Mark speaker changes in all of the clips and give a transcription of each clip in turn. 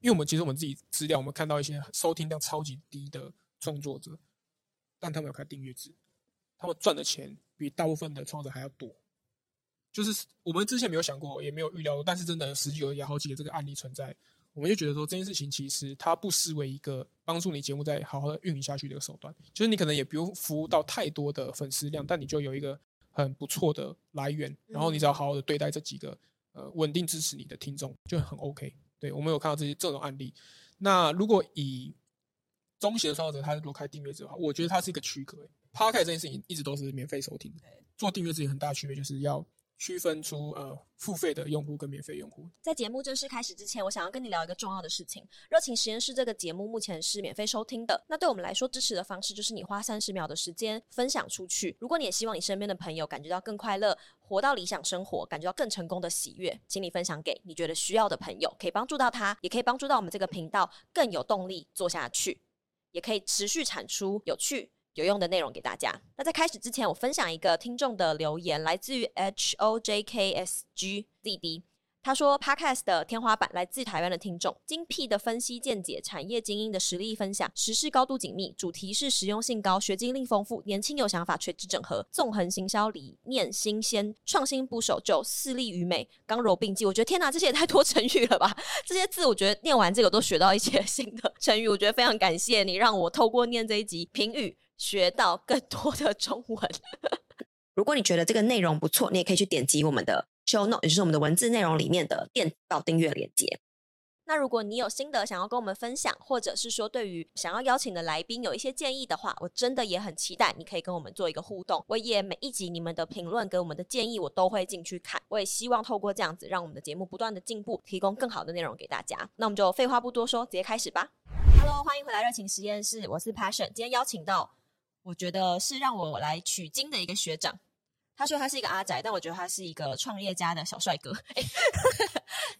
Speaker 1: 因为我们其实我们自己资料，我们看到一些收听量超级低的创作者，但他们有开订阅制，他们赚的钱比大部分的创作者还要多。就是我们之前没有想过，也没有预料过，但是真的实际有也好几个这个案例存在，我们就觉得说这件事情其实它不失为一个帮助你节目再好好的运营下去的一个手段。就是你可能也不用服务到太多的粉丝量，但你就有一个很不错的来源，然后你只要好好的对待这几个呃稳定支持你的听众，就很 OK。对我们有看到这些这种案例。那如果以中型的创作者，他如果开订阅制的话，我觉得它是一个区隔。p o d c a s 这件事情一直都是免费收听的，做订阅制有很大的区别就是要区分出呃付费的用户跟免费用户。
Speaker 2: 在节目正式开始之前，我想要跟你聊一个重要的事情。热情实验室这个节目目前是免费收听的。那对我们来说，支持的方式就是你花三十秒的时间分享出去。如果你也希望你身边的朋友感觉到更快乐，活到理想生活，感觉到更成功的喜悦，请你分享给你觉得需要的朋友，可以帮助到他，也可以帮助到我们这个频道更有动力做下去，也可以持续产出有趣。有用的内容给大家。那在开始之前，我分享一个听众的留言，来自于 H O J K S G Z D。他说，Podcast 的天花板来自台湾的听众，精辟的分析见解，产业精英的实力分享，时事高度紧密，主题是实用性高，学经历丰富，年轻有想法，垂直整合，纵横行销理念新鲜，创新不守旧，势利于美，刚柔并济。我觉得天哪，这些也太多成语了吧！ 这些字我觉得念完这个我都学到一些新的成语，我觉得非常感谢你让我透过念这一集评语学到更多的中文。
Speaker 3: 如果你觉得这个内容不错，你也可以去点击我们的 show note，也就是我们的文字内容里面的电报订阅链接。
Speaker 2: 那如果你有心得想要跟我们分享，或者是说对于想要邀请的来宾有一些建议的话，我真的也很期待你可以跟我们做一个互动。我也每一集你们的评论给我们的建议，我都会进去看。我也希望透过这样子，让我们的节目不断的进步，提供更好的内容给大家。那我们就废话不多说，直接开始吧。Hello，欢迎回来热情实验室，我是 Passion。今天邀请到，我觉得是让我来取经的一个学长。他说他是一个阿宅，但我觉得他是一个创业家的小帅哥。哎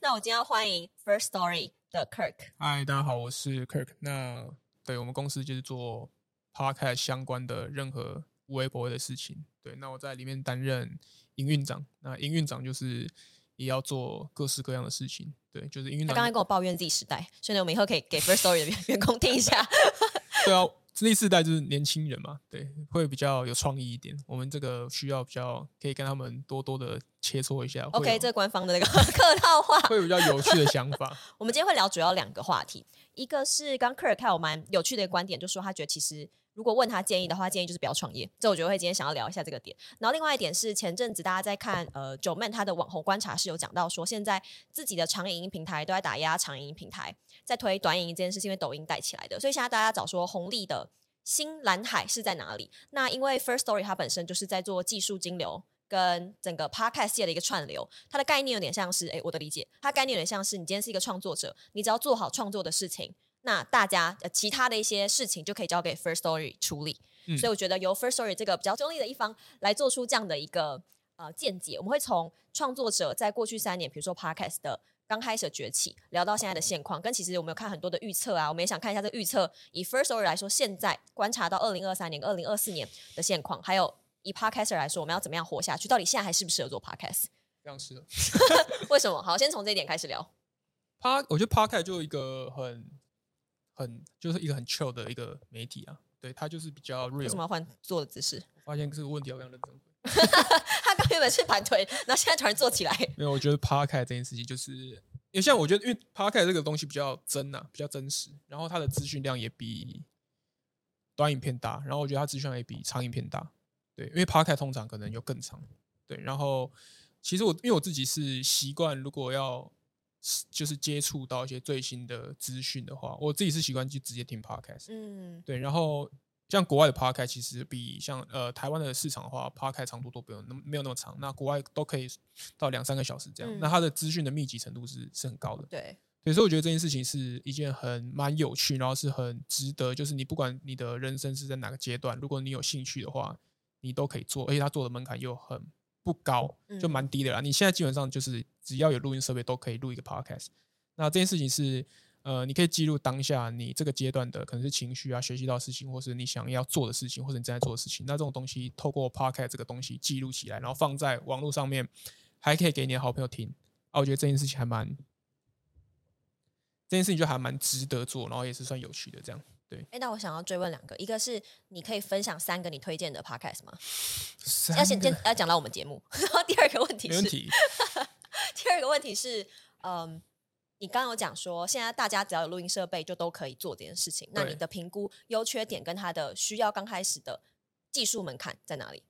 Speaker 2: 那我今天要欢迎 First Story 的 Kirk。
Speaker 1: 嗨，大家好，我是 Kirk。那对我们公司就是做 podcast 相关的任何微博的事情。对，那我在里面担任营运长。那营运长就是也要做各式各样的事情。对，就是营运
Speaker 2: 他
Speaker 1: 长。
Speaker 2: 刚才跟我抱怨自己时代，所以呢，我们以后可以给 First Story 的员员工听一下。
Speaker 1: 对啊，第四代就是年轻人嘛，对，会比较有创意一点。我们这个需要比较可以跟他们多多的切磋一下。会
Speaker 2: OK，
Speaker 1: 有
Speaker 2: 这官方的那个 客套话。
Speaker 1: 会有比较有趣的想法。
Speaker 2: 我们今天会聊主要两个话题，一个是刚 Kirk 看我蛮有趣的一个观点，就说他觉得其实如果问他建议的话，建议就是不要创业。这我觉得会今天想要聊一下这个点。然后另外一点是前阵子大家在看呃九妹她的网红观察是有讲到说，现在自己的长影音平台都在打压长影音平台，在推短影音这件事，是因为抖音带起来的，所以现在大家找说红利的新蓝海是在哪里？那因为 First Story 它本身就是在做技术金流。跟整个 podcast 界的一个串流，它的概念有点像是，诶，我的理解，它概念有点像是，你今天是一个创作者，你只要做好创作的事情，那大家呃其他的一些事情就可以交给 First Story 处理。
Speaker 1: 嗯
Speaker 2: 所以我觉得由 First Story 这个比较中立的一方来做出这样的一个呃见解，我们会从创作者在过去三年，比如说 podcast 的刚开始的崛起，聊到现在的现况，跟其实我们有看很多的预测啊，我们也想看一下这个预测，以 First Story 来说，现在观察到二零二三年、二零二四年的现况，还有以 podcaster 来说，我们要怎么样活下去？到底现在还适不适合做 podcast？
Speaker 1: 这样是
Speaker 2: 为什么？好，先从这一点开始聊。
Speaker 1: 趴，我觉得 p a r k 就有一个很很就是一个很 chill 的一个媒体啊。对，它就是比较
Speaker 2: 为
Speaker 1: real
Speaker 2: 什。么要换坐的姿势？
Speaker 1: 我发现这个问题要非常认真。
Speaker 2: 他刚原本是盘腿，然后现在突然坐起来。
Speaker 1: 没有，我觉得 p a r k 这件事情就是，因为像我觉得，因为 p a r k 这个东西比较真呐、比较真实，然后它的资讯量也比短影片大，然后我觉得它资讯量也比长影片大。对，因为 p a r k 通常可能又更长。对，然后其实我因为我自己是习惯，如果要就是接触到一些最新的资讯的话，我自己是习惯就直接听 podcast。
Speaker 2: 嗯，
Speaker 1: 对，然后像国外的 p a r k 其实比像呃台湾的市场的话 p a r k 长度都不用那么没有那么长，那国外都可以到两三个小时这样，
Speaker 2: 嗯
Speaker 1: 那它的资讯的密集程度是是很高的。
Speaker 2: 对，
Speaker 1: 对，所以我觉得这件事情是一件很蛮有趣，然后是很值得，就是你不管你的人生是在哪个阶段，如果你有兴趣的话，你都可以做，而且它做的门槛又很不高，就
Speaker 2: 嗯
Speaker 1: 蛮低的啦。你现在基本上就是只要有录音设备都可以录一个 podcast。那这件事情是，呃，你可以记录当下你这个阶段的可能是情绪啊，学习到的事情，或是你想要做的事情，或者你正在做的事情。那这种东西透过 podcast 这个东西记录起来，然后放在网络上面，还可以给你的好朋友听。啊，我觉得这件事情还蛮这件事情就还蛮值得做，然后也是算有趣的这样。
Speaker 2: 哎，那我想要追问两个，一个是你可以分享三个你推荐的 podcast 吗？要先
Speaker 1: 三
Speaker 2: 先
Speaker 1: 个
Speaker 2: 要讲到我们节目， 然后第二个问题
Speaker 1: 没问
Speaker 2: 是，
Speaker 1: 题，
Speaker 2: 第二个问题是，嗯，你刚刚有讲说，现在大家只要有录音设备就都可以做这件事情。那
Speaker 1: 对
Speaker 2: 你的评估优缺点跟它的需要刚开始的技术门槛在哪里？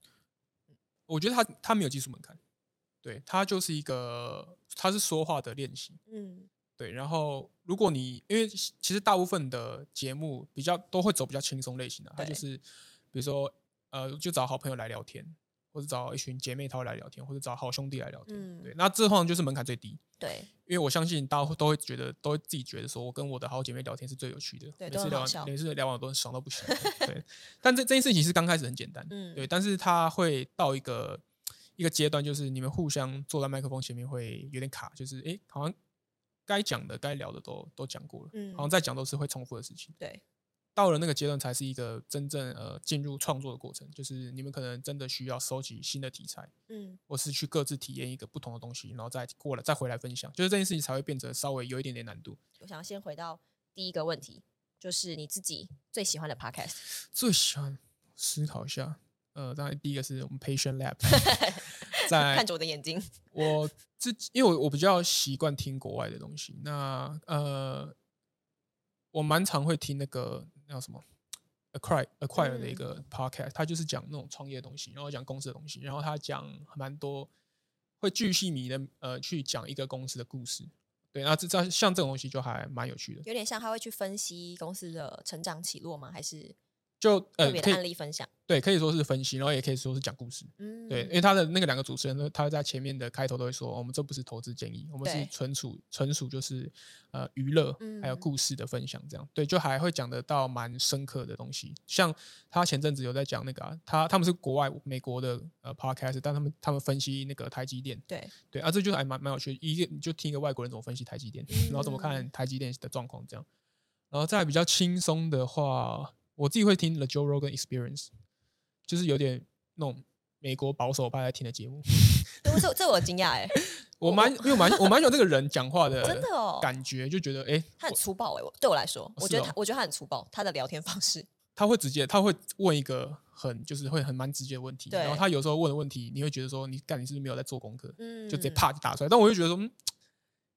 Speaker 1: 我觉得他他没有技术门槛，对他就是一个他是说话的练习，
Speaker 2: 嗯
Speaker 1: 对，然后如果你因为其其实大部分的节目比较都会走比较轻松类型的、它就
Speaker 2: 对
Speaker 1: 是比如说呃，就找好朋友来聊天，或者找一群姐妹淘来聊天，或者找好兄弟来聊天。
Speaker 2: 嗯
Speaker 1: 对，那这通常就是门槛最低，
Speaker 2: 对
Speaker 1: 因为我相信大家都会觉得，都会自己觉得说，我跟我的好姐妹聊天是最有趣的，
Speaker 2: 对
Speaker 1: 每
Speaker 2: 都
Speaker 1: 次
Speaker 2: 很
Speaker 1: 聊
Speaker 2: 好笑
Speaker 1: 完每次聊完都很爽到不行。对，但这这件事情是刚开始很简单，
Speaker 2: 嗯
Speaker 1: 对，但是它会到一个一个阶段，就是你们互相坐在麦克风前面会有点卡，就是诶，好像该讲的、该聊的都都讲过了，
Speaker 2: 嗯
Speaker 1: 好像再讲都是会重复的事情。
Speaker 2: 对，
Speaker 1: 到了那个阶段，才是一个真正呃进入创作的过程，就是你们可能真的需要收集新的题材，
Speaker 2: 嗯
Speaker 1: 或是去各自体验一个不同的东西，然后再过来再回来分享，就是这件事情才会变得稍微有一点点难度。
Speaker 2: 我想要先回到第一个问题，就是你自己最喜欢的 podcast。
Speaker 1: 最喜欢思考一下，呃，当然第一个是我们 Patient Lab，在
Speaker 2: 看着我的眼睛，
Speaker 1: 我自己，因为我我比较习惯听国外的东西，那呃，我蛮常会听那个那叫什么 Acquire Acquire 的一
Speaker 2: 嗯
Speaker 1: 个 podcast，、他就是讲那种创业的东西，然后讲公司的东西，然后他讲蛮多会巨细靡的呃去讲一个公司的故事。对，那这这像这种东西就还蛮有趣的，
Speaker 2: 有点像他会去分析公司的成长起落吗？还是
Speaker 1: 就
Speaker 2: 特
Speaker 1: 呃
Speaker 2: 别
Speaker 1: 可
Speaker 2: 的案
Speaker 1: 以
Speaker 2: 例分享？
Speaker 1: 对可以说是分析，然后也可以说是讲故事。
Speaker 2: 嗯，
Speaker 1: 对，因为他的那个两个主持人呢，他在前面的开头都会说，哦我们这不是投资建议，我们
Speaker 2: 对
Speaker 1: 是纯属纯属就是呃娱乐，还有
Speaker 2: 嗯
Speaker 1: 故事的分享，这样对，就还会讲得到蛮深刻的东西。像他前阵子有在讲那个、啊，他他们是国外美国的呃 podcast，但他们他们分析那个台积电，
Speaker 2: 对，
Speaker 1: 对啊，这就还蛮蛮有趣的。一个你就听一个外国人怎么分析台积电，然后怎么看
Speaker 2: 嗯
Speaker 1: 台积电的状况这样。然后再比较轻松的话，我自己会听 The Joe Rogan Experience，就是有点那种美国保守派在听的节目。
Speaker 2: 对这这我 惊讶哎，
Speaker 1: 我蛮因为我蛮我蛮喜欢这个人讲话的，
Speaker 2: 真的哦，
Speaker 1: 感觉就觉得哎、诶
Speaker 2: 他很粗暴哎、我对我来说，我
Speaker 1: 是
Speaker 2: 觉得他
Speaker 1: 哦，
Speaker 2: 我觉得他很粗暴，他的聊天方式，
Speaker 1: 他会直接他会问一个很就是会很蛮直接的问题，然后
Speaker 2: 对
Speaker 1: 他有时候问的问题，你会觉得说你干你是不是没有在做功课，
Speaker 2: 嗯
Speaker 1: 就直接啪就打出来。但我就觉得说，嗯，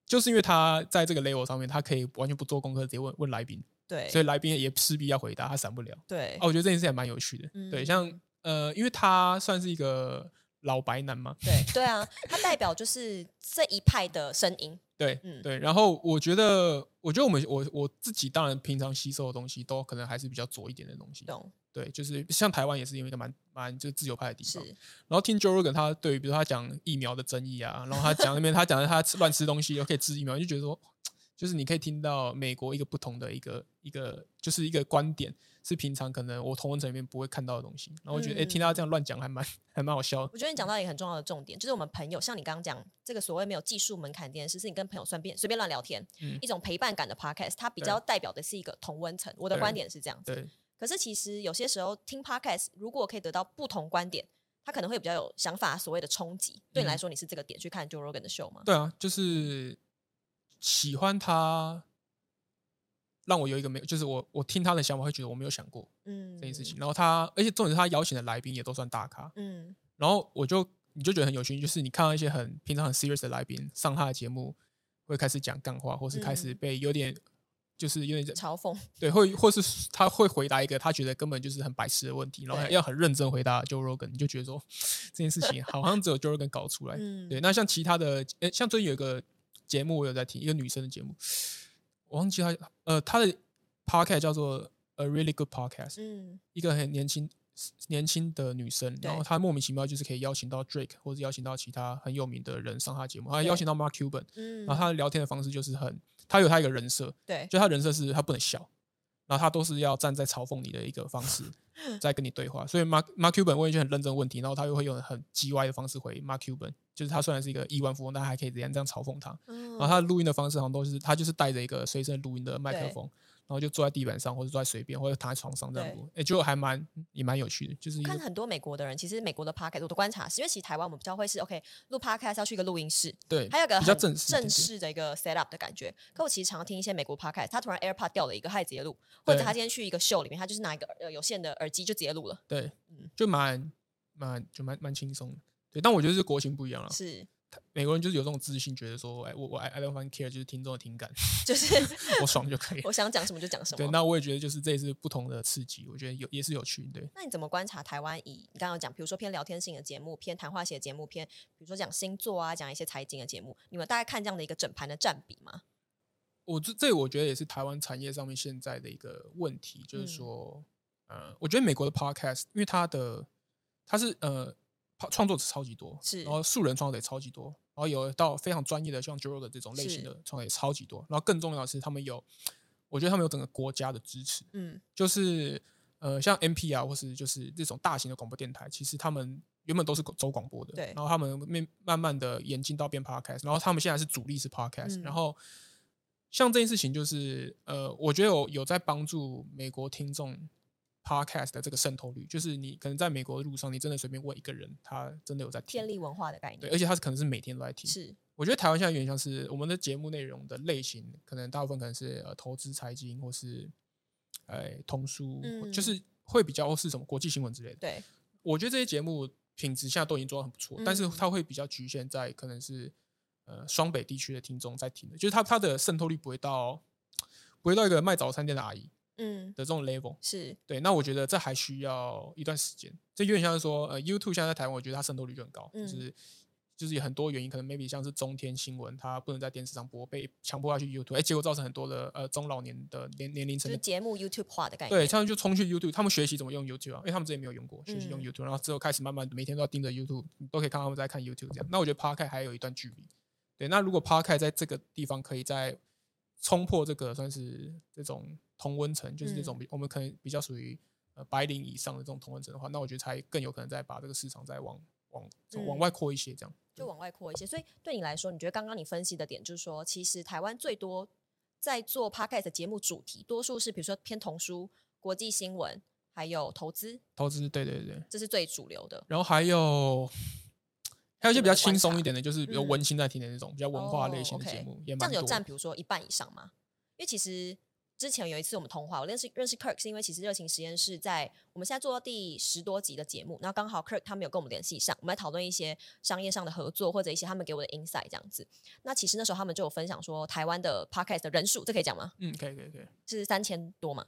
Speaker 1: 就是因为他在这个 level 上面，他可以完全不做功课，直接问问来宾，
Speaker 2: 对，
Speaker 1: 所以来宾也势必要回答，他闪不了。
Speaker 2: 对嗯
Speaker 1: 哦，我觉得这件事还蛮有趣的。对，像呃，因为他算是一个老白男嘛，
Speaker 2: 对对啊，他代表就是这一派的声音，
Speaker 1: 对、
Speaker 2: 嗯
Speaker 1: 对。然后我觉得，我觉得我们我我自己当然平常吸收的东西，都可能还是比较左一点的东西。
Speaker 2: 懂
Speaker 1: 对，就是像台湾也是因为一个蛮蛮就是自由派的地
Speaker 2: 是
Speaker 1: 方。然后听 Joe Rogan 他对于比如说他讲疫苗的争议 啊，然后他讲那边他讲他吃乱吃东西又可以治疫苗，就觉得说，就是你可以听到美国一个不同的一个一个就是一个观点，是平常可能我同文层里面不会看到的东西。然后我觉得哎、诶听
Speaker 2: 嗯
Speaker 1: 他这样乱讲还蛮 还蛮好笑的。
Speaker 2: 我觉得你讲到一个很重要的重点，就是我们朋友，像你刚刚讲这个所谓没有技术门槛这件事，是你跟朋友随便随便乱聊天，
Speaker 1: 嗯
Speaker 2: 一种陪伴感的 podcast，它比
Speaker 1: 对
Speaker 2: 较代表的是一个同温层。我的
Speaker 1: 对
Speaker 2: 观点是这样子，
Speaker 1: 对
Speaker 2: 可是其实有些时候听 podcast，如果可以得到不同观点，他可能会比较有想法，所谓的冲击。对你来
Speaker 1: 嗯
Speaker 2: 说，你是这个点去看 Joe Rogan 的秀吗？
Speaker 1: 对啊，就是喜欢他，让我有一个没有，就是我我听他的想法会觉得我没有想过
Speaker 2: 嗯，
Speaker 1: 这件事情。然后他，而且重点是他邀请的来宾也都算大咖，
Speaker 2: 嗯，
Speaker 1: 然后我就你就觉得很有趣，就是你看到一些很平常很 serious 的来宾上他的节目，会开始讲干话，或是开始
Speaker 2: 嗯
Speaker 1: 被有点、就是有点
Speaker 2: 嘲讽，
Speaker 1: 对，会或是他会回答一个他觉得根本就是很白痴的问题，然后
Speaker 2: 对
Speaker 1: 要很认真回答 Joe Rogan，你就觉得说这件事情好像只有 Joe Rogan 搞出来。
Speaker 2: 嗯，
Speaker 1: 对，那像其他的，诶，像最近有一个节目我有在听，一个女生的节目，我忘记她呃她的 podcast 叫做 A Really Good Podcast，
Speaker 2: 嗯，
Speaker 1: 一个很年轻年轻的女生，
Speaker 2: 对
Speaker 1: 然后她莫名其妙就是可以邀请到 Drake 或者邀请到其他很有名的人上她的节目，她
Speaker 2: 对
Speaker 1: 邀请到 Mark Cuban，
Speaker 2: 嗯，
Speaker 1: 然后她的聊天的方式就是很，她有她一个人设，
Speaker 2: 对，
Speaker 1: 就她人设是她不能笑，然后她都是要站在嘲讽你的一个方 式在跟你对话，所以 Mark Mark Cuban 问一些很认真的问题，然后她又会用很叽歪的方式回 Mark Cuban，就是他虽然是一个亿万富翁，但还可以怎样这样嘲讽他，
Speaker 2: 然
Speaker 1: 然后他的录音的方式好像都是他就是带着一个随身录音的麦克
Speaker 2: 对
Speaker 1: 风，然后就坐在地板上，或者坐在水边，或者躺在床上这样播。哎，结果还蛮也蛮有趣的，就是一
Speaker 2: 看
Speaker 1: 个
Speaker 2: 很多美国的人，其实美国的 podcast 我的观察是，因为其实台湾我们比较会是 OK 录 podcast 要去一个录音室，
Speaker 1: 对，
Speaker 2: 还有一个
Speaker 1: 比较正
Speaker 2: 很
Speaker 1: 式一点
Speaker 2: 正
Speaker 1: 点
Speaker 2: 式的一个 set up 的感觉。可我其实常听一些美国 podcast，他突然 AirPod 掉了一个，他也直接录，或者
Speaker 1: 对
Speaker 2: 他今天去一个秀里面，他就是拿一个耳呃有线的耳机就直接录了。
Speaker 1: 对
Speaker 2: 嗯，
Speaker 1: 就蛮蛮就蛮蛮轻松的。对，但我觉得是国情不一样了。啊
Speaker 2: 是，
Speaker 1: 美国人就是有这种自信，觉得说，哎，我我 I I don't fucking care，就是听众的听感，
Speaker 2: 就是
Speaker 1: 我爽就可以。
Speaker 2: 我想讲什么就讲什
Speaker 1: 对，
Speaker 2: 么。
Speaker 1: 那我也觉得就是这也是不同的刺激，我觉得有也是有趣。对，
Speaker 2: 那你怎么观察台湾以你刚刚有讲，比如说偏聊天性的节目、偏谈话型的节目、偏比如说讲星座啊、讲一些财经的节目，你们大概看这样的一个整盘的占比吗？
Speaker 1: 我这这我觉得也是台湾产业上面现在的一个问题，就是
Speaker 2: 嗯
Speaker 1: 说，呃，我觉得美国的 podcast，因为它的它是呃创创作者超级多，
Speaker 2: 是
Speaker 1: 然后素人创作者也超级多，然后有到非常专业的像 j o e 的这种类型
Speaker 2: 是
Speaker 1: 的创作者也超级多，然后更重要的是他们有，我觉得他们有整个国家的支持，
Speaker 2: 嗯，
Speaker 1: 就是呃，像 MP 啊，或是就是这种大型的广播电台，其实他们原本都是走广播的，
Speaker 2: 对
Speaker 1: 然后他们慢慢慢的演进到变 podcast，然后他们现在是主力是 podcast，、
Speaker 2: 嗯
Speaker 1: 然后像这件事情就是呃，我觉得有有在帮助美国听众。Podcast 的这个渗透率，就是你可能在美国的路上，你真的随便问一个人，他真的有在
Speaker 2: 建
Speaker 1: 听，
Speaker 2: 立文化的概
Speaker 1: 对，
Speaker 2: 念
Speaker 1: 而且他可能是每天都在听。
Speaker 2: 是
Speaker 1: 我觉得台湾现在有点像是我们的节目内容的类型，可能大部分可能是呃投资、财经或是呃通书，或
Speaker 2: 嗯
Speaker 1: 就是会比较是什么国际新闻之类的。
Speaker 2: 对
Speaker 1: 我觉得这些节目品质现在都已经做到很不错，但是
Speaker 2: 嗯
Speaker 1: 它会比较局限在可能是呃双北地区的听众在听的，就是它它的渗透率不会到不会到一个卖早餐店的阿姨
Speaker 2: 嗯
Speaker 1: 的这种 level。
Speaker 2: 是
Speaker 1: 对，那我觉得这还需要一段时间。这有点像是说，呃，YouTube 现在在台湾，我觉得它渗透率就很高，
Speaker 2: 嗯
Speaker 1: 就是就是有很多原因，可能 maybe 像是中天新闻，它不能在电视上播，被强迫要去 YouTube，哎、结果造成很多的呃中老年的年年龄
Speaker 2: 就
Speaker 1: 层
Speaker 2: 是
Speaker 1: 的。
Speaker 2: 节目 YouTube 化的概念
Speaker 1: 对，他们就冲去 YouTube，他们学习怎么用 YouTube 啊，因为他们之前没有用过，学习用
Speaker 2: 嗯
Speaker 1: YouTube，、然后之后开始慢慢地每天都要盯着 YouTube，你都可以看到他们在看 YouTube 这样。那我觉得 Park 还有一段距离。对，那如果 Park 在这个地方可以在冲破这个算是这种同温层，就是
Speaker 2: 嗯
Speaker 1: 这种比、我们可能比较属于呃白领以上的这种同温层的话，那我觉得才更有可能再把这个市场再往往走往
Speaker 2: 嗯
Speaker 1: 外扩一些这样。
Speaker 2: 就往外扩一些。所以对你来说，你觉得刚刚你分析的点就是说，其实台湾最多在做 podcast 的节目主题，多数是比如说偏童书、国际新闻，还有投资，
Speaker 1: 投资，对对对。
Speaker 2: 这是最主流的。
Speaker 1: 然后还有还有一些比较轻松一
Speaker 2: 观察
Speaker 1: 点的，就是比如
Speaker 2: 嗯
Speaker 1: 温馨在听的那种、比较文化类型的
Speaker 2: 哦，OK
Speaker 1: 节目，也
Speaker 2: 这
Speaker 1: 蛮
Speaker 2: 样有
Speaker 1: 多的
Speaker 2: 占比如说一半以上吗？因为其实之前有一次我们通话，我认识认识 Kirk 是因为其实热情实验室在我们现在做到第十多集的节目，然后刚好 Kirk 他们有跟我们联系上，我们来讨论一些商业上的合作或者一些他们给我的 insight 这样子。那其实那时候他们就有分享说台湾的 podcast 的人数，这可以讲吗？
Speaker 1: 嗯，可以可以可以。
Speaker 2: 是三千多嘛？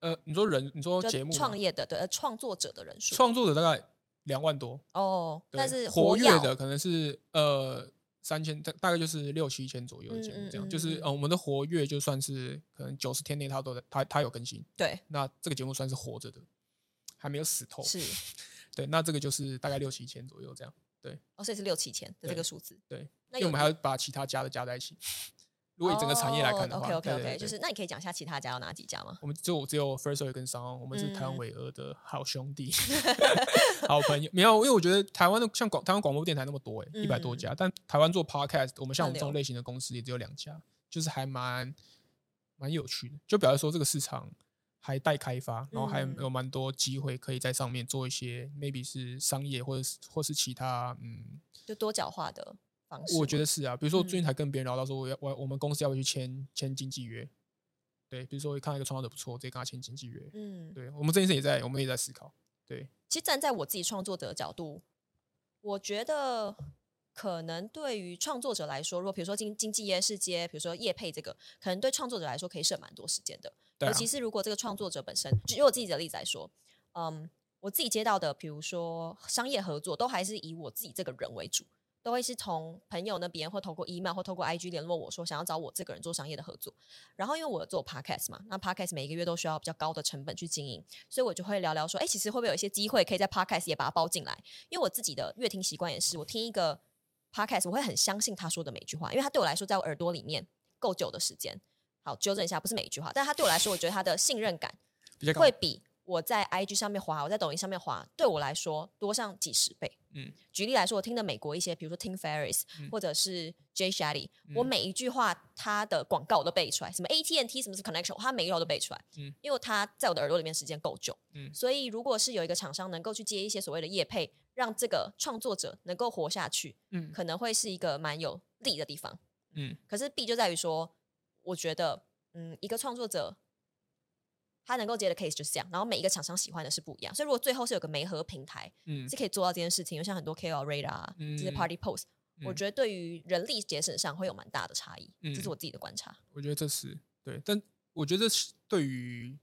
Speaker 1: 呃，你说人，你说
Speaker 2: 就
Speaker 1: 节目吗
Speaker 2: 创业的对呃创作者的人数
Speaker 1: 创作者大概两万多，
Speaker 2: 哦，
Speaker 1: 对
Speaker 2: 但是
Speaker 1: 活跃
Speaker 2: 跃
Speaker 1: 的可能是呃三千，大大概就是六七千左右的节目
Speaker 2: 嗯嗯
Speaker 1: 这样。
Speaker 2: 嗯
Speaker 1: 就是
Speaker 2: 嗯
Speaker 1: 呃我们的活跃就算是可能九十天内它都在，它它有更新，
Speaker 2: 对
Speaker 1: 那这个节目算是活着的，还没有死透。
Speaker 2: 是
Speaker 1: 对，那这个就是大概六七千左右这样。
Speaker 2: 哦，所以是六七千的这
Speaker 1: 对
Speaker 2: 个数字。
Speaker 1: 对，
Speaker 2: 那
Speaker 1: 因为
Speaker 2: 有哦
Speaker 1: 我们还要把其他家的加在一起。 如果以整个产业来看的话
Speaker 2: o k OK
Speaker 1: 对对
Speaker 2: OK，
Speaker 1: 对
Speaker 2: 哦就是那你可以讲一下其他家有哪几家吗？
Speaker 1: 我们就只有 First Story 跟商我们是台湾
Speaker 2: 嗯
Speaker 1: 伟俄的好兄 弟、好朋友。没有，因为我觉得台湾的像广台湾广播电台那么多、欸，一百多
Speaker 2: 嗯
Speaker 1: 家，但台湾做 Podcast，我们像我
Speaker 2: 很
Speaker 1: 们这种
Speaker 2: 流
Speaker 1: 类型的公司也只有两家，就是还蛮蛮有趣的。就表示说这个市场还待开发，然后还
Speaker 2: 嗯
Speaker 1: 有蛮多机会可以在上面做一些 maybe 是商业或者是或是其他嗯
Speaker 2: 就多角化的方式吗。
Speaker 1: 我觉得是啊，比如说我最近
Speaker 2: 嗯
Speaker 1: 才跟别人聊到说，我要我我们公司要不要去签签经纪约？对，比如说我看到一个创作者不错，直接跟他签经纪约。
Speaker 2: 嗯，
Speaker 1: 对我们这件事也在我们也在思考。对，
Speaker 2: 其实站在我自己创作者的角度，我觉得可能对于创作者来说，如果比如说经经纪业是接，比如说业配这个，可能对创作者来说可以省蛮多时间的。
Speaker 1: 对啊
Speaker 2: 尤其是如果这个创作者本身，就以我自己的例子来说，嗯，我自己接到的，比如说商业合作，都还是以我自己这个人为主，都会是从朋友那边或透过 email 或透过 IG 联络我说想要找我这个人做商业的合作。然后因为我有做 podcast 嘛，那 podcast 每一个月都需要比较高的成本去经营，所以我就会聊聊说，哎，其实会不会有一些机会可以在 podcast 也把它包进来？因为我自己的乐听习惯也是，我听一个 podcast，我会很相信他说的每一句话，因为他对我来说在我耳朵里面够久的时间。好，纠正一下，不是每一句话，但他对我来说，我觉得他的信任感
Speaker 1: 比较高
Speaker 2: 会比我在 IG 上面滑，我在抖音上面滑，对我来说多上几十倍。
Speaker 1: 嗯
Speaker 2: 举例来说，我听的美国一些，比如说 Tim Ferriss、
Speaker 1: 嗯
Speaker 2: 或者是 Jay Shetty，、我
Speaker 1: 嗯
Speaker 2: 每一句话他的广告我都背出来，什么 AT&T 什么是 connection，他每一条都背出来，
Speaker 1: 嗯
Speaker 2: 因为他在我的耳朵里面时间够久，
Speaker 1: 嗯
Speaker 2: 所以如果是有一个厂商能够去接一些所谓的业配，让这个创作者能够活下去，
Speaker 1: 嗯
Speaker 2: 可能会是一个蛮有利的地方。
Speaker 1: 嗯
Speaker 2: 可是弊就在于说，我觉得，嗯，一个创作者他能够接的 case 就是这样，然后每一个厂商喜欢的是不一样。所以如果最后是有个媒合平台
Speaker 1: 嗯
Speaker 2: 是可以做到这件事情，就像很多 KOL radar 啊这些
Speaker 1: 嗯
Speaker 2: party post，、我
Speaker 1: 嗯
Speaker 2: 觉得对于人力节省上会有蛮大的差异，这是
Speaker 1: 嗯
Speaker 2: 我自己的观察。
Speaker 1: 我觉得这是对，但我觉得这是对于，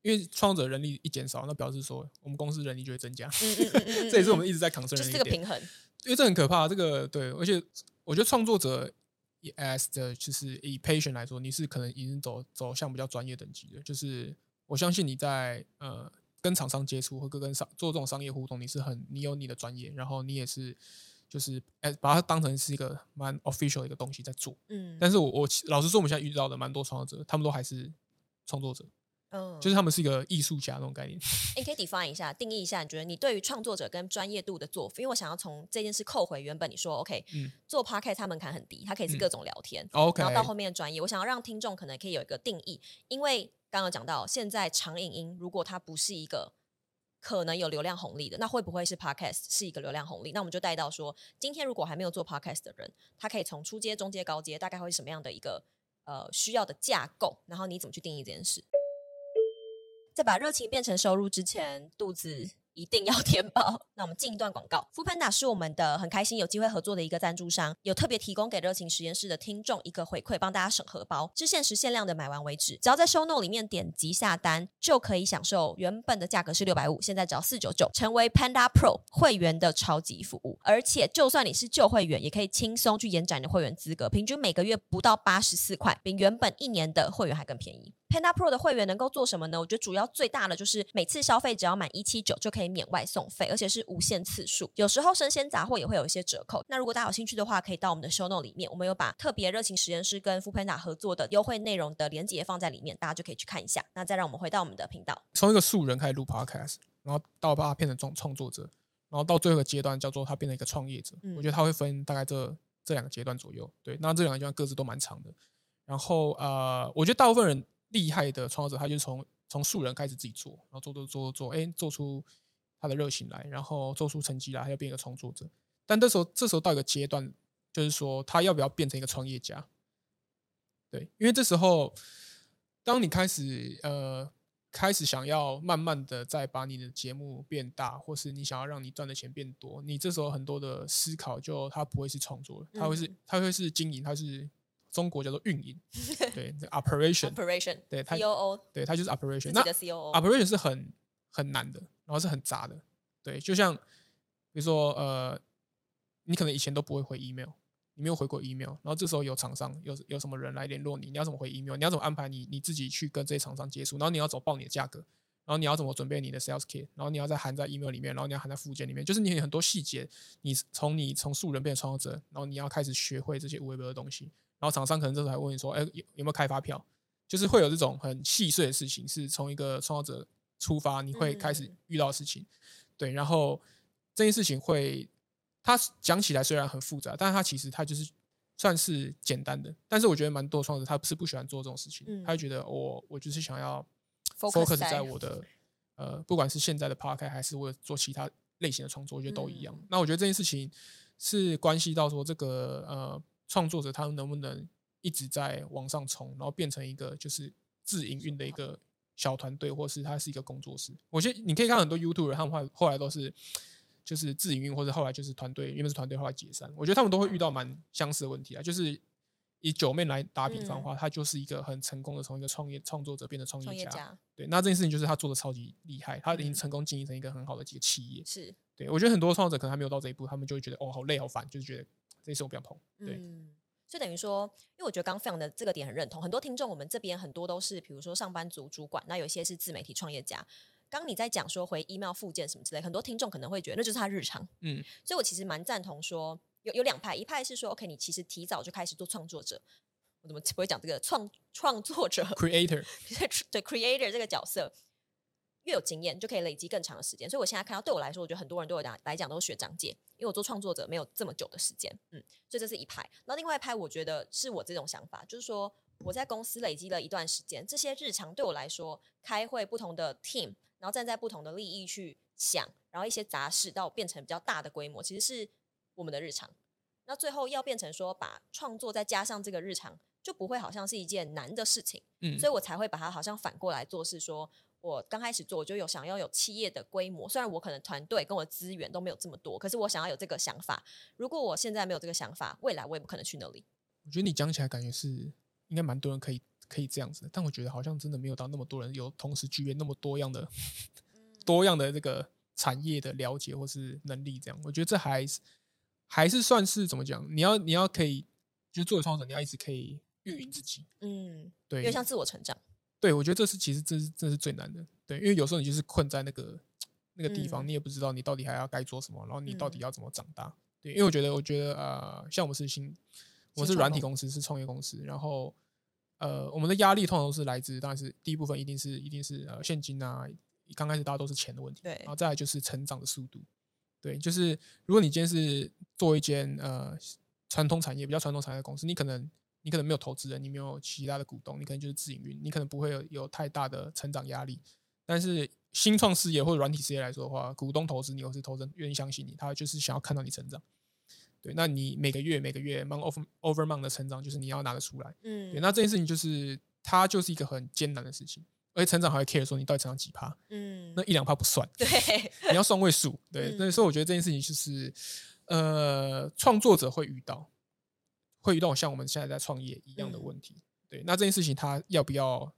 Speaker 1: 因为创作者人力一减少，那表示说我们公司人力就会增加，
Speaker 2: 嗯嗯嗯嗯嗯
Speaker 1: 这也是我们
Speaker 2: 嗯
Speaker 1: 一直在扛生
Speaker 2: 就
Speaker 1: 人
Speaker 2: 是
Speaker 1: 力
Speaker 2: 这个
Speaker 1: 点
Speaker 2: 平衡，
Speaker 1: 因为这很可怕。这个对，而且我觉得创作者也 as 的就是以 patient 来说，你是可能已经走走向比较专业等级的，就是我相信你在呃跟厂商接触或跟跟商做这种商业互动，你是很你有你的专业，然后你也是就是呃把它当成是一个蛮 official 的一个东西在做。
Speaker 2: 嗯，
Speaker 1: 但是我我其老实说，我们现在遇到的蛮多创作者，他们都还是创作者，
Speaker 2: 嗯，哎
Speaker 1: 就是他们是一个艺术家那种概念。
Speaker 2: 你可以 define 一下，定义一下，你觉得你对于创作者跟专业度的做法，因为我想要从这件事扣回原本你说 OK，、
Speaker 1: 嗯
Speaker 2: 做 podcast 它门槛很低，它可以是
Speaker 1: 嗯
Speaker 2: 各种聊天，
Speaker 1: OK，
Speaker 2: 然后到后面的专业，我想要让听众可能可以有一个定义，因为刚刚有讲到，现在长影音如果它不是一个可能有流量红利的，那会不会是 podcast 是一个流量红利？那我们就带到说，今天如果还没有做 podcast 的人，他可以从初阶、中阶、高阶，大概会是什么样的一个呃需要的架构？然后你怎么去定义这件事？在把热情变成收入之前，肚子一定要 填饱。那我们进一段广告。f o o Panda 是我们的很开心有机会合作的一个赞助商，有特别提供给热情实验室的听众一个回馈，帮大家省荷包，是限时限量的买完为止。只要在 Show Note 里面点击下单，就可以享受原本的价格是六百五，现在只要四九九，成为 Panda Pro 会员的超级服务。而且，就算你是旧会员，也可以轻松去延展你的会员资格，平均每个月不到八十四块，比原本一年的会员还更便宜。Panda Pro 的会员能够做什么呢？我觉得主要最大的就是每次消费只要满一七九就可以免外送费，而且是无限次数。有时候生鲜杂货也会有一些折扣。那如果大家有兴趣的话，可以到我们的 Show Note 里面，我们有把特别热情实验室跟 f o o Panda 合作的优惠内容的连接放在里面，大家就可以去看一下。那再让我们回到我们的频道，
Speaker 1: 从一个素人开始录 podcast，然后到把它变成创创作者，然后到最后一个阶段叫做他变成一个创业者。
Speaker 2: 嗯
Speaker 1: 我觉得他会分大概这这两个阶段左右。对，那这两个阶段各自都蛮长的。然后呃，我觉得大部分人厉害的创作者，他就是从从素人开始自己做，然后做做做做，哎，做出他的热情来，然后做出成绩来，他就变一个创作者。但这时候这时候到一个阶段，就是说他要不要变成一个创业家？对，因为这时候，当你开始呃开始想要慢慢的再把你的节目变大，或是你想要让你赚的钱变多，你这时候很多的思考就它不会是创作了，它会是、
Speaker 2: 嗯
Speaker 1: 它会是经营，它是中国叫做运 营，对这，operation，
Speaker 2: Operation
Speaker 1: 对啊它
Speaker 2: C O O
Speaker 1: 对它就是 operation。
Speaker 2: 自
Speaker 1: 那
Speaker 2: 己的 C O O，
Speaker 1: operation 是很很难的，然后是很杂的。对，就像比如说呃，你可能以前都不会回 email，你没有回过 email，然后这时候有厂商有有什么人来联络你，你要怎么回 email？你要怎么安排你你自己去跟这些厂商接触？然后你要怎么报你的价格？然后你要怎么准备你的 sales kit？然后你要再含在 email 里面，然后你要含在附件里面，就是你有很多细节，你从你从素人变成创作者，然后你要开始学会这些微博的东西。然后厂商可能这时候还问你说：“哎，有有没有开发票？”就是会有这种很细碎的事情，是从一个创作者出发，你会开始
Speaker 2: 嗯
Speaker 1: 遇到的事情。对，然后这件事情会，它讲起来虽然很复杂，但是它其实它就是算是简单的。但是我觉得蛮多创作者他是不喜欢做这种事情，
Speaker 2: 嗯
Speaker 1: 他会觉得我我就是想要
Speaker 2: Focus
Speaker 1: focus
Speaker 2: 在
Speaker 1: 在我的呃，不管是现在的 p a r k 还是我做其他类型的创作，我觉得都一样。
Speaker 2: 嗯
Speaker 1: 那我觉得这件事情是关系到说这个呃创作者他能不能一直在往上冲，然后变成一个就是自营运的一个小团队，或是他是一个工作室。我觉得你可以看很多 YouTube，他们后来后来都是。就是自营运，或者后来就是团队，原本是团队，后来解散。我觉得他们都会遇到蛮相似的问题啊。就是以九妹来打比方的话，她就是一个很成功的从一个创业创作者变成创
Speaker 2: 创业
Speaker 1: 业家，
Speaker 2: 家
Speaker 1: 对，那这件事情就是他做的超级厉害，他已经
Speaker 2: 嗯
Speaker 1: 成功经营成一个很好的几个企业。
Speaker 2: 是
Speaker 1: 对我觉得很多创作者可能还没有到这一步，他们就会觉得哦好累好烦，就是觉得这事我不想碰。对
Speaker 2: 嗯，就等于说，因为我觉得刚刚非常的这个点很认同，很多听众我们这边很多都是，比如说上班族、主管，那有一些是自媒体创业家。刚你在讲说回 email 附件什么之类，很多听众可能会觉得那就是他日常，
Speaker 1: 嗯
Speaker 2: 所以我其实蛮赞同说，有有两派，一派是说，OK，你其实提早就开始做创作者，我怎么不会讲这个创创作者？
Speaker 1: ，creator，
Speaker 2: 对 creator 这个角色，越有经验，你就可以累积更长的时间。所以我现在看到，对我来说，我觉得很多人对我来来讲都是学长姐，因为我做创作者没有这么久的时间，嗯，所以这是一派。然后另外一派，我觉得是我这种想法，就是说我在公司累积了一段时间，这些日常对我来说，开会不同的 team，然后站在不同的利益去想，然后一些杂事到变成比较大的规模，其实是我们的日常。那最后要变成说，把创作再加上这个日常，就不会好像是一件难的事情。
Speaker 1: 嗯，
Speaker 2: 所以我才会把它好像反过来做，是说我刚开始做，我就有想要有企业的规模，虽然我可能团队跟我资源都没有这么多，可是我想要有这个想法。如果我现在没有这个想法，未来我也不可能去那里。
Speaker 1: 我觉得你讲起来感觉是应该蛮多人可以可以这样子的，但我觉得好像真的没有到那么多人有同时具备那么多样的
Speaker 2: 嗯
Speaker 1: 多样的这个产业的了解或是能力这样。我觉得这还是还是算是怎么讲？你要你要可以，就是作为创作者，你要一直可以运营自己。
Speaker 2: 嗯，有
Speaker 1: 对，
Speaker 2: 点像自我成长。
Speaker 1: 对，我觉得这是其实这是这是最难的，对，因为有时候你就是困在那个那个地方，
Speaker 2: 嗯
Speaker 1: 你也不知道你到底还要该做什么，然后你到底
Speaker 2: 嗯
Speaker 1: 要怎么长大。对，因为我觉得，我觉得呃，像我们是新，我们
Speaker 2: 新
Speaker 1: 是
Speaker 2: 创
Speaker 1: 软体
Speaker 2: 公
Speaker 1: 公司，是创业公司，然后呃，我们的压力通常都是来自，当然是第一部分一定是一定是呃现金啊，刚开始大家都是钱的问题，
Speaker 2: 对
Speaker 1: 然后再来就是成长的速度，对，就是如果你今天是做一间呃传统产业比较传统产业的公司，你可能你可能没有投资人，你没有其他的股东，你可能就是自营运，你可能不会有有太大的成长压力。但是新创事业或者软体事业来说的话，股东投资你，或是投资人愿意相信你，他就是想要看到你成长。对，那你每个月每个月 month over over month 的成长，就是你要拿得出来。对，
Speaker 2: 嗯
Speaker 1: 那这件事情就是它就是一个很艰难的事情，而且成长还会 care 说你到底成长几趴，
Speaker 2: 嗯
Speaker 1: 那，一两趴不算。
Speaker 2: 对，
Speaker 1: 你要双位数，对，
Speaker 2: 嗯
Speaker 1: 那所以我觉得这件事情就是，呃，创作者会遇到，会遇到像我们现在在创业一样的
Speaker 2: 嗯
Speaker 1: 问题。对，那这件事情他要不要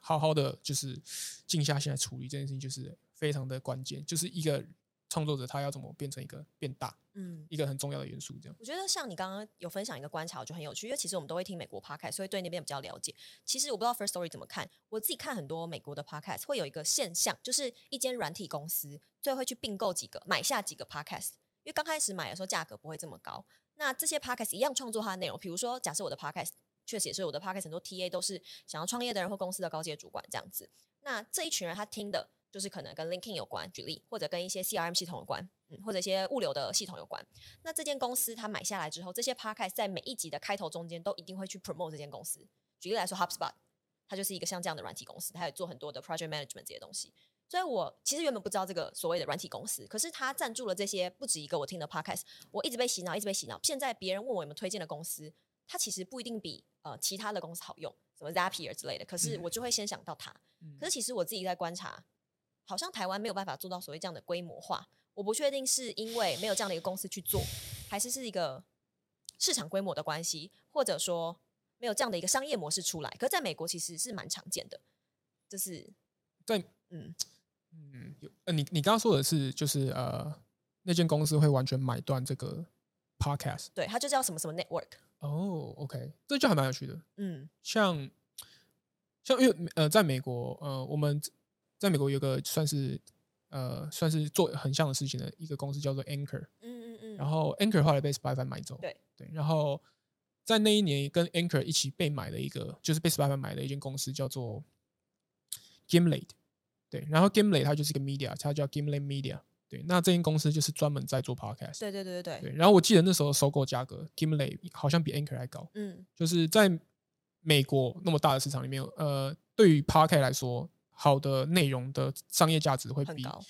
Speaker 1: 好好的就是静下心来处理这件事情，就是非常的关键，就是一个创作者他要怎么变成一个变大，
Speaker 2: 嗯。
Speaker 1: 一个很重要的元素，这样。
Speaker 2: 我觉得像你刚刚有分享一个观察，我觉得很有趣，因为其实我们都会听美国 podcast，所以对那边比较了解。其实我不知道 First Story 怎么看，我自己看很多美国的 podcast 会有一个现象，就是一间软体公司最后会去并购几个、买下几个 podcast，因为刚开始买的时候价格不会这么高。那这些 podcast 一样创作它的内容，比如说假设我的 podcast 确实也是我的 podcast 很多 TA 都是想要创业的人或公司的高阶主管这样子。那这一群人他听的就是可能跟 LinkedIn 有关，举例，或者跟一些 CRM 系统有关，嗯，或者一些物流的系统有关。那这间公司它买下来之后，这些 podcast 在每一集的开头中间都一定会去 promote 这间公司。举例来说，HubSpot，它就是一个像这样的软体公司，它也做很多的 project management 这些东西。所以我其实原本不知道这个所谓的软体公司，可是它赞助了这些不止一个我听的 podcast，我一直被洗脑，一直被洗脑。现在别人问我有没有推荐的公司，它其实不一定比呃其他的公司好用，什么 Zapier 之类的，可是
Speaker 1: 嗯
Speaker 2: 我就会先想到它。可
Speaker 1: 是，
Speaker 2: 是其实我自己在观察，好像台湾没有办法做到所谓这样的规模化。我不确定是因为没有这样的一个公司去做，还是是一个市场规模的关系，或者说没有这样的一个商业模式出来。可是在美国其实是蛮常见的，就是
Speaker 1: 在
Speaker 2: 嗯
Speaker 1: 嗯，有呃，你你刚刚说的是就是呃，那间公司会完全买断这个 podcast
Speaker 2: 对，它就叫什么什么 network，
Speaker 1: 哦，OK，这就还蛮有趣的。
Speaker 2: 嗯
Speaker 1: 像像因为美呃，在美国呃，我们在美国有个算是呃算是做很像的事情的一个公司叫做 Anchor，
Speaker 2: 嗯嗯嗯，
Speaker 1: 然后 Anchor 后来被 Spotify 买走，
Speaker 2: 对
Speaker 1: 对，然后在那一年跟 Anchor 一起被买的一个就是被 Spotify 买的一间公司叫做 Gimlet，对，然后 Gimlet 它就是一个 media，它叫 Gimlet Media，对，那这间公司就是专门在做 podcast，
Speaker 2: 对对对对对，
Speaker 1: 对，然后我记得那时候收购价格 Gimlet 好像比 Anchor 还高。
Speaker 2: 嗯
Speaker 1: 就是在美国那么大的市场里面，呃，对于 Park 来说，好的内容的商业价值会
Speaker 2: 很
Speaker 1: 比
Speaker 2: 高，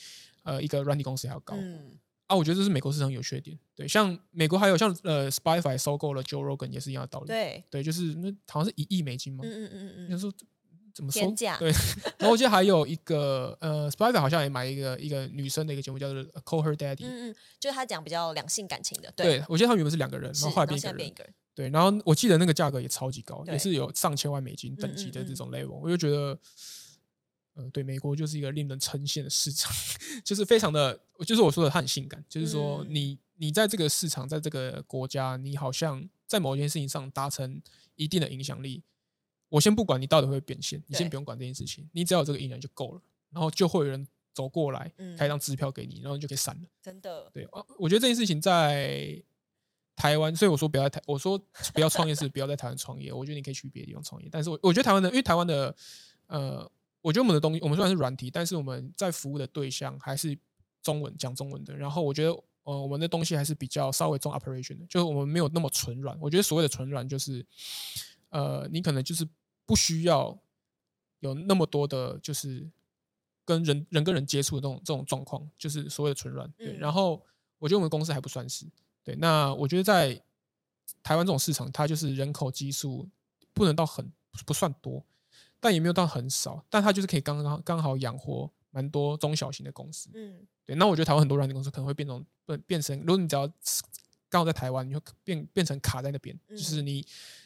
Speaker 1: 呃一个软体公司还要高、
Speaker 2: 嗯
Speaker 1: 啊。我觉得这是美国市场有缺点。对，像美国还有像呃 Spotify 收购了 Joe Rogan 也是一样的道理。，
Speaker 2: 对，
Speaker 1: 就是那好像是一亿美金嘛
Speaker 2: 嗯，嗯嗯
Speaker 1: 就
Speaker 2: 嗯
Speaker 1: 说怎么
Speaker 2: 天
Speaker 1: 收
Speaker 2: 价
Speaker 1: 对，然后我记得还有一个呃 Spotify 好像也买一个一个女生的一个节目叫做 Call Her Daddy。
Speaker 2: 嗯嗯，就是他讲比较两性感情的，
Speaker 1: 对，我记得他们原本是两个人，然
Speaker 2: 是，
Speaker 1: 后
Speaker 2: 然
Speaker 1: 后来
Speaker 2: 后
Speaker 1: 变
Speaker 2: 现
Speaker 1: 一个
Speaker 2: 在
Speaker 1: 人
Speaker 2: 变一。个人，
Speaker 1: 对，然后我记得那个价格也超级高，也
Speaker 2: 对
Speaker 1: 是有上千万美金等
Speaker 2: 嗯
Speaker 1: 级的
Speaker 2: 嗯
Speaker 1: 这
Speaker 2: 嗯
Speaker 1: 种 level，、我就觉得，呃，对，美国就是一个令人称羡的市场， 就是非常的，就是我说的它很性感，就是说
Speaker 2: 嗯
Speaker 1: 你、你在这个市场，在这个国家，你好像在某一件事情上达成一定的影响力，我先不管你到底会不会变现，你先
Speaker 2: 对
Speaker 1: 不用管这件事情，你只要有这个影响就够了，然后就会有人走过来
Speaker 2: 嗯
Speaker 1: 开一张支票给你，然后你就可以闪了。
Speaker 2: 真的，
Speaker 1: 对，呃我觉得这件事情在台湾，所以我说不要在台，我说不要创业是不要在台湾创业。我觉得你可以去别的地方创业，但是我我觉得台湾的，因为台湾的呃，我觉得我们的东西，我们虽然是软体，但是我们在服务的对象还是中文讲中文的。然后我觉得，呃，我们的东西还是比较稍微重 operation 的，就是我们没有那么纯软。我觉得所谓的纯软，就是呃，你可能就是不需要有那么多的，就是跟人人跟人接触的那种这种状况，就是所谓的纯软。对，
Speaker 2: 嗯
Speaker 1: 然后我觉得我们公司还不算是对。那我觉得在台湾这种市场，它就是人口基数不能到很不算多，但也没有到很少，但它就是可以刚刚刚好养活蛮多中小型的公司。
Speaker 2: 嗯，
Speaker 1: 对，那我觉得台湾很多软件公司可能会变成变变成，如果你只要刚好在台湾，你会变变成卡在那边，
Speaker 2: 嗯
Speaker 1: 就是你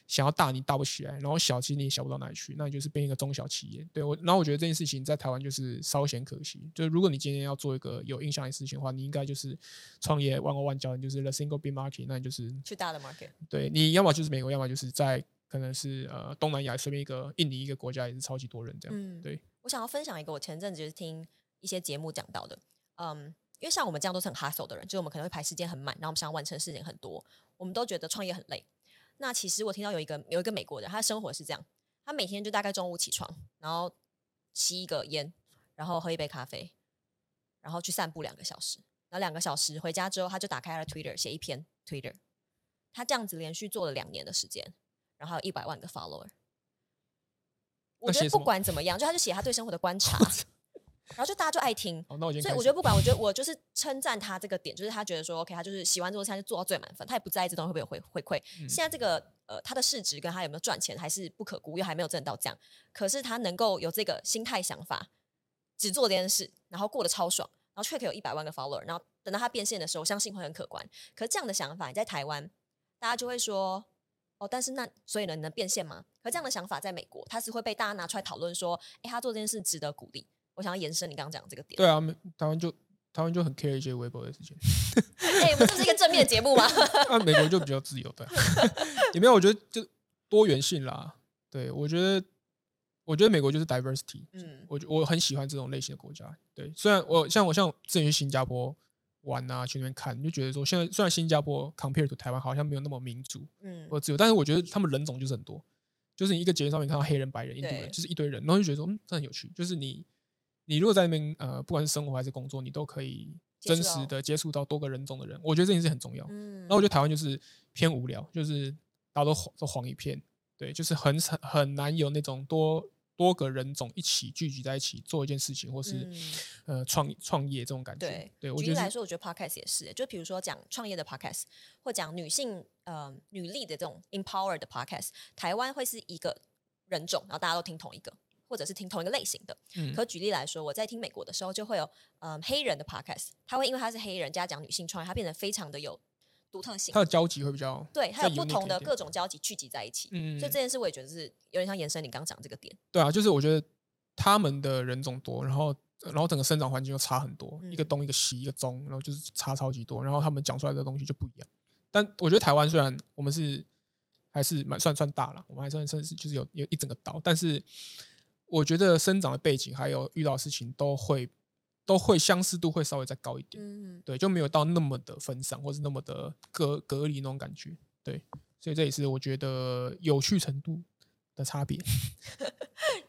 Speaker 1: 想要大你大不起来，然后小其实你也小不到哪里去，那你就是变一个中小企业。对我，然后我觉得这件事情在台湾就是稍显可惜，就是如果你今天要做一个有影响力的事情的话，你应该就是创业万国万交，你就是 the single big market，那你就是
Speaker 2: 去大的 market，
Speaker 1: 对，你要么就是美国，要么就是在可能是呃东南亚随便一个印尼一个国家也是超级多人这样。
Speaker 2: 嗯
Speaker 1: 对，
Speaker 2: 我想要分享一个我前阵子就是听一些节目讲到的，嗯，因为像我们这样都是很 hustle 的人，就是我们可能会排时间很满，然后我们想要完成事情很多，我们都觉得创业很累。那其实我听到有一个有一个美国人，他的生活是这样，他每天就大概中午起床，然后吸一个烟，然后喝一杯咖啡，然后去散步两个小时，然后两个小时回家之后，他就打开他的 Twitter 写一篇 Twitter，他这样子连续做了两年的时间，然后还有一百万个 follower。我
Speaker 1: 那
Speaker 2: 觉得
Speaker 1: 写什
Speaker 2: 不
Speaker 1: 么
Speaker 2: 管怎么样，就他就写他对生活的观 察，然后就大家就爱听。
Speaker 1: 好，那我今天
Speaker 2: 所以我觉得不管，我觉得我就是称赞他这个点，就是他觉得说 OK，他就是喜欢做菜就做到最满分，他也不在意这东西会不会有回回馈。
Speaker 1: 嗯
Speaker 2: 现在这个呃，他的市值跟他有没有赚钱还是不可估，又还没有挣到这样。可是他能够有这个心态想法，只做这件事，然后过得超爽，然后却可以有一百万个 follower，然后等到他变现的时候，我相信会很可观。可是这样的想法，你在台湾，大家就会说。哦，但是那所以呢，你能变现吗？可这样的想法在美国，他是会被大家拿出来讨论说，哎，他做这件事值得鼓励。我想要延伸你刚刚讲的这个点。
Speaker 1: 对啊，没台湾就台湾就很 care 一些微博的事情，
Speaker 2: 哎、我们这不是一个正面的节 目吗？
Speaker 1: 那、美国就比较自由的， 也没有，我觉得就多元性啦。对我觉得，我觉得美国就是 diversity，
Speaker 2: 嗯
Speaker 1: 我我很喜欢这种类型的国家。对，虽然我像我像之前去新加坡玩啊，去那边看，你就觉得说现在虽然新加坡 compare to 台湾好像没有那么民主，
Speaker 2: 嗯
Speaker 1: 或自由，但是我觉得他们人种就是很多，就是你一个节目上面看到黑人、白人、印度
Speaker 2: 对
Speaker 1: 人，就是一堆人，然后就觉得说，嗯，这很有趣。就是你，你如果在那边呃，不管是生活还是工作，你都可以
Speaker 2: 接触
Speaker 1: 真
Speaker 2: 到
Speaker 1: 实的接触到多个人种的人，我觉得这件事很重要。
Speaker 2: 嗯
Speaker 1: 然后我觉得台湾就是偏无聊，就是大家都黄都黄一片，对，就是很少很难有那种多多个人种一起聚集在一起做一件事情，或是、呃创创业这种感觉。
Speaker 2: 嗯对
Speaker 1: 我
Speaker 2: 举
Speaker 1: 觉
Speaker 2: 例
Speaker 1: 得
Speaker 2: 来
Speaker 1: 是
Speaker 2: 说，我觉得 podcast 也是，就比如说讲创业的 podcast，或讲女性呃女力的这种 empower 的 podcast，台湾会是一个人种，然后大家都听同一个，或者是听同一个类型的。
Speaker 1: 嗯
Speaker 2: 可举例来说，我在听美国的时候，就会有嗯、黑人的 podcast，他会因为他是黑人加讲女性创业，他变得非常的有独特性
Speaker 1: 它，的交集会比较
Speaker 2: 对，他有
Speaker 1: 再
Speaker 2: 不
Speaker 1: unique
Speaker 2: 同
Speaker 1: 一
Speaker 2: 的
Speaker 1: 点
Speaker 2: 各种交集聚集在一起。
Speaker 1: 嗯
Speaker 2: 所以这件事我也觉得是有点像延伸你刚刚讲这个点。
Speaker 1: 对啊，就是我觉得他们的人种多，然后然后整个生长环境又差很多，一个
Speaker 2: 嗯
Speaker 1: 东一个西一个中，然后就是差超级多，然后他们讲出来的东西就不一样。但我觉得台湾虽然我们是还是蛮算算大了，我们还算算是就是有有一整个岛，但是我觉得生长的背景还有遇到的事情都会都会相似度会稍微再高一点，
Speaker 2: 嗯，
Speaker 1: 对，就没有到那么的分散或是那么的隔隔离那种感觉，对，所以这也是我觉得有趣程度的差别。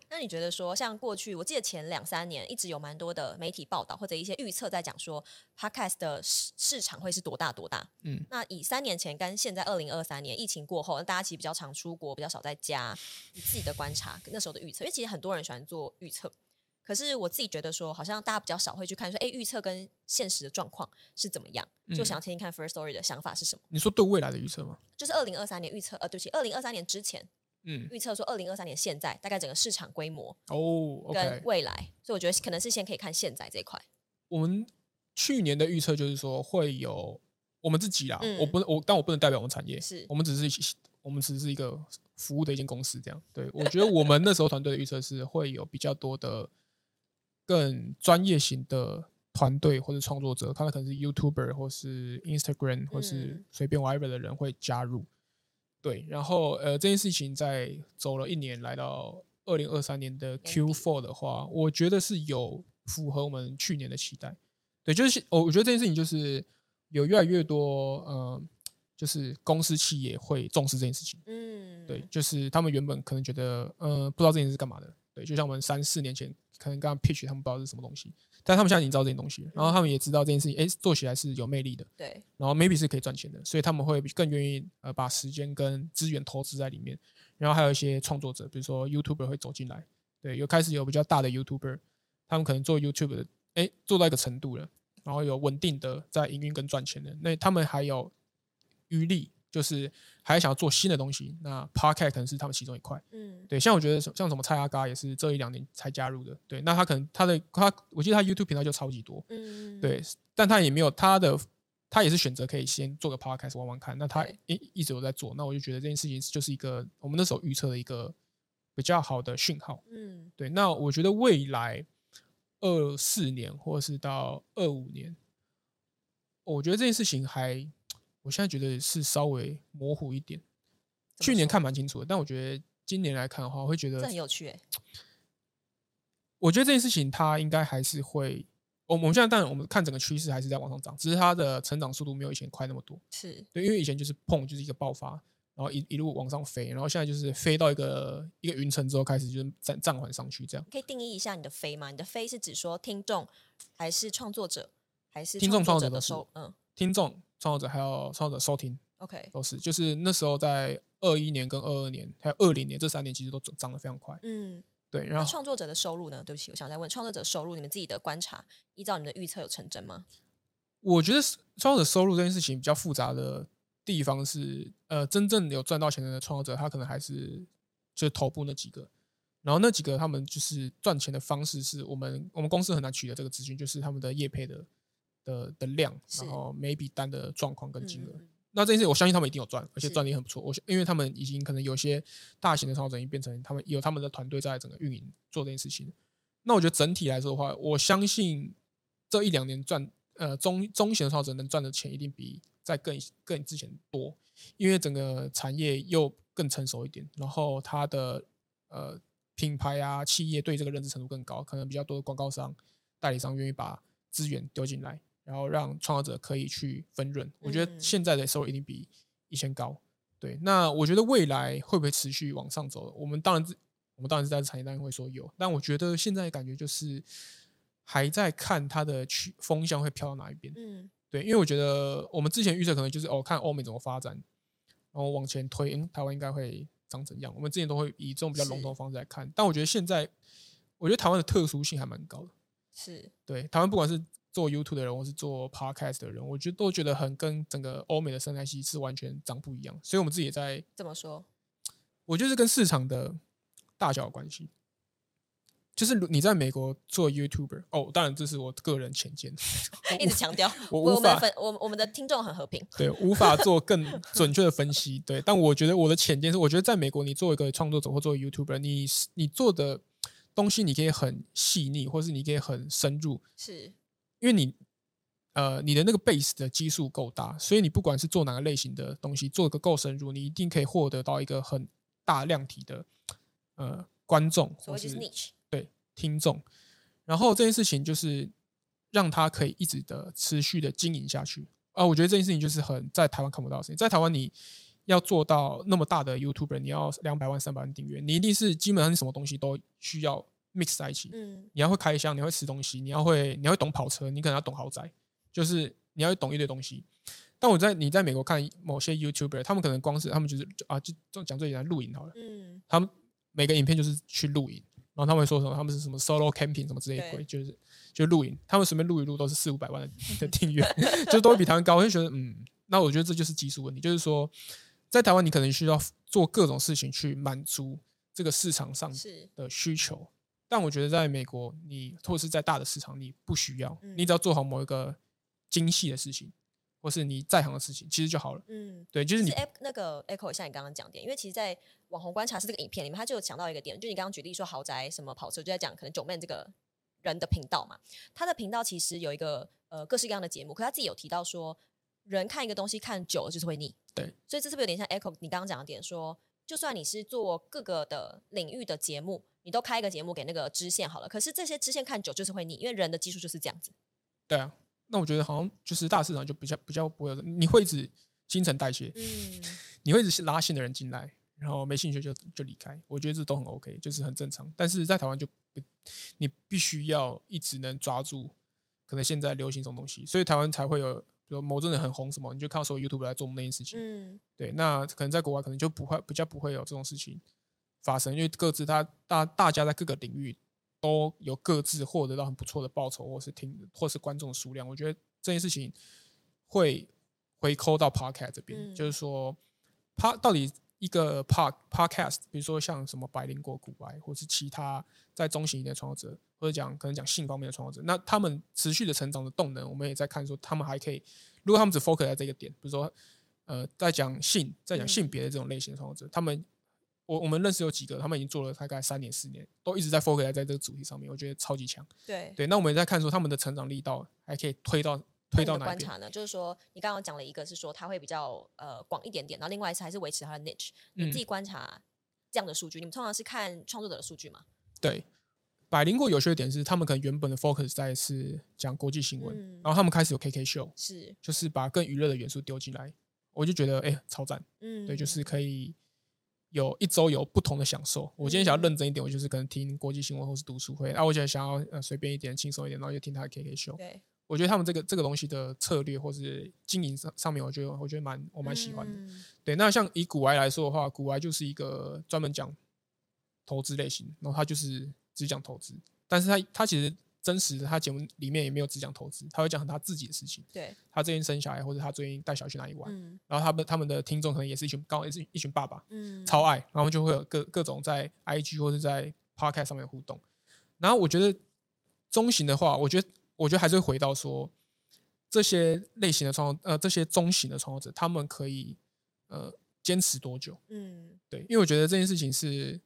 Speaker 2: 那你觉得说，像过去我记得前两三年一直有蛮多的媒体报道或者一些预测在讲说，podcast 的市市场会是多大多大？
Speaker 1: 嗯，
Speaker 2: 那以三年前跟现在二零二三年疫情过后，大家其实比较常出国，比较少在家，你自己的观察那时候的预测，因为其实很多人喜欢做预测。可是我自己觉得说，好像大家比较少会去看说，哎，预测跟现实的状况是怎么样，就
Speaker 1: 嗯
Speaker 2: 想要听听看 First Story 的想法是什么。
Speaker 1: 你说对未来的预测吗？
Speaker 2: 就是二零二三年预测，呃，对不起，二零二三年之前
Speaker 1: 嗯，
Speaker 2: 预测说，二零二三年现在大概整个市场规模
Speaker 1: 哦
Speaker 2: 跟
Speaker 1: ，OK，
Speaker 2: 未来所以我觉得可能是先可以看现在这一块。
Speaker 1: 我们去年的预测就是说会有我们自己啦，
Speaker 2: 嗯
Speaker 1: 我不能我，但我不能代表我们产业，
Speaker 2: 是
Speaker 1: 我们只是我们只是一个服务的一间公司这样。对，我觉得 我们那时候团队的预测是会有比较多的更专业型的。团队或者创作者，他们可能是 YouTuber 或是 Instagram 或是
Speaker 2: 嗯
Speaker 1: 随便 whatever 的人会加入，对，然后呃，这件事情在走了一年，来到二零二三年的
Speaker 2: 底
Speaker 1: Q4 的话，我觉得是有符合我们去年的期待。对，就是哦我我觉得这件事情就是有越来越多呃，就是公司企业会重视这件事情。
Speaker 2: 嗯，
Speaker 1: 对，，就是他们原本可能觉得呃不知道这件事是干嘛的，对，就像我们三四年前可能刚刚 pitch 他们不知道是什么东西，但他们现在已经知道这件东西了，然后他们也知道这件事情，哎、做起来是有魅力的，
Speaker 2: 对，
Speaker 1: 然后 maybe 是可以赚钱的，所以他们会更愿意呃把时间跟资源投资在里面。然后还有一些创作者，比如说 YouTuber 会走进来，对，有开始有比较大的 YouTuber，他们可能做 YouTube 的，哎，做到一个程度了，然后有稳定的在营运跟赚钱的，那他们还有余力，就是还想要做新的东西。那 Podcast 可能是他们其中一块。
Speaker 2: 嗯，
Speaker 1: 对，像我觉得像什么蔡阿嘎也是这一两年才加入的，对，那他可能他的他，我记得他 YouTube 频道就超级多，
Speaker 2: 嗯，
Speaker 1: 对，但他也没有他的，他也是选择可以先做个 podcast 玩玩看。那他
Speaker 2: 对
Speaker 1: 一一直有在做，那我就觉得这件事情就是一个我们那时候预测的一个比较好的讯号。
Speaker 2: 嗯，
Speaker 1: 对，那我觉得未来二四年或是到二五年，我觉得这件事情还，我现在觉得是稍微模糊一点。
Speaker 2: 怎么
Speaker 1: 去年
Speaker 2: 说
Speaker 1: 看蛮清楚的，但我觉得今年来看的话，我会觉得
Speaker 2: 这很有趣哎，
Speaker 1: 我觉得这件事情它应该还是会，我们我们现在当然我们看整个趋势还是在往上涨，只是它的成长速度没有以前快那么多。
Speaker 2: 是，
Speaker 1: 对，因为以前就是碰就是一个爆发，然后一一路往上飞，然后现在就是飞到一个一个云层之后开始就是暂暂缓上去这样。
Speaker 2: 可以定义一下你的飞吗？你的飞是指说听众还是创作者，还是
Speaker 1: 听众创
Speaker 2: 创
Speaker 1: 作者
Speaker 2: 的
Speaker 1: 都是
Speaker 2: 收？嗯
Speaker 1: 听众、创作者还有创作者收听
Speaker 2: ，OK，
Speaker 1: 都是，就是那时候在二一年跟二二年还有二零年这三年其实都涨得非常快。
Speaker 2: 嗯，
Speaker 1: 对，然
Speaker 2: 那
Speaker 1: 后
Speaker 2: 创作者的收入呢？对不起，我想再问，创作者收入你们自己的观察，依照你们的预测有成真吗？
Speaker 1: 我觉得是创作者收入这件事情比较复杂的地方是，呃，真正有赚到钱的创作者，他可能还是就是头部那几个，然后那几个他们就是赚钱的方式是我们我们公司很难取得这个资讯，就是他们的业配的的的量，
Speaker 2: 是
Speaker 1: 然后每一笔单的状况跟金额。
Speaker 2: 嗯嗯
Speaker 1: 那这件事我相信他们一定有赚，而且
Speaker 2: 是
Speaker 1: 赚的也很不错。我因为他们已经可能有些大型的创作者已经变成他们有他们的团队在整个运营做这件事情。那我觉得整体来说的话，我相信这一两年赚呃中中型的创作者能赚的钱一定比在更更之前多，因为整个产业又更成熟一点，然后它的呃品牌啊企业对这个认知程度更高，可能比较多的广告商、代理商愿意把资源丢进来，然后让创作者可以去分润。我觉得
Speaker 2: 嗯
Speaker 1: 现在的收入一定比以前高。对，那我觉得未来会不会持续往上走？我们当然是，我们当然是在产业单位会说有，但我觉得现在感觉就是还在看它的趋风向会飘到哪一边。
Speaker 2: 嗯
Speaker 1: 对，因为我觉得我们之前预测可能就是哦，看欧美怎么发展，然后往前推，嗯，台湾应该会长怎样？我们之前都会以这种比较笼统的方式来看，但我觉得现在，我觉得台湾的特殊性还蛮高的。
Speaker 2: 是，
Speaker 1: 对，台湾不管是做 YouTube 的人，或是做 Podcast 的人，我觉得都觉得很跟整个欧美的生态系是完全长不一样，所以我们自己也在，
Speaker 2: 怎么说？
Speaker 1: 我觉得是跟市场的大小有关系。就是如你在美国做 YouTuber，哦，当然这是我个人浅见，
Speaker 2: 一直强调，
Speaker 1: 我
Speaker 2: 我
Speaker 1: 无
Speaker 2: 我们的
Speaker 1: 法
Speaker 2: 粉，我们我们的听众很和平，
Speaker 1: 对，无法做更准确的分析。对，但我觉得我的浅见是，我觉得在美国，你作为一个创作者或作为 YouTuber，你你做的东西，你可以很细腻，或是你可以很深入，
Speaker 2: 是
Speaker 1: 因为你呃你的那个 base 的基数够大，所以你不管是做哪个类型的东西，做个够深入，你一定可以获得到一个很大量体的呃观众
Speaker 2: 所
Speaker 1: 或
Speaker 2: 谓就是是 niche，
Speaker 1: 听众。然后这件事情就是让他可以一直的持续的经营下去啊，我觉得这件事情就是很在台湾看不到的事情，在台湾你。要做到那么大的 YouTuber，你要两百万、三百万订阅，你一定是基本上是什么东西都需要 mix 在一起。
Speaker 2: 嗯，
Speaker 1: 你要会开箱，你要会吃东西，你要会你要会懂跑车，你可能要懂豪宅，就是你要会懂一堆东西。但我在你在美国看某些 YouTuber，他们可能光是他们就是就啊，就就讲最简单露营好了，
Speaker 2: 嗯，
Speaker 1: 他们每个影片就是去露营，然后他们会说什么他们是什么 solo camping 什么之类的
Speaker 2: 对
Speaker 1: 鬼，就是就露营，他们随便录一录都是四五百万的的 订阅，就都会比台湾高。我就觉得嗯，那我觉得这就是基数问题，就是说在台湾你可能需要做各种事情去满足这个市场上
Speaker 2: 是
Speaker 1: 的需求。但我觉得在美国，你或者是在大的市场，你不需要，
Speaker 2: 嗯
Speaker 1: 你只要做好某一个精细的事情，或是你在行的事情，其实就好了。
Speaker 2: 嗯。
Speaker 1: 对，就是
Speaker 2: 是
Speaker 1: 你
Speaker 2: e 那个 echo 一下你刚刚讲点，因为其实，在网红观察是这个影片里面，他就有讲到一个点，就你刚刚举例说豪宅什么跑车，就在讲可能九妹这个人的频道嘛，他的频道其实有一个呃各式各样的节目，可他自己有提到说，人看一个东西看久了就是会腻，
Speaker 1: 对，
Speaker 2: 所以这是不是有点像 echo 你刚刚讲的点说，就算你是做各个的领域的节目，你都开一个节目给那个支线好了，可是这些支线看久就是会腻，因为人的技术就是这样子，
Speaker 1: 对啊。那我觉得好像就是大市场就比较比较不会有，你会一直新陈代谢，
Speaker 2: 嗯，
Speaker 1: 你会一直拉新的人进来，然后没兴趣就就离开。我觉得这都很 OK，就是很正常。但是在台湾就不，你必须要一直能抓住，可能现在流行什么东西，所以台湾才会有，比如某阵人很红什么，你就看到所有 YouTube 来做那件事情。
Speaker 2: 嗯，
Speaker 1: 对，那可能在国外可能就不会比较不会有这种事情发生，因为各自他大大家在各个领域都有各自获得到很不错的报酬，或是听或是观众数量。我觉得这件事情会回扣到 podcast 这边，
Speaker 2: 嗯
Speaker 1: 就是说 p 到底一个 pod podcast，比如说像什么百灵果、古白，或是其他在中型一点的创作者，或者讲可能讲性方面的创作者，那他们持续的成长的动能，我们也在看说他们还可以，如果他们只 focus 在这个点，比如说呃，在讲性，在
Speaker 2: 嗯
Speaker 1: 讲性别的这种类型的创作者，他们我我们认识有几个，他们已经做了大概三年四年，都一直在 focus 在这个主题上面，我觉得超级强。
Speaker 2: 对。
Speaker 1: 对，那我们也在看说他们的成长力道还可以推到推
Speaker 2: 那
Speaker 1: 到
Speaker 2: 你
Speaker 1: 哪
Speaker 2: 的
Speaker 1: 一
Speaker 2: 观
Speaker 1: 边
Speaker 2: 察。呢？就是说，你刚刚讲了一个是说它会比较呃广一点点，然后另外一次还是维持它的 niche。你
Speaker 1: 嗯
Speaker 2: 自己观察这样的数据，你们通常是看创作者的数据吗？
Speaker 1: 对，百灵果有趣的点是，他们可能原本的 focus 在是讲国际新闻，
Speaker 2: 嗯
Speaker 1: 然后他们开始有 KK show，
Speaker 2: 是，
Speaker 1: 就是把更娱乐的元素丢进来，我就觉得哎、超赞。
Speaker 2: 嗯，
Speaker 1: 对，就是可以有一周有不同的享受。我今天想要
Speaker 2: 嗯
Speaker 1: 认真一点，我就是可能听国际新闻或是读书会；，啊，我今天想要呃随便一点、轻松一点，然后就听他的 KK 秀。
Speaker 2: 对，
Speaker 1: 我觉得他们这个这个东西的策略或是经营上上面，我觉得我觉得蛮我
Speaker 2: 我
Speaker 1: 蛮喜欢的。
Speaker 2: 嗯、
Speaker 1: 对，那像以古玩来说的话，古玩就是一个专门讲投资类型，然后他就是只讲投资，但是他他其实真实的他节目里面也没有只讲投资，他会讲他自己的事情，
Speaker 2: 对，
Speaker 1: 他最近生小孩，或者他最近带小孩去哪里玩。
Speaker 2: 嗯
Speaker 1: 然后他们他们的听众可能也是一群刚好也是一群爸爸，
Speaker 2: 嗯，
Speaker 1: 超爱，然后就会有各各种在 IG 或者在 Podcast 上面的互动。然后我觉得中型的话，我觉得我觉得还是会回到说这些类型的创呃这些中型的创作者，他们可以呃坚持多久？
Speaker 2: 嗯
Speaker 1: 对，因为我觉得这件事情是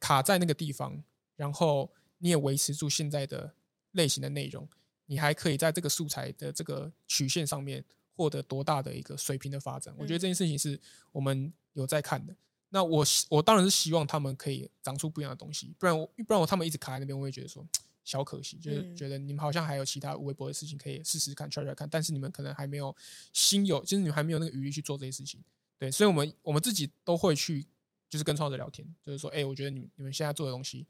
Speaker 1: 卡在那个地方，然后你也维持住现在的类型的内容，你还可以在这个素材的这个曲线上面获得多大的一个水平的发展。我觉得这件事情是我们有在看的。那我希我当然是希望他们可以长出不一样的东西，不然我不然我他们一直卡在那边，我也觉得说小可惜，就是
Speaker 2: 嗯
Speaker 1: 觉得你们好像还有其他微博的事情可以试试看、try try 看，但是你们可能还没有心有，就是你们还没有那个余力去做这些事情。对，所以我们我们自己都会去，就是跟创作者聊天，就是说，哎、我觉得你们你们现在做的东西，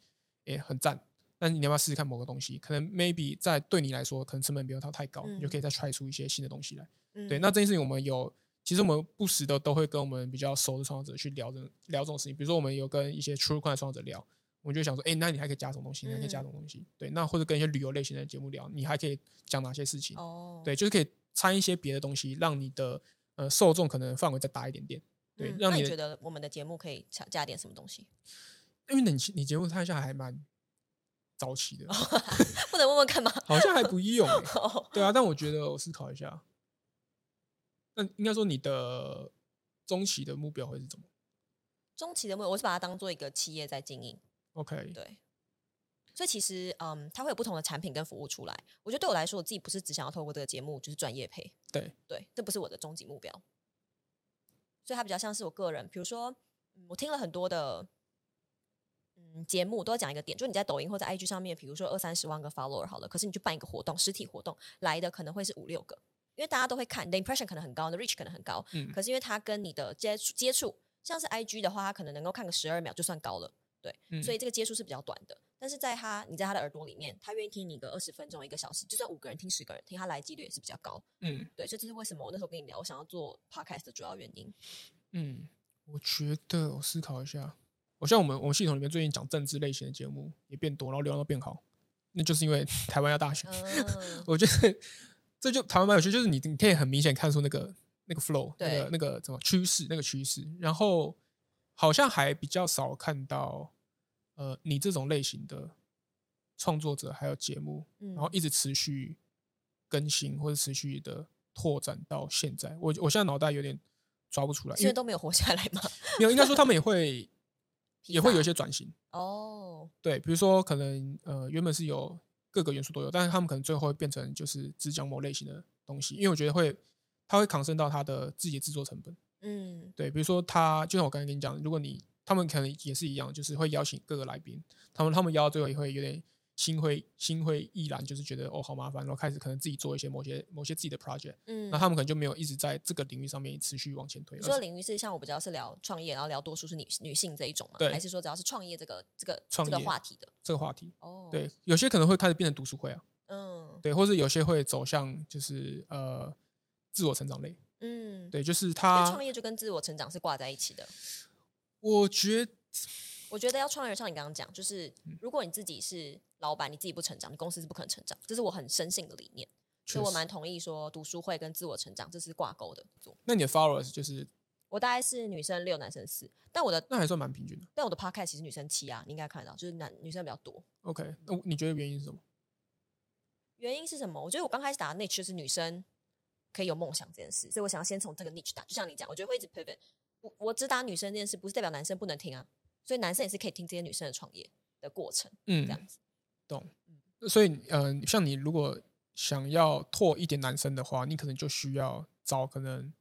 Speaker 1: 哎、很赞，但是你要不要试试看某个东西？可能 maybe 在对你来说，可能成本没有它太高，你就
Speaker 2: 嗯
Speaker 1: 可以再 try 出一些新的东西来。
Speaker 2: 嗯
Speaker 1: 对，那这件事情我们有，其实我们不时的都会跟我们比较熟的创作者去聊这聊这种事情，比如说我们有跟一些 true crime 的创作者聊，我们就想说，哎、那你还可以加什么东西？你还可以加什
Speaker 2: 嗯
Speaker 1: 么东西？对，那或者跟一些旅游类型的节目聊，你还可以讲哪些事情？
Speaker 2: 哦，
Speaker 1: 对，就是可以掺一些别的东西，让你的呃受众可能范围再大一点点。对，
Speaker 2: 嗯
Speaker 1: 让
Speaker 2: 那
Speaker 1: 你
Speaker 2: 你
Speaker 1: 的
Speaker 2: 觉得我们的节目可以加加点什么东西？
Speaker 1: 因为你你节目看下还蛮早期 的，
Speaker 2: 不能问问看吗？
Speaker 1: 好像还不用、欸。
Speaker 2: 哦，
Speaker 1: 对啊，但我觉得我思考一下，那应该说你的中期的目标会是怎么
Speaker 2: 中期的目，我是把它当做一个企业在经营，
Speaker 1: ？OK，
Speaker 2: 对。所以其实，嗯，它会有不同的产品跟服务出来。我觉得对我来说，我自己不是只想要透过这个节目就是赚业配，
Speaker 1: 对，
Speaker 2: 对，这不是我的终极目标。所以它比较像是我个人，比如说，嗯我听了很多的，嗯，节目都在讲一个点，就是你在抖音或者 IG 上面，比如说二三十万个 follower 好了，可是你去办一个活动，实体活动来的可能会是五六个，因为大家都会看，你的 impression 可能很高，你的 reach 可能很高，
Speaker 1: 嗯
Speaker 2: 可是因为它跟你的接触接触，像是 IG 的话，它可能能够看个十二秒就算高了，对，
Speaker 1: 嗯
Speaker 2: 所以这个接触是比较短的。但是在他你在他的耳朵里面，他愿意听你个二十分钟一个小时，就算五个人听十个人听，他来几率也是比较高。
Speaker 1: 嗯
Speaker 2: 对，所以这是为什么我那时候跟你聊，我想要做 podcast 的主要原因。
Speaker 1: 嗯，我觉得我思考一下，我像我们我们系统里面最近讲政治类型的节目也变多，然后流量都变好，那就是因为 台湾要大选。，
Speaker 2: 嗯
Speaker 1: 我觉得这就台湾蛮有趣，就是你你可以很明显看出那个那个 flow，那
Speaker 2: 对
Speaker 1: 个那个怎么趋势，那个趋势。然后好像还比较少看到呃你这种类型的创作者还有节目，
Speaker 2: 嗯
Speaker 1: 然后一直持续更新或者持续的拓展到现在。我我现在脑袋有点抓不出来，
Speaker 2: 是
Speaker 1: 因
Speaker 2: 因为
Speaker 1: 为
Speaker 2: 都没有活下来嘛。
Speaker 1: 没有应该说他们也会
Speaker 2: 疲
Speaker 1: 也会有一
Speaker 2: 乏
Speaker 1: 些转型，
Speaker 2: 哦，
Speaker 1: 对，比如说可能呃原本是有各个元素都有，但是他们可能最后会变成就是只讲某类型的东西，因为我觉得会它会扛升到它的自己的制作成本。
Speaker 2: 嗯
Speaker 1: 对，比如说他就像我刚才跟你讲，如果你他们可能也是一样，就是会邀请各个来宾，他们他们邀到最后也会有点心灰心灰意懒，就是觉得哦好麻烦，然后开始可能自己做一些某些某些自己的 project，
Speaker 2: 嗯
Speaker 1: 那，他们可能就没有一直在这个领域上面持续往前推。
Speaker 2: 你
Speaker 1: 而
Speaker 2: 说
Speaker 1: 是
Speaker 2: 的领域是像我比较是聊创业，然后聊多数是女女性这一种吗？
Speaker 1: 对
Speaker 2: 还是说只要是创业这个这个
Speaker 1: 创
Speaker 2: 这个
Speaker 1: 业
Speaker 2: 话题的？
Speaker 1: 这个话题，
Speaker 2: 哦，
Speaker 1: 对，，有些可能会开始变成读书会啊，
Speaker 2: 嗯
Speaker 1: 对，或者有些会走向就是呃自我成长类，
Speaker 2: 嗯，
Speaker 1: 对，啊就是
Speaker 2: 因为
Speaker 1: 他
Speaker 2: 创，业就跟自我成长是挂在一起的。
Speaker 1: 我觉得
Speaker 2: 我觉得要创业，像你刚刚讲，就是
Speaker 1: 嗯
Speaker 2: 如果你自己是老板，你自己不成长，你公司是不可能成长，这是我很深信的理念。所以我
Speaker 1: 确实
Speaker 2: 蛮同意说读书会跟自我成长这是挂钩的。
Speaker 1: 那你的 followers 就是
Speaker 2: 我大概是女生六，男生四，但我的
Speaker 1: 那还算蛮平均的。
Speaker 2: 但我的 podcast 其实女生七啊，你应该看得到，就是男女生比较多。
Speaker 1: OK，那你觉得原因是什么？
Speaker 2: 原因是什么？我觉得我刚开始打的 niche 就是女生可以有梦想这件事，所以我想要先从这个 niche 打。就像你讲，我觉得会一直 pivot。我我只打女生这件事，不是代表男生不能听啊，所以男生也是可以听这些女生的创业的过程，这
Speaker 1: 嗯，
Speaker 2: 样子。
Speaker 1: 懂。所以，嗯、像你如果想要拓一点男生的话，你可能就需要找可能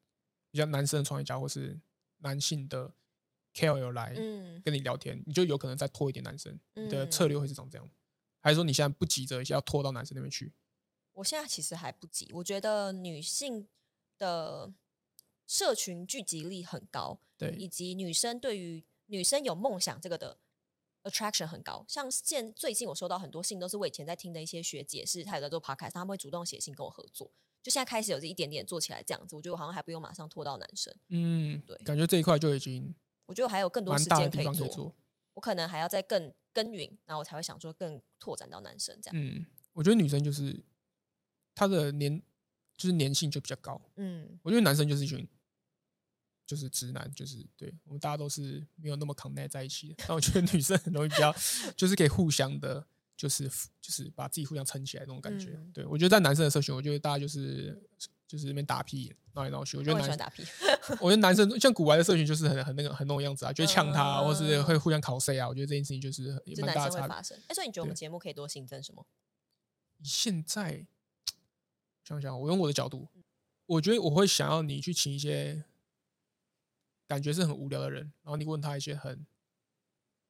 Speaker 1: 比较男生的创业家或是男性的 KOL 来
Speaker 2: 嗯
Speaker 1: 跟你聊天，你就有可能再拓一点男生。你的
Speaker 2: 嗯
Speaker 1: 策略会是长这样，还是说你现在不急着要拓到男生那边去？
Speaker 2: 我现在其实还不急，我觉得女性的社群聚集力很高，以
Speaker 1: 对，
Speaker 2: 及女生对于女生有梦想这个的 attraction 很高。像现最近我收到很多信，都是我以前在听的一些学姐，是她有在做 podcast，她们会主动写信跟我合作。就现在开始有这一点点做起来这样子，我觉得我好像还不用马上拖到男生，
Speaker 1: 嗯，
Speaker 2: 对
Speaker 1: 感觉这一块就已经
Speaker 2: 我觉得我还有更多
Speaker 1: 蛮
Speaker 2: 时
Speaker 1: 大的
Speaker 2: 间
Speaker 1: 地
Speaker 2: 可以
Speaker 1: 方可
Speaker 2: 做，
Speaker 1: 以做。
Speaker 2: 我可能还要再更耕耘，然后我才会想说更拓展到男生这样。
Speaker 1: 嗯，我觉得女生就是她的粘，就是粘性就比较高。
Speaker 2: 嗯
Speaker 1: 我觉得男生就是一群，就是直男，就是对我们大家都是没有那么 connect 在一起的。但我觉得女生很容易比较，就是可以互相的，就是就是把自己互相撑起来那种感觉。
Speaker 2: 嗯
Speaker 1: 对我觉得在男生的社群，我觉得大家就是就是那边打屁闹来闹去。我觉
Speaker 2: 我
Speaker 1: 得
Speaker 2: 很
Speaker 1: 男
Speaker 2: 喜欢，打屁，
Speaker 1: 我觉得男生像古玩的社群就是很很那个很那种样子啊，就会呛他、啊，或是
Speaker 2: 嗯
Speaker 1: 会互相 cos 啊。我觉得这件事情就是 也
Speaker 2: 就
Speaker 1: 蛮
Speaker 2: 男
Speaker 1: 大
Speaker 2: 生
Speaker 1: 的
Speaker 2: 会
Speaker 1: 差别。
Speaker 2: 发生。哎、所以你觉得我们
Speaker 1: 对
Speaker 2: 节目可以多新增什么？
Speaker 1: 现在想想，我用我的角度，我觉得我会想要你去请一些感觉是很无聊的人，然后你问他一些很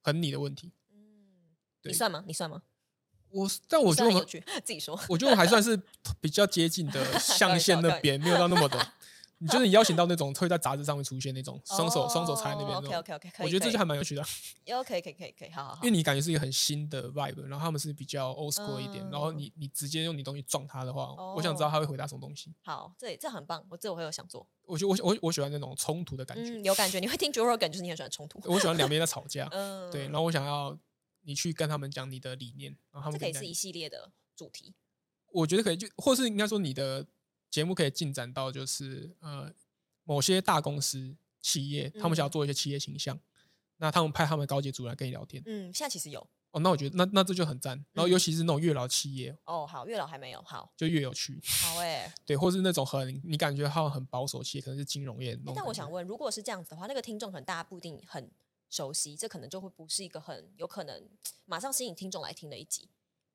Speaker 1: 很你的问题。
Speaker 2: 嗯，
Speaker 1: 对
Speaker 2: 你算吗？你算吗？
Speaker 1: 我是但我觉
Speaker 2: 算
Speaker 1: 得
Speaker 2: 很
Speaker 1: 我
Speaker 2: 有
Speaker 1: 们
Speaker 2: 趣， 自己说。
Speaker 1: 我觉得我还算是比较接近 的象限那边，没有到那么的。你就是你邀请到那种会在杂志上面出现那种双手双手插在那边那
Speaker 2: 哦 OK
Speaker 1: 种，
Speaker 2: OK OK，可以。
Speaker 1: 我觉得这
Speaker 2: 可以
Speaker 1: 就还蛮有趣的啊，
Speaker 2: 哟，可以可以可以可以，好好好
Speaker 1: 因为，你感觉是一个很新的 vibe，然后他们是比较 old school 一点，然后
Speaker 2: 嗯哦
Speaker 1: 你你直接用你东西撞他的话，我想知道他会回答什么东西。
Speaker 2: 好，这这很棒，我这我会有想做，
Speaker 1: 我觉我喜我我喜欢那种冲突的感觉，
Speaker 2: 嗯，有感觉，你会听 Joe Rogan，就是你很喜欢冲突，
Speaker 1: 我喜欢两边在吵架，
Speaker 2: 嗯，
Speaker 1: 对，然后我想要你去跟他们讲你的理念，然后他们
Speaker 2: 这可
Speaker 1: 跟
Speaker 2: 以
Speaker 1: 你讲
Speaker 2: 是一系列的主题，
Speaker 1: 我觉得可以就或是应该说你的节目可以进展到就是呃某些大公司企业，他们想要
Speaker 2: 嗯
Speaker 1: 做一些企业形象，那他们派他们的高级主管来跟你聊天，
Speaker 2: 嗯，现在其实有，
Speaker 1: 哦，那我觉得那那这就很赞，
Speaker 2: 嗯
Speaker 1: 然后尤其是那种越老企业
Speaker 2: 哦，好，月老还没有，好，
Speaker 1: 就越有趣，
Speaker 2: 好哎、
Speaker 1: 对，或是那种很你感觉好像很保守企业，可能是金融业那
Speaker 2: 诶
Speaker 1: 种
Speaker 2: 但我
Speaker 1: 感觉
Speaker 2: 想问，如果是这样子的话，那个听众可能大家不一定很熟悉，这可能就会不是一个很有可能马上吸引听众来听的一集，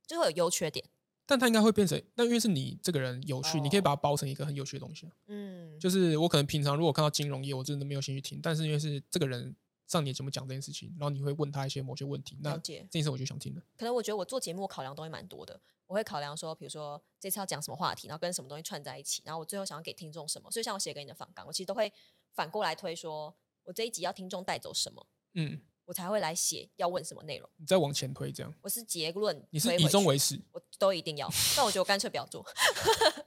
Speaker 2: 就会有优缺点，
Speaker 1: 但它应该会变成，那因为是你这个人有趣，你可以
Speaker 2: 哦
Speaker 1: 把它包成一个很有趣的东西啊。
Speaker 2: 嗯，
Speaker 1: 就是我可能平常如果看到金融业，我真的没有兴趣听，但是因为是这个人上你的节目讲这件事情，然后你会问他一些某些问题，那
Speaker 2: 了
Speaker 1: 这
Speaker 2: 解。
Speaker 1: 件事我就想听了。
Speaker 2: 可能我觉得我做节目我考量的东西蛮多的，我会考量说，比如说这次要讲什么话题，然后跟什么东西串在一起，然后我最后想要给听众什么。所以像我写给你的访纲，我其实都会反过来推说，我这一集要听众带走什么，
Speaker 1: 嗯，
Speaker 2: 我才会来写要问什么内容。
Speaker 1: 你再往前推，这样
Speaker 2: 我是结论，
Speaker 1: 你是以终为，始，
Speaker 2: 我都一定要。但我觉得我干脆不要做。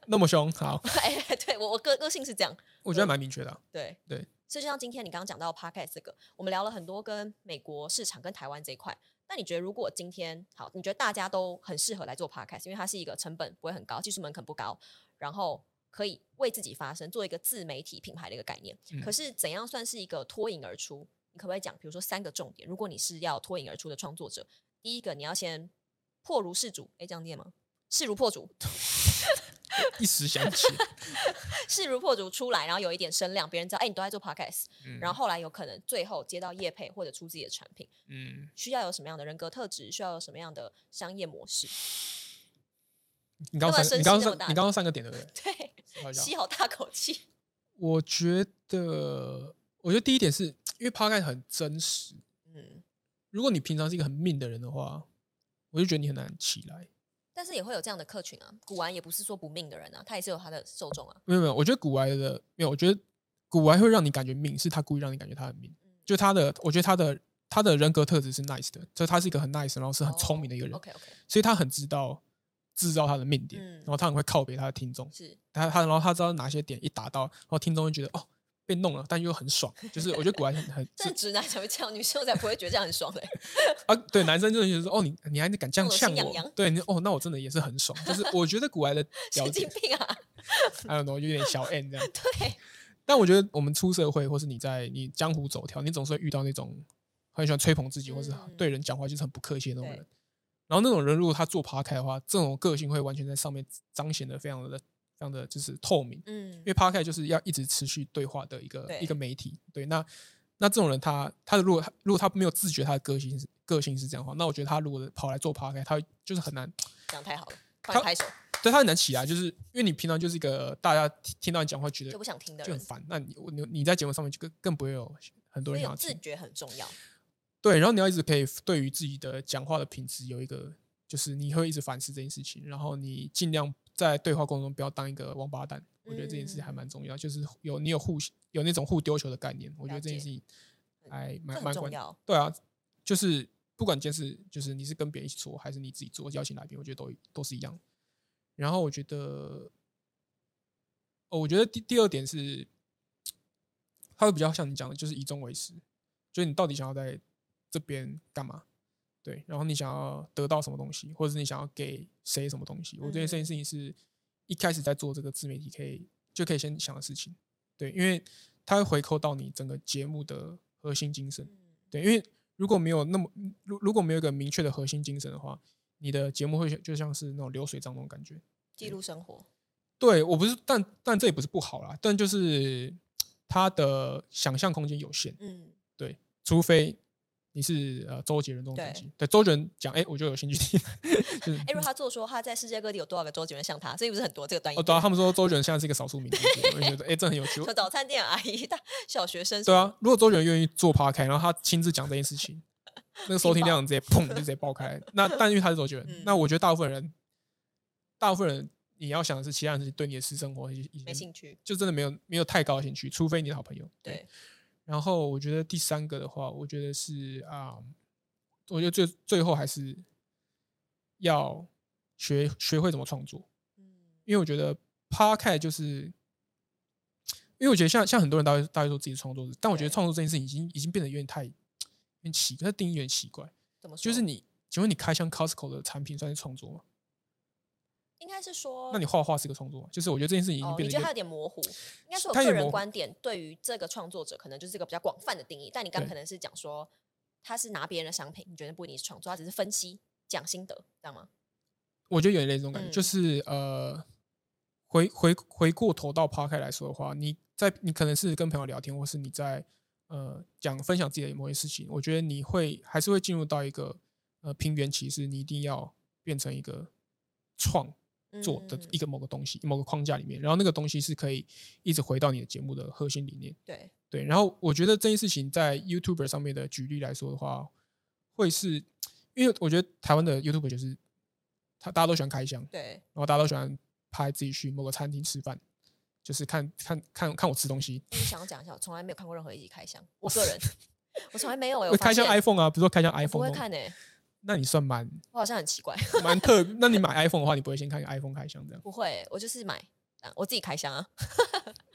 Speaker 1: 那么凶，好，
Speaker 2: 哎，对我我个个性是这样，
Speaker 1: 我觉得蛮明确的啊、
Speaker 2: 对
Speaker 1: 对。
Speaker 2: 所以就像今天你刚刚讲到 podcast 这个，我们聊了很多跟美国市场跟台湾这一块。那你觉得如果今天好，你觉得大家都很适合来做 podcast，因为它是一个成本不会很高，技术门槛不高，然后可以为自己发声，做一个自媒体品牌的一个概念。
Speaker 1: 嗯
Speaker 2: 可是怎样算是一个脱颖而出？你可不可以讲，比如说三个重点？如果你是要脱颖而出的创作者，第一个你要先破如世主，哎，这样念吗？势如破竹，
Speaker 1: 一时想起，
Speaker 2: 势如破竹出来，然后有一点声量，别人知道，哎，你都在做 podcast，
Speaker 1: 嗯
Speaker 2: 然后后来有可能最后接到业配或者出自己的产品，
Speaker 1: 嗯，
Speaker 2: 需要有什么样的人格特质，需要有什么样的商业模式？
Speaker 1: 你刚
Speaker 2: 干
Speaker 1: 刚
Speaker 2: 嘛
Speaker 1: 三，你
Speaker 2: 声势
Speaker 1: 刚刚
Speaker 2: 那么
Speaker 1: 上，
Speaker 2: 大
Speaker 1: 你刚刚上个点对不 对？
Speaker 2: 对，
Speaker 1: 我看一下
Speaker 2: 吸好大口气。
Speaker 1: 我觉得，我觉得第一点是因为 p o d 很真实，
Speaker 2: 嗯，
Speaker 1: 如果你平常是一个很命的人的话，我就觉得你很难起来。
Speaker 2: 但是也会有这样的客群啊，古玩也不是说不命的人啊，他也是有他的受众啊。
Speaker 1: 没有没有，我觉得古玩的没有，我觉得古玩会让你感觉命，是他故意让你感觉他很命。
Speaker 2: 嗯
Speaker 1: 就他的，我觉得他的他的人格特质是 nice 的，就他是一个很 nice，然后是很聪明的一个人，
Speaker 2: 哦 OK OK，
Speaker 1: 所以他很知道制造他的命点，
Speaker 2: 嗯
Speaker 1: 然后他很会靠北他的听众，
Speaker 2: 是
Speaker 1: 他他然后他知道哪些点一打到，然后听众会觉得哦被弄了，但又很爽。就是我觉得古玩很 很
Speaker 2: 正直男才会这样，女生我才不会觉得这样很爽嘞、
Speaker 1: 啊，对，男生真的觉得说，哦，你你还敢这样
Speaker 2: 弄得
Speaker 1: 呛
Speaker 2: 心痒
Speaker 1: 我
Speaker 2: 痒，
Speaker 1: 对，你哦，那我真的也是很爽。就是我觉得古 来的表
Speaker 2: 神经
Speaker 1: 姐，
Speaker 2: 病啊！
Speaker 1: 还有呢，有点小 N 这样。
Speaker 2: 对，
Speaker 1: 但我觉得我们出社会，或是你在你江湖走跳，你总是会遇到那种很喜欢吹捧自己，或是
Speaker 2: 嗯
Speaker 1: 对人讲话就是很不客气的那种
Speaker 2: 对
Speaker 1: 人。然后那种人，如果他做趴开的话，这种个性会完全在上面彰显的非常的、非常的就是透明。
Speaker 2: 嗯
Speaker 1: 因，为 p o d c a s 就是要一直持续对话的一个
Speaker 2: 对
Speaker 1: 一个媒体。对，那那这种人他他的如果他如果他没有自觉他的个性是个性是这样的话，那我觉得他如果跑来做 p o d c a s 他就是很难，
Speaker 2: 讲太好了，帮你拍手
Speaker 1: 对他很难起来，就是因为你平常就是一个大家听听到你讲话觉得
Speaker 2: 就不想听的
Speaker 1: 就
Speaker 2: 人
Speaker 1: 很，烦，那你你你在节目上面就更更不会有很多
Speaker 2: 所
Speaker 1: 人
Speaker 2: 以
Speaker 1: 想要
Speaker 2: 有自
Speaker 1: 听。
Speaker 2: 觉很重要。
Speaker 1: 对，然后你要一直可以对于自己的讲话的品质有一个，就是你会一直反思这件事情，然后你尽量在对话过程中不要当一个王八蛋。我觉得这件事
Speaker 2: 嗯
Speaker 1: 情还蛮重要，就是有你有互有那种互丢球的概念，我觉得
Speaker 2: 了
Speaker 1: 这件
Speaker 2: 解
Speaker 1: 事情还
Speaker 2: 这
Speaker 1: 蛮
Speaker 2: 很
Speaker 1: 蛮
Speaker 2: 重
Speaker 1: 关。
Speaker 2: 要。
Speaker 1: 对啊，就是不管今天是就是你是跟别人一起做，还是你自己做，邀请来宾，我觉得都都是一样。然后我觉得，哦，我觉得第第二点是，他会比较像你讲的，就是以终为始，就是你到底想要在这边干嘛？对，然后你想要得到什么东西，或者是你想要给谁什么东西？我觉得这件事情是一开始在做这个自媒体可以就可以先想的事情，对，因为它会回扣到你整个节目的核心精神。
Speaker 2: 嗯，
Speaker 1: 对，因为如果没有那么，如如果没有一个明确的核心精神的话，你的节目会就像是那种流水账那种感觉。
Speaker 2: 记录生活，
Speaker 1: 对我不是，但但这也不是不好啦，但就是他的想象空间有限，
Speaker 2: 嗯，
Speaker 1: 除非你是呃周杰伦这种等
Speaker 2: 对
Speaker 1: 级。对周杰伦讲，哎，我就有兴趣听。就是
Speaker 2: 哎、如果他做说他在世界各地有多少个周杰伦像他，所以不是很多这个段
Speaker 1: 哦，
Speaker 2: 音。
Speaker 1: 对啊，他们说周杰伦现在是一个少数民族，我就觉得哎，这很有趣。
Speaker 2: 什么早餐店阿姨、 大小学生，
Speaker 1: 对，啊，如果周杰伦愿意做 p 开，然后他亲自讲这件事情，那个收听量直接砰就直接爆开。 那但因为他是周杰伦，
Speaker 2: 嗯
Speaker 1: 那我觉得大部分人，大部分人你要想的是，其他人是对你的私生活已经
Speaker 2: 没兴趣。
Speaker 1: 就真的没有没有太高的兴趣，除非你的好朋友。
Speaker 2: 对，
Speaker 1: 然后我觉得第三个的话，我觉得是啊、我觉得最最后还是要学学会怎么创作。
Speaker 2: 嗯，
Speaker 1: 因为我觉得 podcast 就是，因为我觉得像像很多人大会大会说自己是创作者，但我觉得
Speaker 2: 对
Speaker 1: 创作这件事情已经已经变得有点太有点奇，它定义有点奇怪。
Speaker 2: 怎么说？
Speaker 1: 就是你，请问你开箱 Costco 的产品算是创作吗？
Speaker 2: 应该是说，
Speaker 1: 那你画画是一个创作吗？就是我觉得这件事情已经
Speaker 2: 哦，
Speaker 1: 变得
Speaker 2: 你觉
Speaker 1: 有
Speaker 2: 得他
Speaker 1: 点、
Speaker 2: 有点模糊？应该是我
Speaker 1: 它有
Speaker 2: 个
Speaker 1: 点模
Speaker 2: 人
Speaker 1: 糊
Speaker 2: 观点，对于这个创作者，可能就是一个比较广泛的定义。但你刚
Speaker 1: 对
Speaker 2: 可能是讲说他是拿别人的商品，你觉得不一定是创作，他只是分析讲心得，知道吗？
Speaker 1: 我觉得有点类似这种感觉，
Speaker 2: 嗯
Speaker 1: 就是呃，回回回过头到 podcast 来说的话，你在你可能是跟朋友聊天，或是你在呃讲分享自己的某些事情，我觉得你会还是会进入到一个呃平原期，是你一定要变成一个创做的
Speaker 2: 嗯
Speaker 1: 一个某个东西、某个框架里面，然后那个东西是可以一直回到你的节目的核心理念。
Speaker 2: 对，
Speaker 1: 对，然后我觉得这件事情在 YouTuber 上面的举例来说的话，会是因为我觉得台湾的 YouTuber 就是他大家都喜欢开箱，然
Speaker 2: 对，
Speaker 1: 后大家都喜欢拍自己去某个餐厅吃饭，就是看看看看我吃东西，
Speaker 2: 我想要讲一下，我从来没有看过任何一集开箱，我个人我从来没有、欸，我
Speaker 1: 会开箱
Speaker 2: 发现
Speaker 1: iPhone 啊，比如说开箱
Speaker 2: 我不
Speaker 1: iPhone，
Speaker 2: 会
Speaker 1: 那种
Speaker 2: 看诶、
Speaker 1: 那你算蛮
Speaker 2: 我好像很奇怪，
Speaker 1: 蛮特，那你买 iPhone 的话，你不会先看 iPhone 开箱这样，
Speaker 2: 不会、我就是买。啊我自己开箱啊！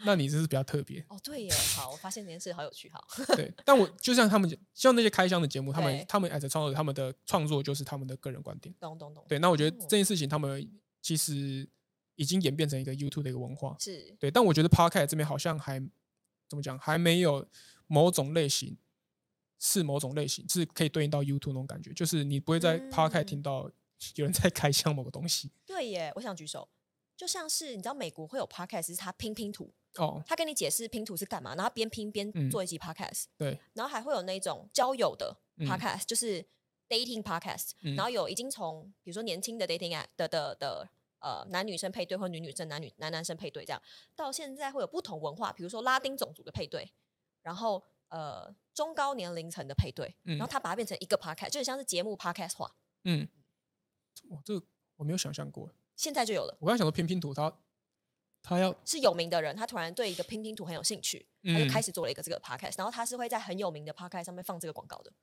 Speaker 1: 那你这是比较特 别。
Speaker 2: 哦，对耶，好，我发现这件事好有趣，好，
Speaker 1: 对，但我就像他们讲，像那些开箱的节目，他们
Speaker 2: 对
Speaker 1: 他们 as a 创作者，他们的创作就是他们的个人观点。
Speaker 2: 懂懂懂，
Speaker 1: 对，那我觉得
Speaker 2: 哦
Speaker 1: 这件事情他们其实已经演变成一个 YouTube 的一个文化。
Speaker 2: 是
Speaker 1: 对，但我觉得 Podcast 这边好像还怎么讲，还没有某种类型是某种类型，是可以对应到 YouTube 那种感觉，就是你不会在 Podcast
Speaker 2: 嗯
Speaker 1: 听到有人在开箱某个东西。
Speaker 2: 对耶，我想举手，就像是你知道美国会有 podcast，是它拼拼图，
Speaker 1: 哦，
Speaker 2: 他跟你解释拼图是干嘛，然后边拼边
Speaker 1: 嗯
Speaker 2: 做一集 podcast，、
Speaker 1: 对，
Speaker 2: 然后还会有那种交友的
Speaker 1: 嗯
Speaker 2: podcast，、就是 dating podcast，、
Speaker 1: 嗯
Speaker 2: 然后有已经从比如说年轻的 dating app 的的的呃男女生配对或女女生男女男男生配对这样，到现在会有不同文化，比如说拉丁种族的配对，然后呃中高年龄层的配对，
Speaker 1: 嗯
Speaker 2: 然后他把它变成一个 podcast，就很像是节目 podcast 化，
Speaker 1: 嗯，哇，这个我没有想象过。
Speaker 2: 现在就有了，
Speaker 1: 我刚才想说拼拼图，他他要
Speaker 2: 是有名的人，他突然对一个拼拼图很有兴趣，他
Speaker 1: 嗯
Speaker 2: 就开始做了一个这个 podcast，然后他是会在很有名的 podcast 上面放这个广告的，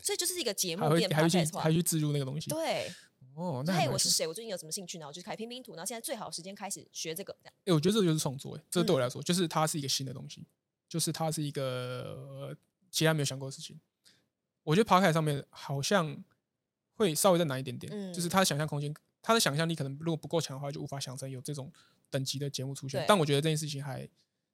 Speaker 2: 所以就是一个节
Speaker 1: 还
Speaker 2: 目
Speaker 1: 会
Speaker 2: 变
Speaker 1: 还会去
Speaker 2: podcast
Speaker 1: 还
Speaker 2: 化
Speaker 1: 会。去置入那个东西。
Speaker 2: 对，
Speaker 1: 哦，那
Speaker 2: 就
Speaker 1: 还
Speaker 2: 嘿，
Speaker 1: 蛮
Speaker 2: 我是
Speaker 1: 新
Speaker 2: 谁？我最近有什么兴趣？然后就开始拼拼图，然后现在最好的时间开始学这个，这样
Speaker 1: 哎、我觉得这就是创作、欸，这对
Speaker 2: 嗯
Speaker 1: 我来说，就是它是一个新的东西，就是它是一个、呃其他没有想过的事情。我觉得爬凯上面好像会稍微再难一点点，就是
Speaker 2: 嗯
Speaker 1: 他的想象空间，他的想象力可能如果不够强的话，就无法想成有这种等级的节目出现
Speaker 2: 对。
Speaker 1: 但我觉得这件事情还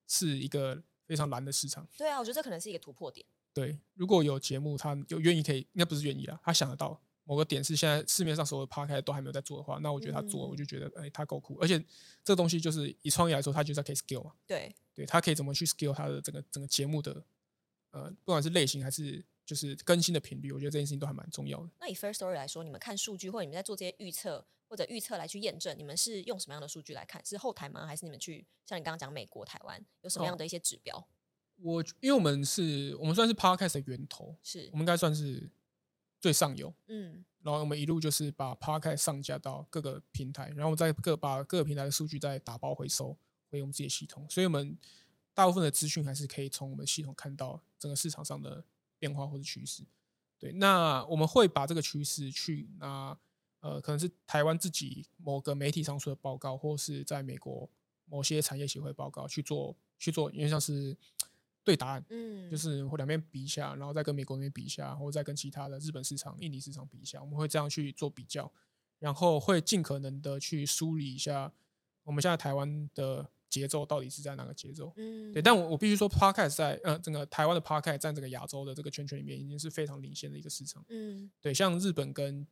Speaker 1: 是一个非常难的市场。
Speaker 2: 对啊，我觉得这可能是一个突破点。
Speaker 1: 对，如果有节目，他有愿意可以，应该不是愿意啊，他想得到某个点是现在市面上所有的 p 开都还没有在做的话，那我觉得他做，
Speaker 2: 嗯
Speaker 1: 我就觉得哎、他够酷。而且这个东西就是以创意来说，他就是要可以 scale 嘛，
Speaker 2: 对，
Speaker 1: 对他可以怎么去 scale 他的整个整个节目的呃，不管是类型还是就是更新的频率，我觉得这件事情都还蛮重要的。
Speaker 2: 那以 First Story 来说，你们看数据，或者你们在做这些预测或者预测来去验证，你们是用什么样的数据来看？是后台吗？还是你们去像你刚刚讲美国、台湾有什么
Speaker 1: 哦
Speaker 2: 样的一些指标？
Speaker 1: 我因为我们是我们算是 podcast 的源头，
Speaker 2: 是
Speaker 1: 我，们应该算是最上游，
Speaker 2: 嗯，
Speaker 1: 然后我们一路就是把 podcast 上架到各个平台，然后我们再各把各个平台的数据再打包回收回我们自己的系统，所以我们大部分的资讯还是可以从我们系统看到整个市场上的变化或者趋势。对，那我们会把这个趋势去拿呃，可能是台湾自己某个媒体上出的报告，或是在美国某些产业协会报告去做去做，因为像是对答案，
Speaker 2: 嗯，
Speaker 1: 就是或两边比一下，然后再跟美国那边比一下，或者再跟其他的日本市场、印尼市场比一下，我们会这样去做比较，然后会尽可能的去梳理一下我们现在台湾的节奏到底是在哪个节奏。
Speaker 2: 嗯，
Speaker 1: 对，但我我必须说，Podcast 在呃整个台湾的 Podcast 在整个亚洲的这个圈圈里面已经是非常领先的一个市场。
Speaker 2: 嗯，
Speaker 1: 对，像日本跟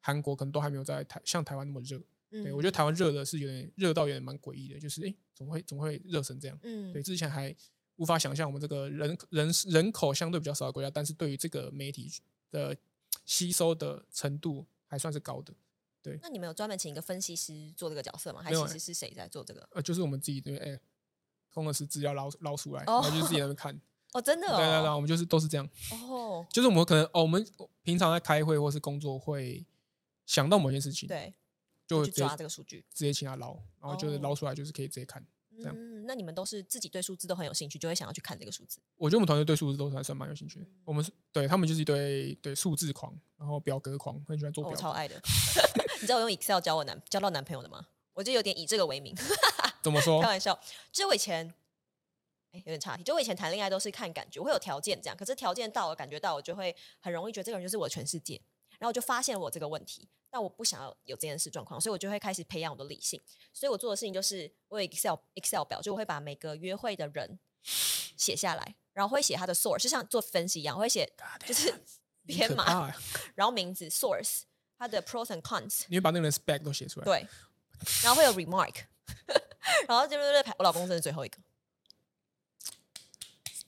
Speaker 1: 韩国可能都还没有在台像台湾那么热。
Speaker 2: 嗯，
Speaker 1: 对我觉得台湾热的是有点热到有点蛮诡异的，就是诶怎么会怎么会热成这样？
Speaker 2: 嗯，
Speaker 1: 对，之前还无法想象我们这个人人人口相对比较少的国家，但是对于这个媒体的吸收的程度还算是高的。
Speaker 2: 那你们有专门请一个分析师做这个角色吗？还
Speaker 1: 没有
Speaker 2: 其
Speaker 1: 欸
Speaker 2: 实是谁在做这个？
Speaker 1: 呃，就是我们自己这边哎，工程师资料捞捞出来，然
Speaker 2: 哦
Speaker 1: 后就自己在那边 看。
Speaker 2: 哦，真的
Speaker 1: 对对对，
Speaker 2: 哦，
Speaker 1: 我们就是都是这样，
Speaker 2: 哦，
Speaker 1: 就是我们可能哦，我们平常在开会或是工作会想到某件事情，，
Speaker 2: 对，
Speaker 1: 就
Speaker 2: 去
Speaker 1: 直接
Speaker 2: 抓这个数据。
Speaker 1: 直接请他捞，然后就是
Speaker 2: 哦
Speaker 1: 捞出来就是可以直接看。这样
Speaker 2: 嗯，那你们都是自己对数字都很有兴趣，就会想要去看这个数字。
Speaker 1: 我觉得我们团队对数字都还算蛮有兴趣的，我们是对他们就是一堆对数字狂，然后表格狂，很喜欢做
Speaker 2: 哦、
Speaker 1: 表
Speaker 2: 我
Speaker 1: 格。
Speaker 2: 超爱的， 你知道我用 Excel 交我男交到男朋友的吗？我就有点以这个为名，
Speaker 1: 怎么说
Speaker 2: 开？玩笑。就我以前，哎、有点差题。就我以前谈恋爱都是看感觉，我会有条件这样，可是条件到了，感觉到我就会很容易觉得这个人就是我的全世界。然后我就发现我这个问题，但我不想要有这件事状况，所以我就会开始培养我的理性。所以我做的事情就是，我有 Excel Excel 表，就我会把每个约会的人写下来，然后会写他的 source，就像做分析一样，我会写就是编
Speaker 1: 很可
Speaker 2: 码，
Speaker 1: 怕欸
Speaker 2: 然后名字 source，它的 pros and cons，
Speaker 1: 你会把那个人 spec 都写出来。，
Speaker 2: 对，然后会有 remark，然后就是排我老公真的是最后一个，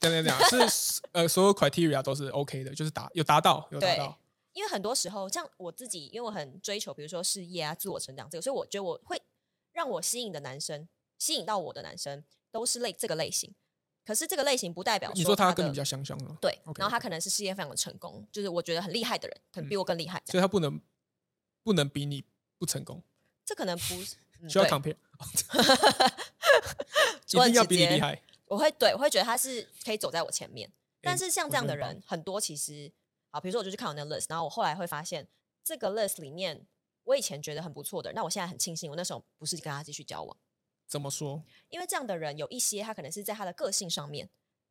Speaker 1: 等等等，是呃，所有 criteria 都是 OK 的，就是达有达到有达
Speaker 2: 对
Speaker 1: 到。
Speaker 2: 因为很多时候像我自己，因为我很追求比如说事业啊、自我成长这个，所以我觉得我会让我吸引的男生，吸引到我的男生都是类这个类型，可是这个类型不代表
Speaker 1: 你说
Speaker 2: 他
Speaker 1: 他跟你
Speaker 2: 的
Speaker 1: 比较相像了，
Speaker 2: 对
Speaker 1: OK，嗯
Speaker 2: 然后他可能是事业非常的成功，就是我觉得很厉害的人，可能比我更厉害这样，
Speaker 1: 所以他不能不能比你不成功，
Speaker 2: 这可能不 是。嗯
Speaker 1: 需要
Speaker 2: 对
Speaker 1: compare，
Speaker 2: 说
Speaker 1: 一定
Speaker 2: 很
Speaker 1: 要
Speaker 2: 直
Speaker 1: 比你
Speaker 2: 接
Speaker 1: 厉害。
Speaker 2: 我会对，我会觉得他是可以走在我前面。但
Speaker 1: 诶
Speaker 2: 是像
Speaker 1: 我
Speaker 2: 这样
Speaker 1: 觉得
Speaker 2: 的
Speaker 1: 很棒
Speaker 2: 人很多，其实啊，比如说我就去看我那 list，然后我后来会发现这个 list 里面，我以前觉得很不错的人，那我现在很庆幸我那时候不是跟他继续交往，
Speaker 1: 怎么说？
Speaker 2: 因为这样的人有一些他可能是在他的个性上面。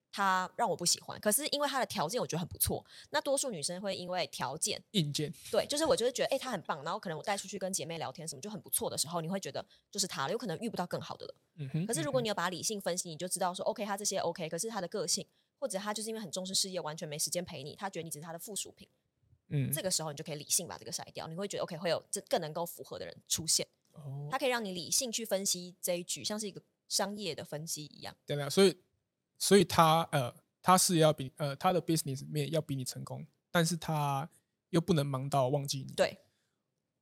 Speaker 2: 他让我不喜欢，可是因为他的条件我觉得很不错。那多数女生会因为条件，
Speaker 1: 硬件
Speaker 2: 对，就是我就是觉得，哎、他很棒。然后可能我带出去跟姐妹聊天什么就很不错的时候，你会觉得就是他了，有可能遇不到更好的了。
Speaker 1: 嗯哼。
Speaker 2: 可是如果
Speaker 1: 嗯
Speaker 2: 你有把理性分析，你就知道说，OK，他这些 OK，可是他的个性，或者他就是因为很重视事业，完全没时间陪你，他觉得你只是他的附属品。
Speaker 1: 嗯
Speaker 2: 这个时候你就可以理性把这个筛掉，你会觉得 OK，会有这更能够符合的人出现，
Speaker 1: 哦，
Speaker 2: 它可以让你理性去分析这一局，像是一个商业的分析一样。
Speaker 1: 等等，所以所以他呃，他是要比呃他的 business 面要比你成功，但是他又不能忙到忘记你。
Speaker 2: 对，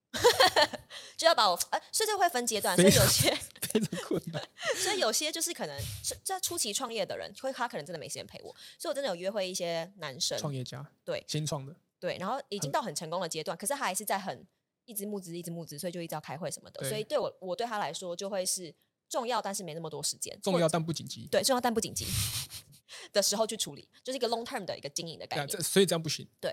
Speaker 2: 就要把我呃，所以这会分阶段，所以
Speaker 1: 非常
Speaker 2: 有些，
Speaker 1: 非常困难。
Speaker 2: 所以有些 就是可能是在初期创业的人，会他可能真的没时间陪我，所以我真的有约会一些男生，
Speaker 1: 创业家嗯
Speaker 2: 对
Speaker 1: 新创的，
Speaker 2: 对，然后已经到很成功的阶段，可是他还是在很一直募资，一直募资，所以就一直要开会什么的。
Speaker 1: 对
Speaker 2: 所以对我我对他来说就会是重要，但是没那么多时间。
Speaker 1: 重要但不紧急。
Speaker 2: 对重要但不紧急 的时候去处理，就是一个 long term 的一个经营的概
Speaker 1: 对啊，
Speaker 2: 念。
Speaker 1: 这所以这样不行。
Speaker 2: 对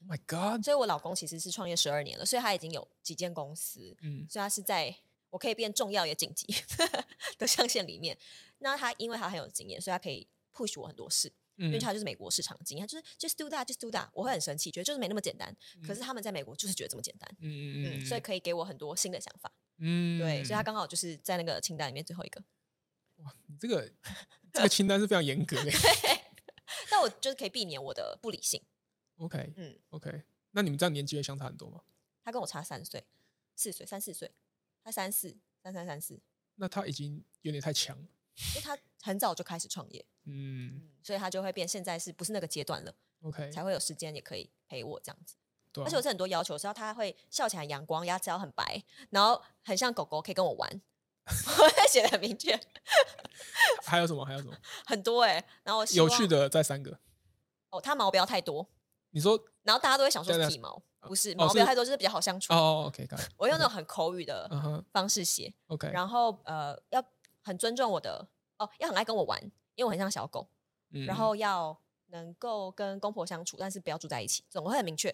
Speaker 1: ，Oh my God，
Speaker 2: 所以我老公其实是创业十二年了，所以他已经有几间公司，
Speaker 1: 嗯，
Speaker 2: 所以他是在我可以变重要也紧急的象限里面。那他因为他很有经验，所以他可以 push 我很多事，因为
Speaker 1: 嗯
Speaker 2: 他就是美国市场的经验，他就是 just do that，just do that，我会很生气，觉得就是没那么简单。可是他们在美国就是觉得这么简单，
Speaker 1: 嗯
Speaker 2: 嗯，
Speaker 1: 嗯，
Speaker 2: 所以可以给我很多新的想法。
Speaker 1: 嗯，
Speaker 2: 对，所以他刚好就是在那个清单里面最后一个。
Speaker 1: 你这 个这个清单是非常严格的。
Speaker 2: 但我就是可以避免我的不理性。
Speaker 1: OK，
Speaker 2: 嗯
Speaker 1: ，OK，那你们这样年纪会相差很多吗？
Speaker 2: 他跟我差三岁，四岁，三四岁，他三四，三三三四，因
Speaker 1: 那他已经有点太强了，
Speaker 2: 为他很早就开始创业，
Speaker 1: 嗯
Speaker 2: 所以他就会变现在是不是那个阶段了，
Speaker 1: ，OK，
Speaker 2: 才会有时间也可以陪我这样子。
Speaker 1: 对啊
Speaker 2: 而且我是很多要求，是要他会笑起来很阳光，牙齿要很白，然后很像狗狗，可以跟我玩。 我会写的很明确，
Speaker 1: 还有什么？还有什么
Speaker 2: 很多哎、然后我希
Speaker 1: 有
Speaker 2: 望
Speaker 1: 趣的？再三个，
Speaker 2: 哦，他毛不要太多，
Speaker 1: 你说
Speaker 2: 然后大家都会想说
Speaker 1: 对
Speaker 2: 是
Speaker 1: 对
Speaker 2: 体毛，不是
Speaker 1: 哦
Speaker 2: 毛不要
Speaker 1: 是
Speaker 2: 太多，就是比较好相处。
Speaker 1: 哦，OK，got it，
Speaker 2: 我用那
Speaker 1: OK，
Speaker 2: 种很口语的
Speaker 1: 嗯哼
Speaker 2: 方式写，
Speaker 1: ，OK，
Speaker 2: 然后呃，要很尊重我的哦，要很爱跟我玩，因为我很像小狗。
Speaker 1: 嗯
Speaker 2: 然后要能够跟公婆相处，但是不要住在一起，总会很明确。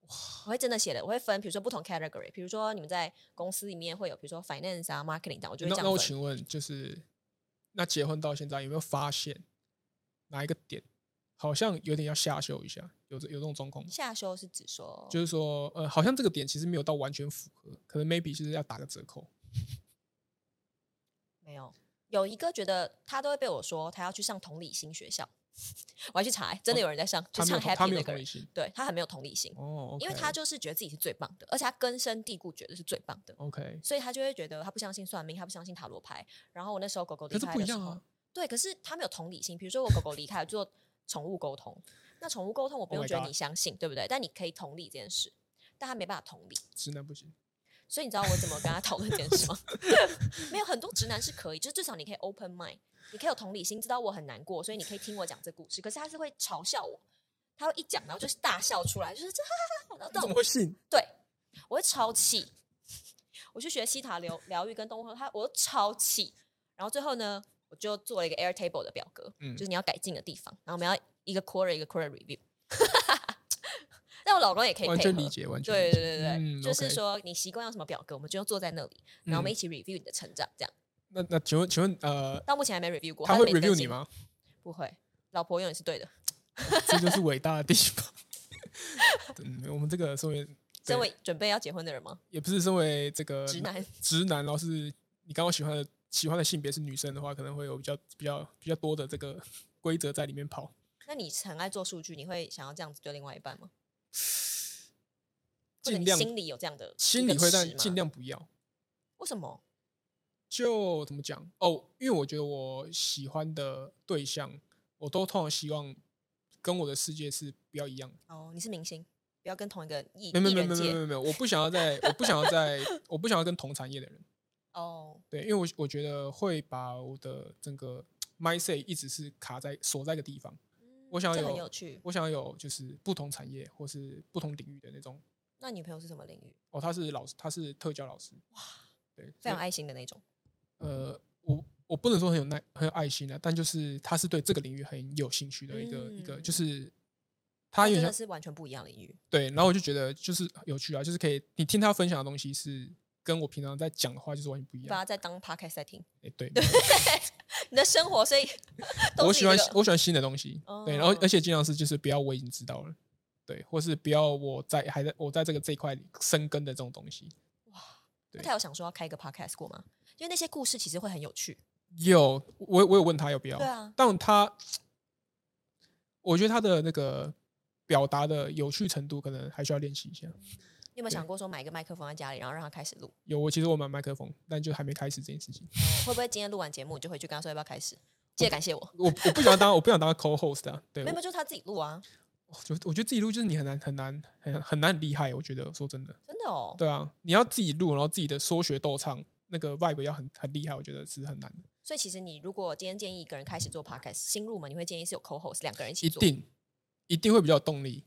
Speaker 2: 我会真的写的，我会分，比如说不同 category，比如说你们在公司里面会有，比如说 finance 啊、marketing 这样，我就会
Speaker 1: 那
Speaker 2: 这
Speaker 1: 那
Speaker 2: 样
Speaker 1: 我
Speaker 2: 分。
Speaker 1: 请问，就是那结婚到现在有没有发现哪一个点好像有点要下修一下？有这有这种状况吗？
Speaker 2: 下修是指说，
Speaker 1: 就是说，呃，好像这个点其实没有到完全符合，可能 maybe 就是要打个折扣。
Speaker 2: 没有有一个觉得他都会被我说他要去上同理心学校， 我还去查、欸真的有人在上，就
Speaker 1: 哦他没
Speaker 2: 上
Speaker 1: 有同他
Speaker 2: happy
Speaker 1: 没有
Speaker 2: 那个
Speaker 1: 同理
Speaker 2: 人，
Speaker 1: 心
Speaker 2: 对他很没有同理心，
Speaker 1: 哦，
Speaker 2: 因为他就是觉得自己是最棒的，而且他根深蒂固觉得是最棒的。
Speaker 1: OK，
Speaker 2: 所以他就会觉得他不相信算命，他不相信塔罗牌。然后我那时候狗狗离
Speaker 1: 可是
Speaker 2: 开
Speaker 1: 不
Speaker 2: 的
Speaker 1: 一
Speaker 2: 时候，
Speaker 1: 样啊。
Speaker 2: 对，可是他没有同理心。比如说我狗狗离开了做宠物沟通，那宠物沟通我不
Speaker 1: Oh
Speaker 2: 用
Speaker 1: my
Speaker 2: 觉得你
Speaker 1: God
Speaker 2: 相信，对不对？但你可以同理这件事，但他没办法同理。
Speaker 1: 直男不行，
Speaker 2: 所以你知道我怎么跟他讨论这件事吗？ 没有很多直男是可以，就是至少你可以 open mind，你可以有同理心，知道我很难过，所以你可以听我讲这故事。可是他是会嘲笑我，他会一讲，然后就是大笑出来，就是这哈哈哈哈，然后这种
Speaker 1: 会信？
Speaker 2: 对，我会超气。我去学西塔疗疗愈跟动物沟通，他我都超气。然后最后呢，我就做了一个 Airtable 的表格，
Speaker 1: 嗯
Speaker 2: 就是你要改进的地方，然后我们要一个 quarter 一个 quarter review。但我老公也可以
Speaker 1: 完
Speaker 2: 配
Speaker 1: 全
Speaker 2: 合
Speaker 1: 理，解，完全
Speaker 2: 对
Speaker 1: 理解
Speaker 2: 对对对，
Speaker 1: 嗯
Speaker 2: 就是
Speaker 1: ，OK 嗯
Speaker 2: 说你习惯用什么表格，我们就坐在那里，然后我们一起 review 你的成长，这样。
Speaker 1: 那那请问请问呃，
Speaker 2: 到目前还没 review 过，
Speaker 1: 他
Speaker 2: 还
Speaker 1: 会
Speaker 2: 没更
Speaker 1: review 你
Speaker 2: 新？
Speaker 1: 吗？
Speaker 2: 不会，老婆永远是对的。
Speaker 1: 这就是伟大的地方。 嗯，我们这个身为对
Speaker 2: 身为准备要结婚的人吗？
Speaker 1: 也不是身为这个
Speaker 2: 直男
Speaker 1: 直男，然后是你刚刚喜欢的喜欢的性别是女生的话，可能会有比较比较比较多的这个规则在里面跑。
Speaker 2: 那你很爱做数据，你会想要这样子对另外一半吗？或者
Speaker 1: 尽
Speaker 2: 你
Speaker 1: 量
Speaker 2: 心里有这样的
Speaker 1: 心里会，
Speaker 2: 一
Speaker 1: 但
Speaker 2: 个尺吗
Speaker 1: 尽量不要。
Speaker 2: 为什么？
Speaker 1: 就怎么讲哦？因为我觉得我喜欢的对象，我都通常希望跟我的世界是比较一样的。
Speaker 2: 哦，你是明星，不要跟同一个艺艺
Speaker 1: 没有没有
Speaker 2: 人
Speaker 1: 没有没有没
Speaker 2: 界
Speaker 1: 有没有，我不想要在，我不想要在，我不想要跟同产业的人。
Speaker 2: 哦。
Speaker 1: 对，因为我我觉得会把我的整个 mindset 一直是卡在锁在一个地方。我想要
Speaker 2: 嗯这
Speaker 1: 有
Speaker 2: 很有趣。
Speaker 1: 我想要有就是不同产业或是不同领域的那种。
Speaker 2: 那女朋友是什么领域？
Speaker 1: 哦，他是老师，他是特教老师。哇，对，
Speaker 2: 非常
Speaker 1: 所以
Speaker 2: 爱心的那种。
Speaker 1: 呃，我我不能说很有耐很有爱心啊，但就是他是对这个领域很有兴趣的一个、一个，
Speaker 2: 嗯
Speaker 1: 就是
Speaker 2: 那
Speaker 1: 他啊有点
Speaker 2: 真
Speaker 1: 像
Speaker 2: 的是完全不一样的领域。
Speaker 1: 对，然后我就觉得就是有趣啊，就是可以你听他分享的东西是跟我平常在讲的话就是完全不一
Speaker 2: 你把
Speaker 1: 样。
Speaker 2: 它在当 podcast 在听，
Speaker 1: 哎、对，
Speaker 2: 你的生活，所以 都
Speaker 1: 我
Speaker 2: 是
Speaker 1: 喜
Speaker 2: 一
Speaker 1: 欢
Speaker 2: 个
Speaker 1: 我喜欢新的东西，对，然后
Speaker 2: 哦
Speaker 1: 而且尽量是就是不要我已经知道了，对，或是不要我在还在我在这个这一块深耕的这种东西。
Speaker 2: 那他有想说要开一个 podcast 过吗？因为那些故事其实会很有趣。
Speaker 1: 有，我我有问他要不要，
Speaker 2: 对啊
Speaker 1: 但他我觉得他的那个表达的有趣程度可能还需要练习一下。
Speaker 2: 你有没
Speaker 1: 对
Speaker 2: 有想过说买一个麦克风在家里，然后让他开始录？哦
Speaker 1: 有，我其实我买麦克风，但就还没开始这件事情。
Speaker 2: 会不会今天录完节目，你就回去跟他说要不要开始？记得感谢我。
Speaker 1: 我我不想要当，我不想当 co-host 啊。对，
Speaker 2: 没
Speaker 1: 我
Speaker 2: 有，就是他自己录啊，
Speaker 1: 我觉得我觉得自己录就是你很难很难很很难很厉害，我觉得说真的，
Speaker 2: 真的哦。
Speaker 1: 对啊，你要自己录，然后自己的说学逗唱那个 vibe 要很很厉害，我觉得是很难的。
Speaker 2: 所以其实你如果今天建议一个人开始做 podcast，新入门你会建议是有 co host 两个人一起
Speaker 1: 一
Speaker 2: 做。
Speaker 1: 定一定会比较有动力。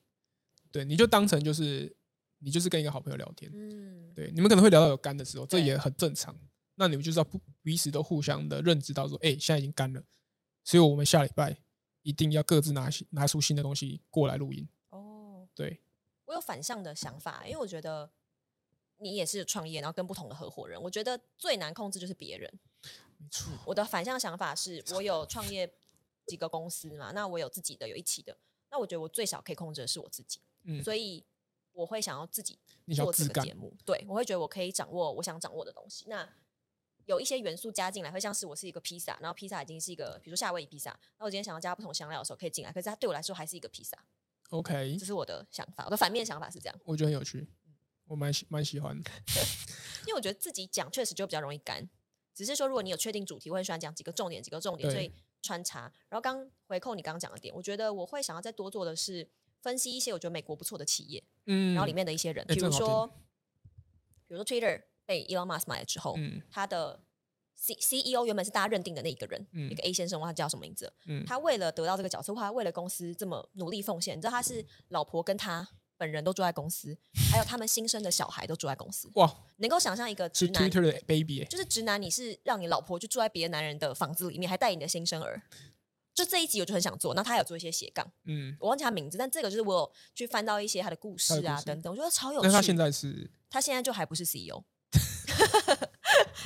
Speaker 1: 对，你就当成就是你就是跟一个好朋友聊天，
Speaker 2: 嗯，
Speaker 1: 对，你们可能会聊到有干的时候，这
Speaker 2: 对
Speaker 1: 也很正常。那你们就是要不彼此都互相的认知到说，哎、现在已经干了，所以我们下礼拜一定要各自拿新拿出新的东西过来录音。
Speaker 2: 哦，
Speaker 1: 对，
Speaker 2: 我有反向的想法，欸因为我觉得你也是创业，然后跟不同的合伙人，我觉得最难控制就是别人。
Speaker 1: 没错，
Speaker 2: 我的反向想法是我有创业几个公司嘛，那我有自己的，有一起的，那我觉得我最少可以控制的是我自己，
Speaker 1: 嗯
Speaker 2: 所以我会想要自己
Speaker 1: 你想要
Speaker 2: 做
Speaker 1: 自
Speaker 2: 这个
Speaker 1: 干
Speaker 2: 节，目，对我会觉得我可以掌握我想掌握的东西。那有一些元素加进来，会像是我是一个披萨，然后披萨已经是一个，比如说夏威夷披萨，那我今天想要加不同香料的时候可以进来，可是它对我来说还是一个披萨，
Speaker 1: OK，
Speaker 2: 这是我的想法，我的反面想法是这样，
Speaker 1: 我觉得很有趣，我蛮喜蛮喜欢的。
Speaker 2: 因为我觉得自己讲确实就比较容易干，只是说如果你有确定主题，我很喜欢讲几个重点，几个重点，
Speaker 1: 对
Speaker 2: 所以穿插。然后刚回扣你刚刚讲的点，我觉得我会想要再多做的是分析一些我觉得美国不错的企业，
Speaker 1: 嗯，
Speaker 2: 然后里面的一些人，
Speaker 1: 哎
Speaker 2: 比
Speaker 1: 这
Speaker 2: 如
Speaker 1: 个好
Speaker 2: 说，比如说 Twitter 被 Elon Musk 买了之后，
Speaker 1: 嗯
Speaker 2: 他的 C CEO 原本是大家认定的那一个人，
Speaker 1: 嗯
Speaker 2: 一个 A 先生，忘了他叫什么名字了。
Speaker 1: 嗯，
Speaker 2: 他为了得到这个角色，或他为了公司这么努力奉献，你知道他是老婆跟他本人都住在公司，还有他们新生的小孩都住在公司。
Speaker 1: 哇，
Speaker 2: 能够想象一个直
Speaker 1: 是
Speaker 2: 男，
Speaker 1: Twitter 的 baby，、欸、
Speaker 2: 就是直男，你是让你老婆就住在别的男人的房子里面，还带你的新生儿。就这一集我就很想做，那他有做一些斜杠，
Speaker 1: 嗯，
Speaker 2: 我忘记他名字，但这个就是我有去翻到一些他的故事
Speaker 1: 他的
Speaker 2: 啊
Speaker 1: 故事
Speaker 2: 等等，我觉得超有趣。
Speaker 1: 那他现在是
Speaker 2: 他现在就还不是 CEO，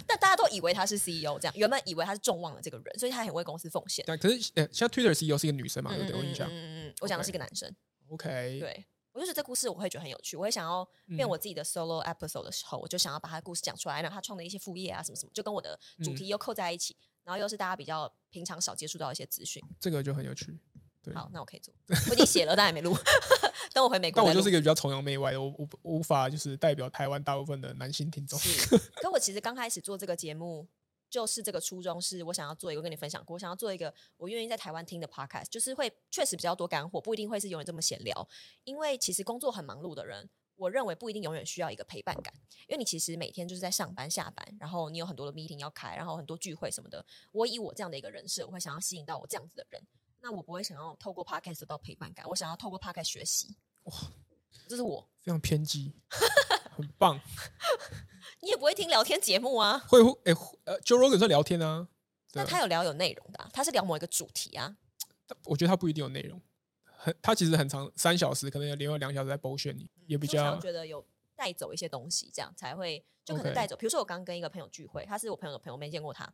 Speaker 2: 但大家都以为他是 CEO，这样原本以为他是众望的这个人，所以他很为公司奉献。
Speaker 1: 但可是呃，现在 Twitter CEO 是一个女生嘛，对不对？我印象
Speaker 2: 嗯嗯嗯，我讲的是一个男生。
Speaker 1: OK，，
Speaker 2: 对，我就觉得这故事我会觉得很有趣，我会想要变
Speaker 1: 嗯
Speaker 2: 我自己的 solo episode 的时候，我就想要把他的故事讲出来，然后他创的一些副业啊什么什么，就跟我的主
Speaker 1: 嗯
Speaker 2: 题又扣在一起，然后又是大家比较平常少接触到的一些资讯。
Speaker 1: 嗯这个就很有趣。对
Speaker 2: 好，那我可以做，我已经写了，但还没录， 等我回美国
Speaker 1: 但
Speaker 2: 再
Speaker 1: 我
Speaker 2: 录。
Speaker 1: 就是一个比较崇洋媚外的，我我不无法就是代表台湾大部分的男性听众。
Speaker 2: 是，可我其实刚开始做这个节目，就是这个初衷，是我想要做一个我跟你分享过，我想要做一个我愿意在台湾听的 podcast，就是会确实比较多干货，不一定会是永远这么闲聊，因为其实工作很忙碌的人。我认为不一定永远需要一个陪伴感，因为你其实每天就是在上班、下班，然后你有很多的 meeting 要开，然后很多聚会什么的。我以我这样的一个人设，我会想要吸引到我这样子的人，那我不会想要透过 podcast 得到陪伴感，我想要透过 podcast 学习。哇，这是我，
Speaker 1: 非常偏 激，很棒。
Speaker 2: 你也不会听聊天节目啊，
Speaker 1: 会诶、会呃，Joe Rogan 算聊天啊，对
Speaker 2: 那
Speaker 1: 啊
Speaker 2: 他有聊有内容的啊、他是聊某一个主题啊。
Speaker 1: 但我觉得他不一定有内容，很他其实很长，三小时可能有连有两小时在剥削你，也比
Speaker 2: 所以我想
Speaker 1: 较
Speaker 2: 要觉得有带走一些东西，这样才会就可能
Speaker 1: OK
Speaker 2: 带走。比如说我刚跟一个朋友聚会，他是我朋友的朋友，没见过他。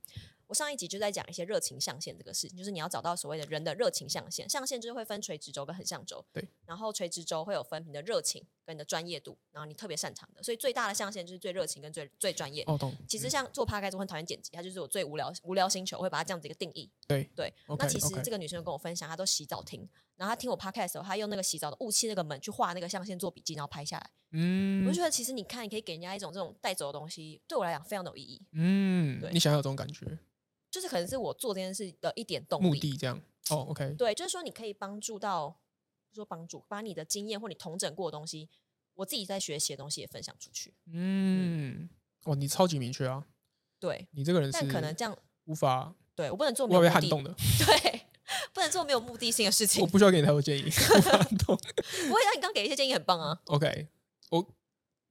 Speaker 2: 我上一集就在讲一些热情象限这个事情，就是你要找到所谓的人的热情象限。象限就是会分垂直轴跟横向轴，
Speaker 1: 对。
Speaker 2: 然后垂直轴会有分你的热情跟你的专业度，然后你特别擅长的。所以最大的象限就是最热情跟最最专业。
Speaker 1: 哦懂。
Speaker 2: 其实像做 p 开 d 我很讨厌剪辑，它就是我最无聊无聊星球，我会把它这样子一个定义。
Speaker 1: 对
Speaker 2: 对
Speaker 1: OK，
Speaker 2: 那其实
Speaker 1: OK
Speaker 2: 这个女生跟我分享，她都洗澡听，然后她听我 podcast 的时候，她用那个洗澡的雾气那个门去画那个象限做笔记，然后拍下来。我
Speaker 1: 嗯
Speaker 2: 就觉得其实你看，你可以给人家一种这种带走的东西，对我来讲非常的有意义。
Speaker 1: 嗯
Speaker 2: 对，
Speaker 1: 你想要有这种感觉，
Speaker 2: 就是可能是我做这件事的一点动
Speaker 1: 目
Speaker 2: 力。
Speaker 1: 的这样。哦，OK，
Speaker 2: 对，就是说你可以帮助到，不是说帮助把你的经验或你同整过的东西，我自己在学习的东西也分享出去。
Speaker 1: 嗯，哇，你超级明确啊，
Speaker 2: 对，
Speaker 1: 你这个人
Speaker 2: 但
Speaker 1: 是
Speaker 2: 可能这样，
Speaker 1: 无法，
Speaker 2: 对我不能做没
Speaker 1: 我被
Speaker 2: 有目
Speaker 1: 撼
Speaker 2: 的，
Speaker 1: 动的，
Speaker 2: 对，不能做没有目的性的事情
Speaker 1: 我。不需要给你太多建议，无法撼动。
Speaker 2: 不会，那你刚给一些建议很棒啊。
Speaker 1: OK，我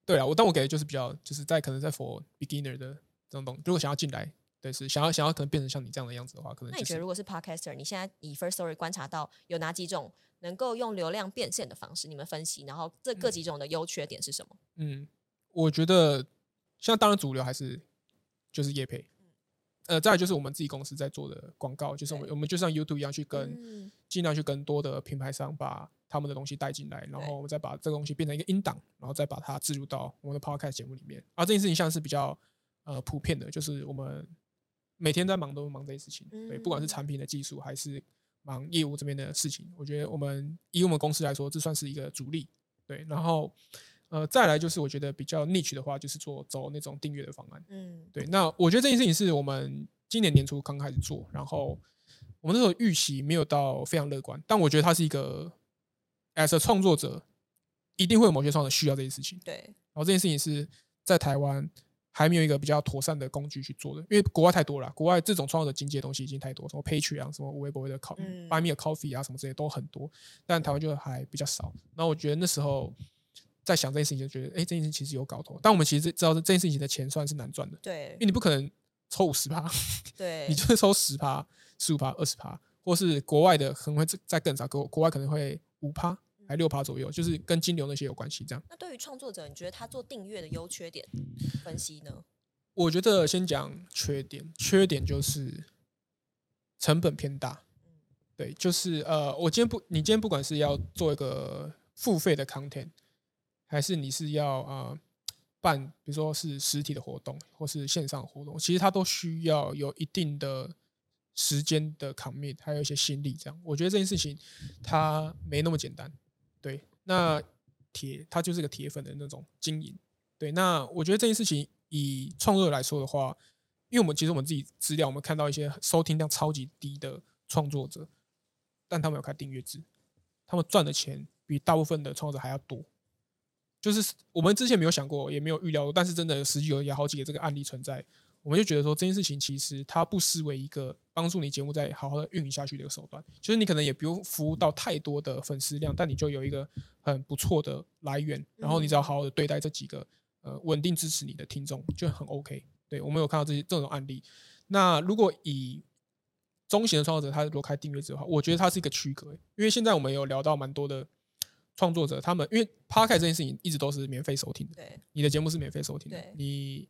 Speaker 1: 对啊，我但我给的就是比较，就是在可能在 for beginner 的这种东西，如果想要进来，对，是想要想要可能变成像你这样的样子的话，可能
Speaker 2: 那
Speaker 1: 就
Speaker 2: 你觉得
Speaker 1: 是
Speaker 2: 如果是 podcaster，你现在以 First Story 观察到有哪几种能够用流量变现的方式？你们分析，然后这各几种的优缺点是什么？
Speaker 1: 嗯，我觉得现在当然主流还是就是业配，
Speaker 2: 嗯
Speaker 1: 呃，再来就是我们自己公司在做的广告，就是我们我们就像 YouTube 一样去跟
Speaker 2: 嗯
Speaker 1: 尽量去跟多的品牌商把他们的东西带进来，然后我们再把这个东西变成一个音档，然后再把它置入到我们的 podcast 节目里面。啊而、这件事情像是比较呃普遍的，就是我们每天在忙都忙这件事情，对，不管是
Speaker 2: 嗯
Speaker 1: 产品的技术还是忙业务这边的事情，我觉得我们以我们公司来说，这算是一个主力，对。然后呃，再来就是我觉得比较 niche 的话，就是做走那种订阅的方案。
Speaker 2: 嗯
Speaker 1: 对，那我觉得这件事情是我们今年年初刚开始做，然后我们那时候预期没有到非常乐观，但我觉得它是一个 as a 创作者一定会有某些创作者需要这件事情，
Speaker 2: 对，
Speaker 1: 然后这件事情是在台湾还没有一个比较妥善的工具去做的，因为国外太多了，国外这种创作者经济的东西已经太多，什么 Patreon、什么啊微博的 Co、
Speaker 2: 嗯
Speaker 1: Buy Me a Coffee 啊什么这些都很多，但台湾就还比较少。然后我觉得那时候在想这件事情，就觉得哎、诶这件事情其实有搞头。但我们其实知道这件事情的钱算是难赚的，
Speaker 2: 对
Speaker 1: 因为你不可能抽五十趴，
Speaker 2: 对
Speaker 1: 你就是抽十趴、十五趴、二十趴，或是国外的可能会再再更少，国国外可能会五趴
Speaker 2: 嗯
Speaker 1: 还六趴左右，就是跟金流那些有关系。这样，
Speaker 2: 那对于创作者，你觉得他做订阅的优缺点分析呢？
Speaker 1: 我觉得先讲缺点，缺点就是成本偏大。对，就是呃，我今天不，你今天不管是要做一个付费的 content，还是你是要呃办，比如说是实体的活动或是线上活动，其实它都需要有一定的时间的 commit，还有一些心力。这样，我觉得这件事情它没那么简单。对，那铁它就是个铁粉的那种经营。对，那我觉得这件事情以创作者来说的话，因为我们其实我们自己资料，我们看到一些收听量超级低的创作者，但他们有开订阅制，他们赚的钱比大部分的创作者还要多。就是我们之前没有想过，也没有预料过，但是真的实际有也好几个这个案例存在，我们就觉得说这件事情其实它不失为一个帮助你节目再好好的运营下去的一个手段。就是你可能也不用服务到太多的粉丝量，但你就有一个很不错的来源，然后你只要好好的对待这几个呃稳定支持你的听众，就很 OK。对我们有看到这些这种案例。那如果以中型的创作者，他如果开订阅制的话，我觉得它是一个区隔，因为现在我们有聊到蛮多的创作者，他们因为 p o d c a s t 这件事情一直都是免费收听的，
Speaker 2: 对
Speaker 1: 你的节目是免费收听的
Speaker 2: 对，
Speaker 1: 你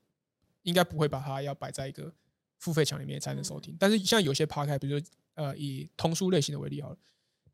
Speaker 1: 应该不会把它要摆在一个付费墙里面才能收听。但是像有些 p o d c a s t 比如说呃以童书类型的为例好了，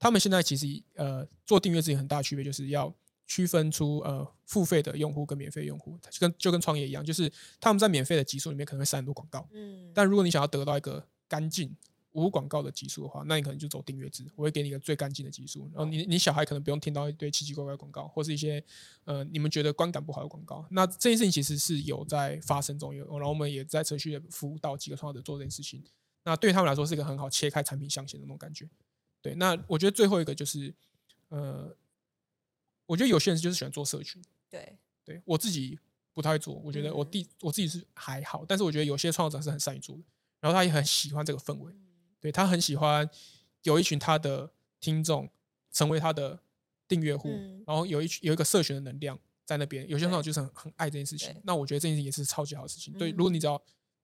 Speaker 1: 他们现在其实呃做订阅制有很大的区别，就是要区分出呃付费的用户跟免费用户，就跟就跟创业一样，就是他们在免费的集数里面可能会删很多广告，
Speaker 2: 嗯，
Speaker 1: 但如果你想要得到一个干净无广告的集数的话，那你可能就走订阅制，我会给你一个最干净的集数。然后你你小孩可能不用听到一堆奇奇怪怪的广告，或是一些呃你们觉得观感不好的广告。那这件事情其实是有在发生中，有然后我们也在持续的服务到几个创作者做这件事情。那对他们来说是一个很好切开产品象限的那种感觉。对，那我觉得最后一个就是呃，我觉得有些人就是喜欢做社群，
Speaker 2: 对
Speaker 1: 对我自己不太会做，我觉得我
Speaker 2: 嗯
Speaker 1: 弟我自己是还好，但是我觉得有些创作者是很善于做的，然后他也很喜欢这个氛围，
Speaker 2: 嗯
Speaker 1: 对他很喜欢有一群他的听众成为他的订阅户，
Speaker 2: 嗯
Speaker 1: 然后有一群有一个社群的能量在那边，有些创作者就是很很爱这件事情
Speaker 2: 对，
Speaker 1: 那我觉得这件事情也是超级好的事情。对，
Speaker 2: 嗯
Speaker 1: 如果你只要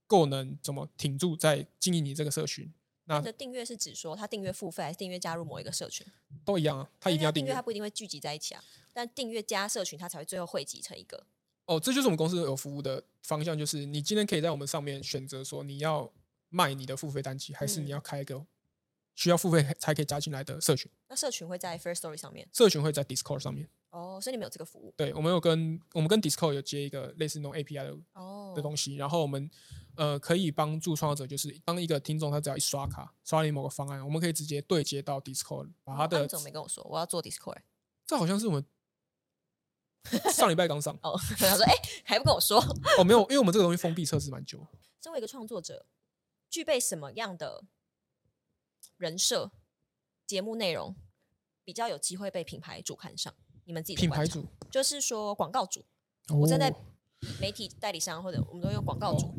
Speaker 1: 够能怎么挺住在经营你这个社群，那
Speaker 2: 你的订阅是指说他订阅付费，还是订阅加入某一个社群？
Speaker 1: 都一样啊，他一定要
Speaker 2: 因为
Speaker 1: 订阅
Speaker 2: 他。不一定会聚集在一起啊。但订阅加社群，他才会最后汇集成一个。
Speaker 1: 哦，这就是我们公司有服务的方向，就是你今天可以在我们上面选择说你要卖你的付费单机，还是你
Speaker 2: 嗯
Speaker 1: 要开一个需要付费才可以加进来的社群。
Speaker 2: 那社群会在 First Story 上面
Speaker 1: 社群会在 Discord 上面，
Speaker 2: 哦，所以你们有这个服务
Speaker 1: 对我们有跟我们跟 Discord 有接一个类似那种 API 的
Speaker 2: 哦
Speaker 1: 的东西，然后我们呃可以帮助创作者，就是当一个听众他只要一刷卡，刷你某个方案，我们可以直接对接到 Discord，把他
Speaker 2: 哦啊
Speaker 1: 的
Speaker 2: 你怎么没跟我说？我要做 Discord
Speaker 1: 这好像是我们上礼拜刚上
Speaker 2: 哦。 他说：“哎、还不跟我说。
Speaker 1: 哦，没有，因为我们这个东西封闭测试蛮久，”
Speaker 2: 身为一个创作者，具备什么样的人设、节目内容比较有机会被品牌主看上？ 你们自己的
Speaker 1: 品
Speaker 2: 观
Speaker 1: 牌
Speaker 2: 察
Speaker 1: 主，哦
Speaker 2: 就是说广告主，
Speaker 1: 我
Speaker 2: 站在媒体代理商或者我们都用广告
Speaker 1: 哦
Speaker 2: 主，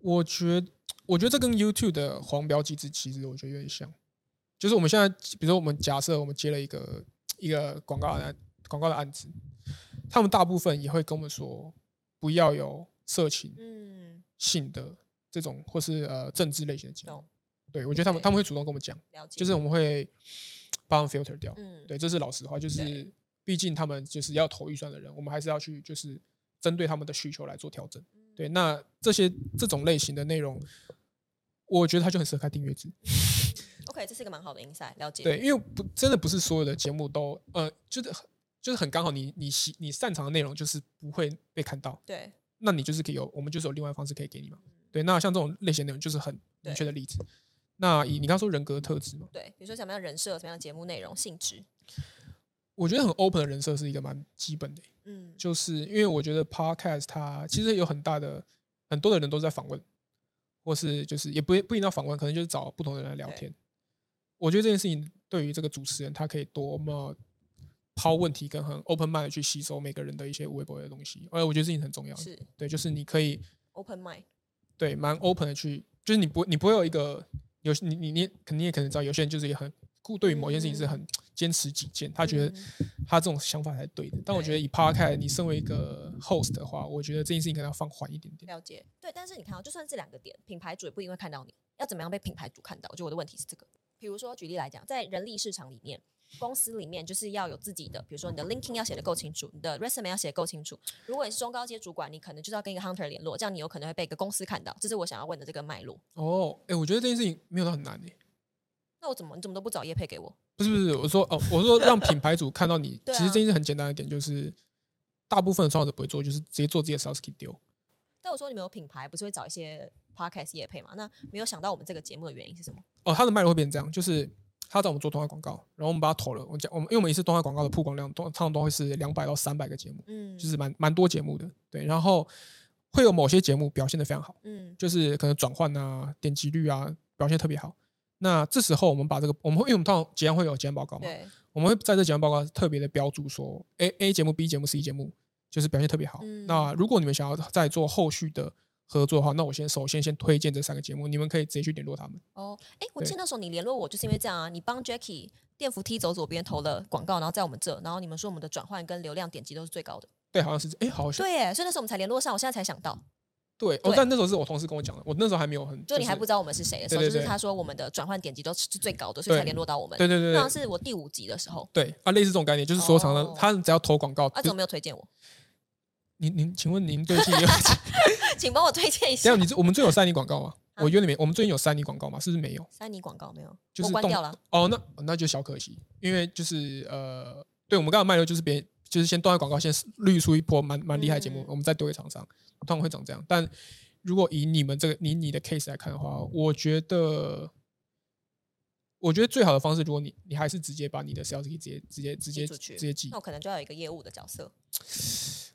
Speaker 1: 我觉我觉得这跟 YouTube 的黄标机制其实我觉得有点像，就是我们现在，比如说我们假设我们接了一个一个广告的广告的案子，他们大部分也会跟我们说不要有色情
Speaker 2: 嗯，
Speaker 1: 性的这种或是呃政治类型的节目
Speaker 2: 懂。
Speaker 1: 对，我觉得他们
Speaker 2: 对
Speaker 1: 他们会主动跟我们讲，
Speaker 2: 了解，
Speaker 1: 就是我们会帮他们 filter 掉。
Speaker 2: 嗯，
Speaker 1: 对，这是老实话，就是
Speaker 2: 对
Speaker 1: 毕竟他们就是要投预算的人，我们还是要去就是针对他们的需求来做调整。对，那这些这种类型的内容，我觉得它就很适合开订阅制。
Speaker 2: OK，这是一个蛮好的 insight，了解，
Speaker 1: 对，因为不真的不是所有的节目都呃，就是很就是很刚好你你喜你擅长的内容就是不会被看到，
Speaker 2: 对
Speaker 1: 那你就是可以有我们就是有另外方式可以给你嘛。对，那像这种类型内容就是很明确的例子。那以你刚说人格特质嘛，
Speaker 2: 对，比如说什么样的人设、什么样的节目内容、性质，
Speaker 1: 我觉得很 open 的人设是一个蛮基本的、
Speaker 2: 嗯，
Speaker 1: 就是因为我觉得 podcast 它其实有很大的很多的人都在访问，或是就是也不不一定要访问，可能就是找不同的人来聊天。我觉得这件事情对于这个主持人，他可以多么抛问题，跟很 open mind 地去吸收每个人的一些微博的东西。而我觉得这件事情很重要，
Speaker 2: 是
Speaker 1: 对，就是你可以
Speaker 2: open mind，
Speaker 1: 对蛮 open 的去，就是
Speaker 2: 嗯
Speaker 1: 你不你不会有一个有你你你肯定也可能知道，有些人就是也很固对于某件事情是很坚持己见，他觉得他这种想法才是对的。但我觉得以 Podcast，你身为一个 host 的话，我觉得这件事情可能要放缓一点点。
Speaker 2: 了解，对，但是你看哦到，就算这两个点，品牌主也不一定会看到你。要怎么样被品牌主看到？就我的问题是这个。比如说，举例来讲，在人力市场里面，公司里面就是要有自己的，比如说你的 LinkedIn 要写的够清楚，你的 resume 要写的够清楚。如果你是中高阶主管，你可能就是要跟一个 hunter 联络，这样你有可能会被一个公司看到。这是我想要问的这个脉络。
Speaker 1: 哦，哎，我觉得这件事情没有到很难诶、
Speaker 2: 那我怎么你怎么都不找叶配给我？
Speaker 1: 不是不是，我说哦，我说让品牌主看到你，
Speaker 2: 对啊
Speaker 1: 其实这件事很简单的点就是，大部分的创作者不会做，就是直接做自己的 sales kit 丢。
Speaker 2: 但我说你们有品牌，不是会找一些 podcast 叶配嘛？那没有想到我们这个节目的原因是什么？
Speaker 1: 哦，他的脉络会变成这样，就是他找我们做动画广告，然后我们把它投了。我讲我们因为我们一次动画广告的曝光量，通常都会是两百到三百个节目，
Speaker 2: 嗯，
Speaker 1: 就是蛮蛮多节目的。对，然后会有某些节目表现的非常好，
Speaker 2: 嗯
Speaker 1: 就是可能转换啊、点击率啊表现特别好。那这时候我们把这个，我们会因为我们通常结案会有结案报告嘛，
Speaker 2: 对，
Speaker 1: 我们会在这几份报告特别的标注说，A A 节目、B 节目、C 节目就是表现特别好。
Speaker 2: 嗯
Speaker 1: 那如果你们想要再做后续的合作的话，那我先首先先推荐这三个节目，你们可以直接去联络他们。
Speaker 2: 哦，哎，我
Speaker 1: 对
Speaker 2: 记得那时候你联络我就是因为这样啊，你帮 Jacky 电扶梯走左边投了广告，然后在我们这，然后你们说我们的转换跟流量点击都是最高的，
Speaker 1: 对，好像是哎，好像
Speaker 2: 对耶，所以那时候我们才联络上，我现在才想到，
Speaker 1: 对哦
Speaker 2: 对，
Speaker 1: 但那时候是我同事跟我讲的，我那时候还没有很
Speaker 2: 就你还
Speaker 1: 是
Speaker 2: 不知道我们是谁的时候，
Speaker 1: 对
Speaker 2: 就
Speaker 1: 对
Speaker 2: 是
Speaker 1: 对
Speaker 2: 他说我们的转换点击都是最高的，所以才
Speaker 1: 对
Speaker 2: 联络到我们，
Speaker 1: 对对对
Speaker 2: 那好
Speaker 1: 对
Speaker 2: 像是我第五集的时候，
Speaker 1: 对啊，类似这种概念，就是所有厂商
Speaker 2: 哦
Speaker 1: 他只要投广告，
Speaker 2: 啊，
Speaker 1: 就
Speaker 2: 怎么没有推荐我？
Speaker 1: 您您请问您对自己有
Speaker 2: 请帮我推荐一
Speaker 1: 这
Speaker 2: 下
Speaker 1: 样你我们最近有三 D 广告吗？
Speaker 2: 啊
Speaker 1: 我约你们，我们最近有三 D 广告吗？是不是没有？
Speaker 2: 三尼广告没有？
Speaker 1: 就
Speaker 2: 我
Speaker 1: 是
Speaker 2: 关
Speaker 1: 动
Speaker 2: 掉了，
Speaker 1: 哦，那那就小可惜，因为就是呃，对我们刚刚卖的就是别就是先断广告，先滤出一波蛮蛮厉害的节目，
Speaker 2: 嗯
Speaker 1: 我们再丢给厂商，通常会长这样。但如果以你们这个你你的 case 来看的话，我觉得。我觉得最好的方式，如果你你还是直接把你的 sales key 直接直接直接
Speaker 2: 寄出去哦
Speaker 1: 直接寄
Speaker 2: 那，我可能就要有一个业务的角色，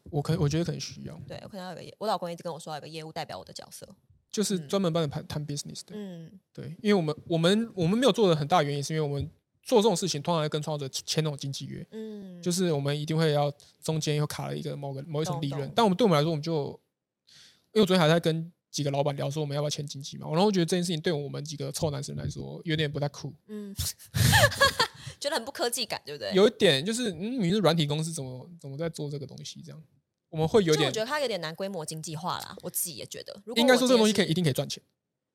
Speaker 1: 我可我觉得可能需要，
Speaker 2: 对我可能要有一个业，我老公一直跟我说要有一个业务代表我的角色，
Speaker 1: 就是
Speaker 2: 嗯
Speaker 1: 专门帮你谈谈 business 的。
Speaker 2: 嗯，
Speaker 1: 对，因为我们我们我们没有做的很大的原因，是因为我们做这种事情通常会跟创作者签那种经纪约，
Speaker 2: 嗯，
Speaker 1: 就是是我们一定会要中间又卡了一个某个某一层
Speaker 2: 懂
Speaker 1: 利润
Speaker 2: 懂，
Speaker 1: 但我们对我们来说，我们就因为我昨天还在跟几个老板聊说我们要不要签经纪嘛，然后我觉得这件事情对我们几个臭男生来说有点不太酷，
Speaker 2: 嗯， 觉得很不科技感，对不对？
Speaker 1: 有一点就是嗯，你是软体公司怎么怎么在做这个东西这样，我们会有
Speaker 2: 就
Speaker 1: 点
Speaker 2: 我觉得它有点难规模经济化啦，我自己也觉得。如果
Speaker 1: 应该说这个东西可
Speaker 2: 以
Speaker 1: 以一定可以赚钱，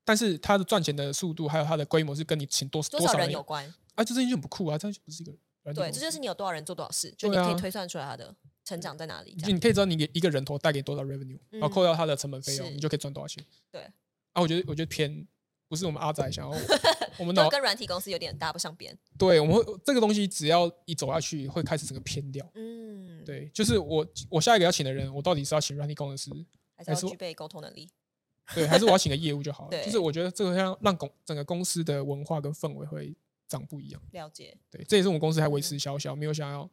Speaker 1: 但是它的赚钱的速度还有它的规模是跟你请多
Speaker 2: 多
Speaker 1: 少
Speaker 2: 少人
Speaker 1: 有
Speaker 2: 有关，
Speaker 1: 啊，这件事情很不酷啊，这样就不是一个软体
Speaker 2: 对，
Speaker 1: 公
Speaker 2: 这
Speaker 1: 司。
Speaker 2: 就是你有多少人做多少事，就你
Speaker 1: 对啊
Speaker 2: 可以推算出来它的成长在哪里。这
Speaker 1: 就
Speaker 2: 样
Speaker 1: 你可以知道你给一个人头带给多少 revenue，、然后
Speaker 2: 嗯
Speaker 1: 扣掉他的成本费
Speaker 2: 是
Speaker 1: 用，你就可以赚多少钱。
Speaker 2: 对
Speaker 1: 啊，我觉得我觉得偏不是我们阿仔 想要，我们脑
Speaker 2: 就跟软体公司有点搭不上边。
Speaker 1: 对我们会这个东西只要一走下去，会开始整个偏掉。
Speaker 2: 嗯，，
Speaker 1: 对，就是我我下一个要请的人，我到底是要请软体工程师，
Speaker 2: 还是要
Speaker 1: 还是我
Speaker 2: 具备沟通能力。
Speaker 1: 对，还是我要请个业务就好了？
Speaker 2: 对
Speaker 1: 就是我觉得这个会让让公整个公司的文化跟氛围会长不一样。
Speaker 2: 了解，
Speaker 1: 对，这也是我们公司还维持小小，没有想要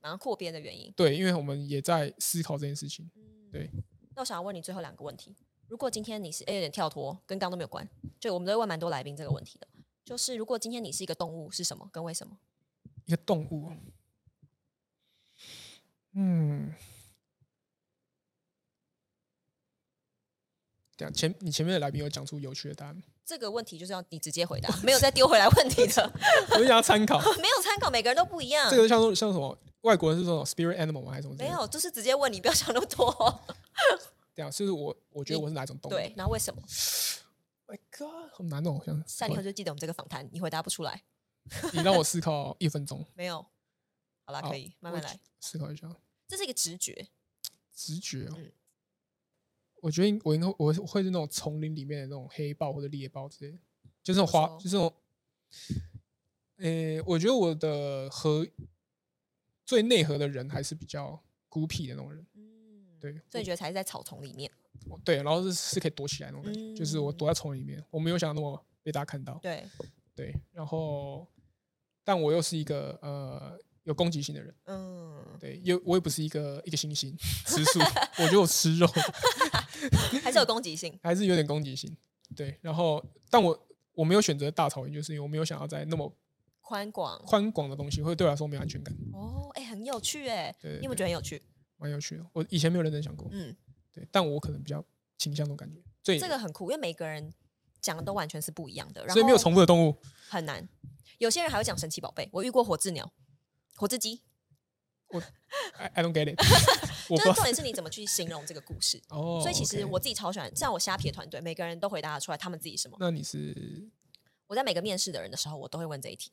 Speaker 2: 然后扩编的原因。嗯
Speaker 1: 对，因为我们也在思考这件事情。对。
Speaker 2: 那我想要问你最后两个问题。如果今天你是、诶有点跳脱，跟刚刚都没有关，就我们都会问蛮多来宾这个问题的。就是如果今天你是一个动物，是什么跟为什么？
Speaker 1: 一个动物哦。嗯，这样啊前你前面的来宾有讲出有趣的答案吗，
Speaker 2: 这个问题就是要你直接回答，没有再丢回来问题的，
Speaker 1: 我就想要参考。
Speaker 2: 没有参考，每个人都不一样。
Speaker 1: 这个像像什么外国人是这种 spirit animal 吗？还是什么之类
Speaker 2: 没
Speaker 1: 的？
Speaker 2: 有，就是直接问你，不要想那么多。
Speaker 1: 这样就是我我觉得
Speaker 2: 你
Speaker 1: 我是哪一种动物 Oh
Speaker 2: 对，然后为什么？
Speaker 1: ？My God，好难哦，好像
Speaker 2: 下你以后就记得我们这个访谈，你回答不出来，
Speaker 1: 你让我思考一分钟，
Speaker 2: 没有？好啦，
Speaker 1: 好
Speaker 2: 可以慢慢
Speaker 1: 我
Speaker 2: 来。
Speaker 1: 思考一下
Speaker 2: 这是一个直觉，
Speaker 1: 直觉哦
Speaker 2: 嗯。
Speaker 1: 我觉得我应该我会会是那种丛林里面的那种黑豹或者猎豹之类的，就是那种
Speaker 2: 怎么
Speaker 1: 花，
Speaker 2: 说
Speaker 1: 就是那种。呃、我觉得我的和最内核的人还是比较孤僻的那种人，
Speaker 2: 嗯，
Speaker 1: 对
Speaker 2: 所以你觉得才是在草丛里面，
Speaker 1: 我对，然后是是可以躲起来那种感觉，就是我躲在丛林里面，我没有想那么被大家看到，
Speaker 2: 嗯对，
Speaker 1: 对，然后，但我又是一个呃有攻击性的人，
Speaker 2: 嗯，
Speaker 1: 对，又我也不是一个一个猩猩吃 素，我觉得我吃肉，
Speaker 2: 还是有攻击性，
Speaker 1: 还是有点攻击性。对，然后但我我没有选择大草原，就是因为我没有想要在那么
Speaker 2: 宽广。
Speaker 1: 宽广的东西，会对我来说没有安全感，
Speaker 2: 哦，哎，很有趣哎，
Speaker 1: 对对
Speaker 2: 你有没有觉得很有趣？
Speaker 1: 蛮有趣的。我以前没有认真想过，
Speaker 2: 嗯，
Speaker 1: 对，但我可能比较倾向那种感觉，所以
Speaker 2: 这个很酷，因为每个人讲的都完全是不一样的，然
Speaker 1: 所以没有
Speaker 2: 后
Speaker 1: 重复的动物，
Speaker 2: 很难。有些人还会讲神奇宝贝，我遇过火字鸟、火字鸡，
Speaker 1: I I don't get it，我 不
Speaker 2: 就是
Speaker 1: 知道
Speaker 2: 重点是你怎么去形容这个故事。
Speaker 1: 哦。
Speaker 2: 所以其实
Speaker 1: OK
Speaker 2: 我自己超喜欢，像我虾皮的团队，每个人都回答得出来他们自己什么。
Speaker 1: 那你是
Speaker 2: 我在每个面试的人的时候，我都会问这一题。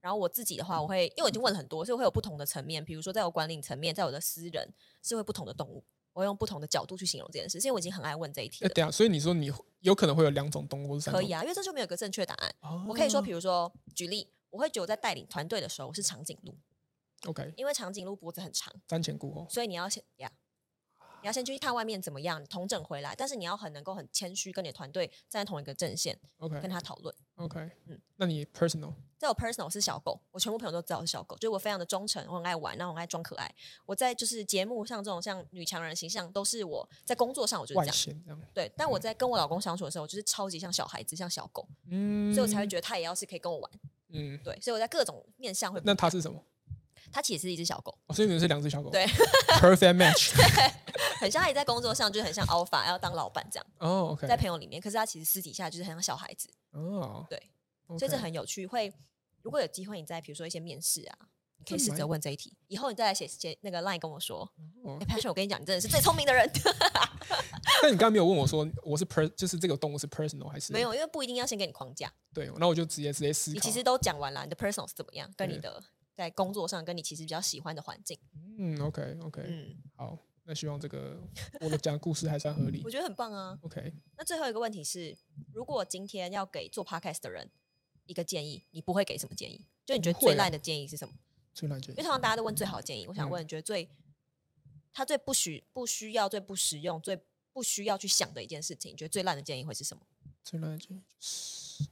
Speaker 2: 然后我自己的话，我会因为我已经问了很多，所以我会有不同的层面，比如说在我管理层面，在我的私人是会不同的动物，我会用不同的角度去形容这件事，因为我已经很爱问这一题
Speaker 1: 哎，
Speaker 2: 了。
Speaker 1: 等一下，所以你说你有可能会有两种动物或是三种，
Speaker 2: 可以啊，因为这就没有一个正确答案。
Speaker 1: 哦，
Speaker 2: 我可以说，比如说举例，我会觉得我在带领团队的时候，我是长颈鹿，
Speaker 1: OK，
Speaker 2: 因为长颈鹿脖子很长，
Speaker 1: 瞻前顾后，
Speaker 2: 所以你要先呀你要先去看外面怎么样，同整回来。但是你要很能够很谦虚，跟你的团队站在同一个阵线，跟
Speaker 1: OK
Speaker 2: 他讨论。
Speaker 1: OK，
Speaker 2: 嗯
Speaker 1: 那你 personal
Speaker 2: 在我 personal 是小狗，我全部朋友都知道我是小狗，就是我非常的忠诚，我很爱玩，然后我很爱装可爱。我在就是节目上这种像女强人的形象，都是我在工作上我就是
Speaker 1: 外嗯
Speaker 2: 这样。
Speaker 1: 显这样，
Speaker 2: 对，但我在跟我老公相处的时候，我就是超级像小孩子，像小狗，
Speaker 1: 嗯，
Speaker 2: 所以我才会觉得他也要是可以跟我玩。
Speaker 1: 得，嗯，
Speaker 2: 对，所以我在各种面向会不一
Speaker 1: 那
Speaker 2: 样。
Speaker 1: 它是什么？
Speaker 2: 他其实是一只小狗，
Speaker 1: 哦所以你们是两只小狗，
Speaker 2: 对
Speaker 1: ，perfect match，
Speaker 2: 很像他也在工作上就是很像 alpha 要当老板这样，
Speaker 1: 哦 OK，
Speaker 2: 在朋友里面，可是他其实私底下就是很像小孩子，
Speaker 1: 哦，
Speaker 2: 对
Speaker 1: OK，
Speaker 2: 所以这很有趣。会如果有机会，你在比如说一些面试啊，你可以
Speaker 1: 这
Speaker 2: 试
Speaker 1: 蛮
Speaker 2: 着问这一题，以后你再来写写那个 line 跟我说。
Speaker 1: 哦
Speaker 2: 哎、p a s s i o n 我跟你讲，你真的是最聪明的人。
Speaker 1: 那你刚刚没有问我说我是 per 就是这个动物是 personal 还是
Speaker 2: 没有，因为不一定要先给你框架，
Speaker 1: 对，那我就直接直接思
Speaker 2: 你
Speaker 1: 考，
Speaker 2: 其实都讲完了，你的 personal 是怎么样，跟你
Speaker 1: 对
Speaker 2: 的在工作上，跟你其实比较喜欢的环境。
Speaker 1: 嗯 OK OK，
Speaker 2: 嗯，
Speaker 1: 好，那希望这个我的讲的故事还算合理
Speaker 2: 我觉得很棒啊。
Speaker 1: ，OK，
Speaker 2: 那最后一个问题是，如果今天要给做 podcast 的人一个建议，你不会给什么建议？就你觉得
Speaker 1: 不会
Speaker 2: 最
Speaker 1: 啊
Speaker 2: 烂的建议是什么？
Speaker 1: 最难解
Speaker 2: 因为，通常大家都问最好的建议，我想
Speaker 1: 嗯
Speaker 2: 问，你觉得最他最不许不需要、最不实用、最不需要去想的一件事情，你觉得最烂的建议会是什么？
Speaker 1: 最难解就是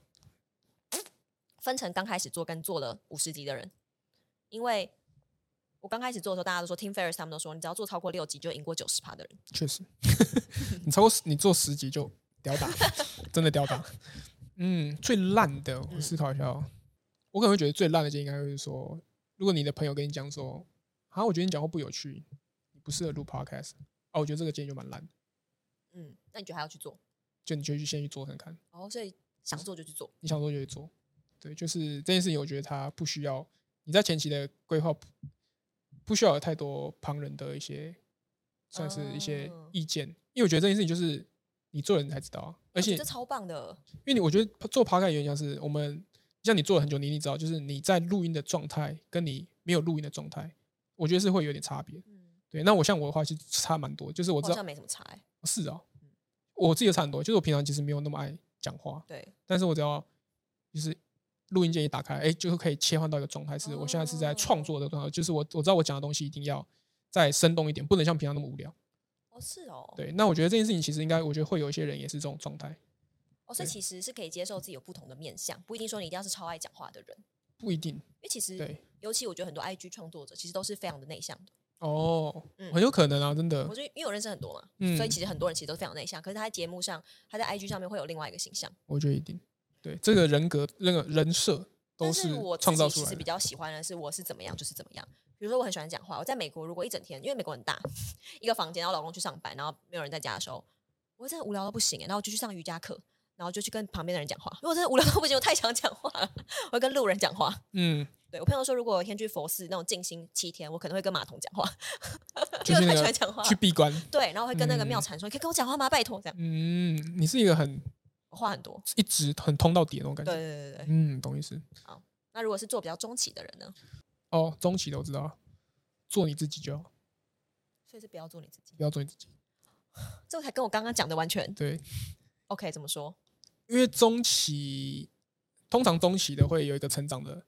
Speaker 2: 分成刚开始做跟做了五十集的人，因为我刚开始做的时候，大家都说 Tim Ferriss 他们都说，你只要做超过六集就赢过九十趴的人。
Speaker 1: 确实，你超过十你做十集就屌打，真的屌打。嗯，最烂的，我
Speaker 2: 嗯
Speaker 1: 思考一下、哦，我可能会觉得最烂的就应该会是说，如果你的朋友跟你讲说，啊，我觉得你讲话不有趣，你不适合录 podcast，啊，我觉得这个建议就蛮烂的，
Speaker 2: 嗯，那你觉得还要去做？
Speaker 1: 就你就去先去做看看，
Speaker 2: 哦，所以想做就去做。
Speaker 1: 你想做就去做。对，就是这件事情，我觉得它不需要你在前期的规划不，不需要有太多旁人的一些，算是一些
Speaker 2: 哦
Speaker 1: 意见，因为我觉得这件事情就是你做了你才知道啊，而
Speaker 2: 我觉
Speaker 1: 且
Speaker 2: 得这超棒的，
Speaker 1: 因为你我觉得做 p o d 有点像是我们，像你做了很久，你一定知道，就是你在录音的状态跟你没有录音的状态，我觉得是会有点差别。
Speaker 2: 嗯，
Speaker 1: 对，那我像我的话是差蛮多，就是我
Speaker 2: 我
Speaker 1: 知
Speaker 2: 好
Speaker 1: 道
Speaker 2: 像没什么差、欸。
Speaker 1: 是啊，我自己的差很多，就是我平常其实没有那么爱讲话，
Speaker 2: 对，
Speaker 1: 但是我只要就是录音键一打开，哎，就是可以切换到一个状态，是我现在是在创作的状态，就是我我知道我讲的东西一定要再生动一点，不能像平常那么无聊。
Speaker 2: 哦是哦，，
Speaker 1: 对，那我觉得这件事情其实应该，我觉得会有一些人也是这种状态。
Speaker 2: 哦所以
Speaker 1: 对
Speaker 2: 其实是可以接受自己有不同的面相，不一定说你一定要是超爱讲话的人，
Speaker 1: 不一定，
Speaker 2: 因为其实
Speaker 1: 对
Speaker 2: 尤其我觉得很多 IG 创作者其实都是非常的内向的。
Speaker 1: 哦
Speaker 2: 嗯，
Speaker 1: 很有可能啊，真的
Speaker 2: 我。觉得因为我认识很多嘛，
Speaker 1: 嗯
Speaker 2: 所以其实很多人其实都非常内向，可是他在节目上，他在 IG 上面会有另外一个形象。
Speaker 1: 我觉得一定。对，这个人格、那个人设都
Speaker 2: 但是我自
Speaker 1: 创
Speaker 2: 己
Speaker 1: 造出
Speaker 2: 其
Speaker 1: 来
Speaker 2: 实比
Speaker 1: 的。
Speaker 2: 较喜欢的是，我是怎么样就是怎么样。比如说我很喜欢讲话，我在美国如果一整天，因为美国很大，一个房间，然后老公去上班，然后没有人在家的时候，我真的无聊到不行、欸，然后我就去上瑜伽课，然后就去跟旁边的人讲话。如果真的无聊到不行，我太想讲话了，我会跟路人讲话。
Speaker 1: 嗯，
Speaker 2: 对我朋友说，如果我先去佛寺那种静心七天，我可能会跟马桶讲话，
Speaker 1: 就
Speaker 2: 因
Speaker 1: 是
Speaker 2: 为我
Speaker 1: 那
Speaker 2: 太喜欢
Speaker 1: 个
Speaker 2: 讲话。
Speaker 1: 去闭关。
Speaker 2: 对，然后会跟那个
Speaker 1: 嗯
Speaker 2: 妙禅说：“你可以跟我讲话吗？拜托。”这样
Speaker 1: 嗯，你是一个很
Speaker 2: 我话很多。
Speaker 1: 一直很通到底的那种感
Speaker 2: 对
Speaker 1: 觉。
Speaker 2: 对对对对。
Speaker 1: 嗯，懂意思。
Speaker 2: 那如果是做比较中期的人呢？
Speaker 1: 哦，中期的我知道了，做你自己就好，
Speaker 2: 所以是不要做你自己
Speaker 1: 不。要做你自己。
Speaker 2: 这才跟我刚刚讲的完全
Speaker 1: 对，
Speaker 2: OK。怎么说？
Speaker 1: 因为中期通常中期的会有一个成长的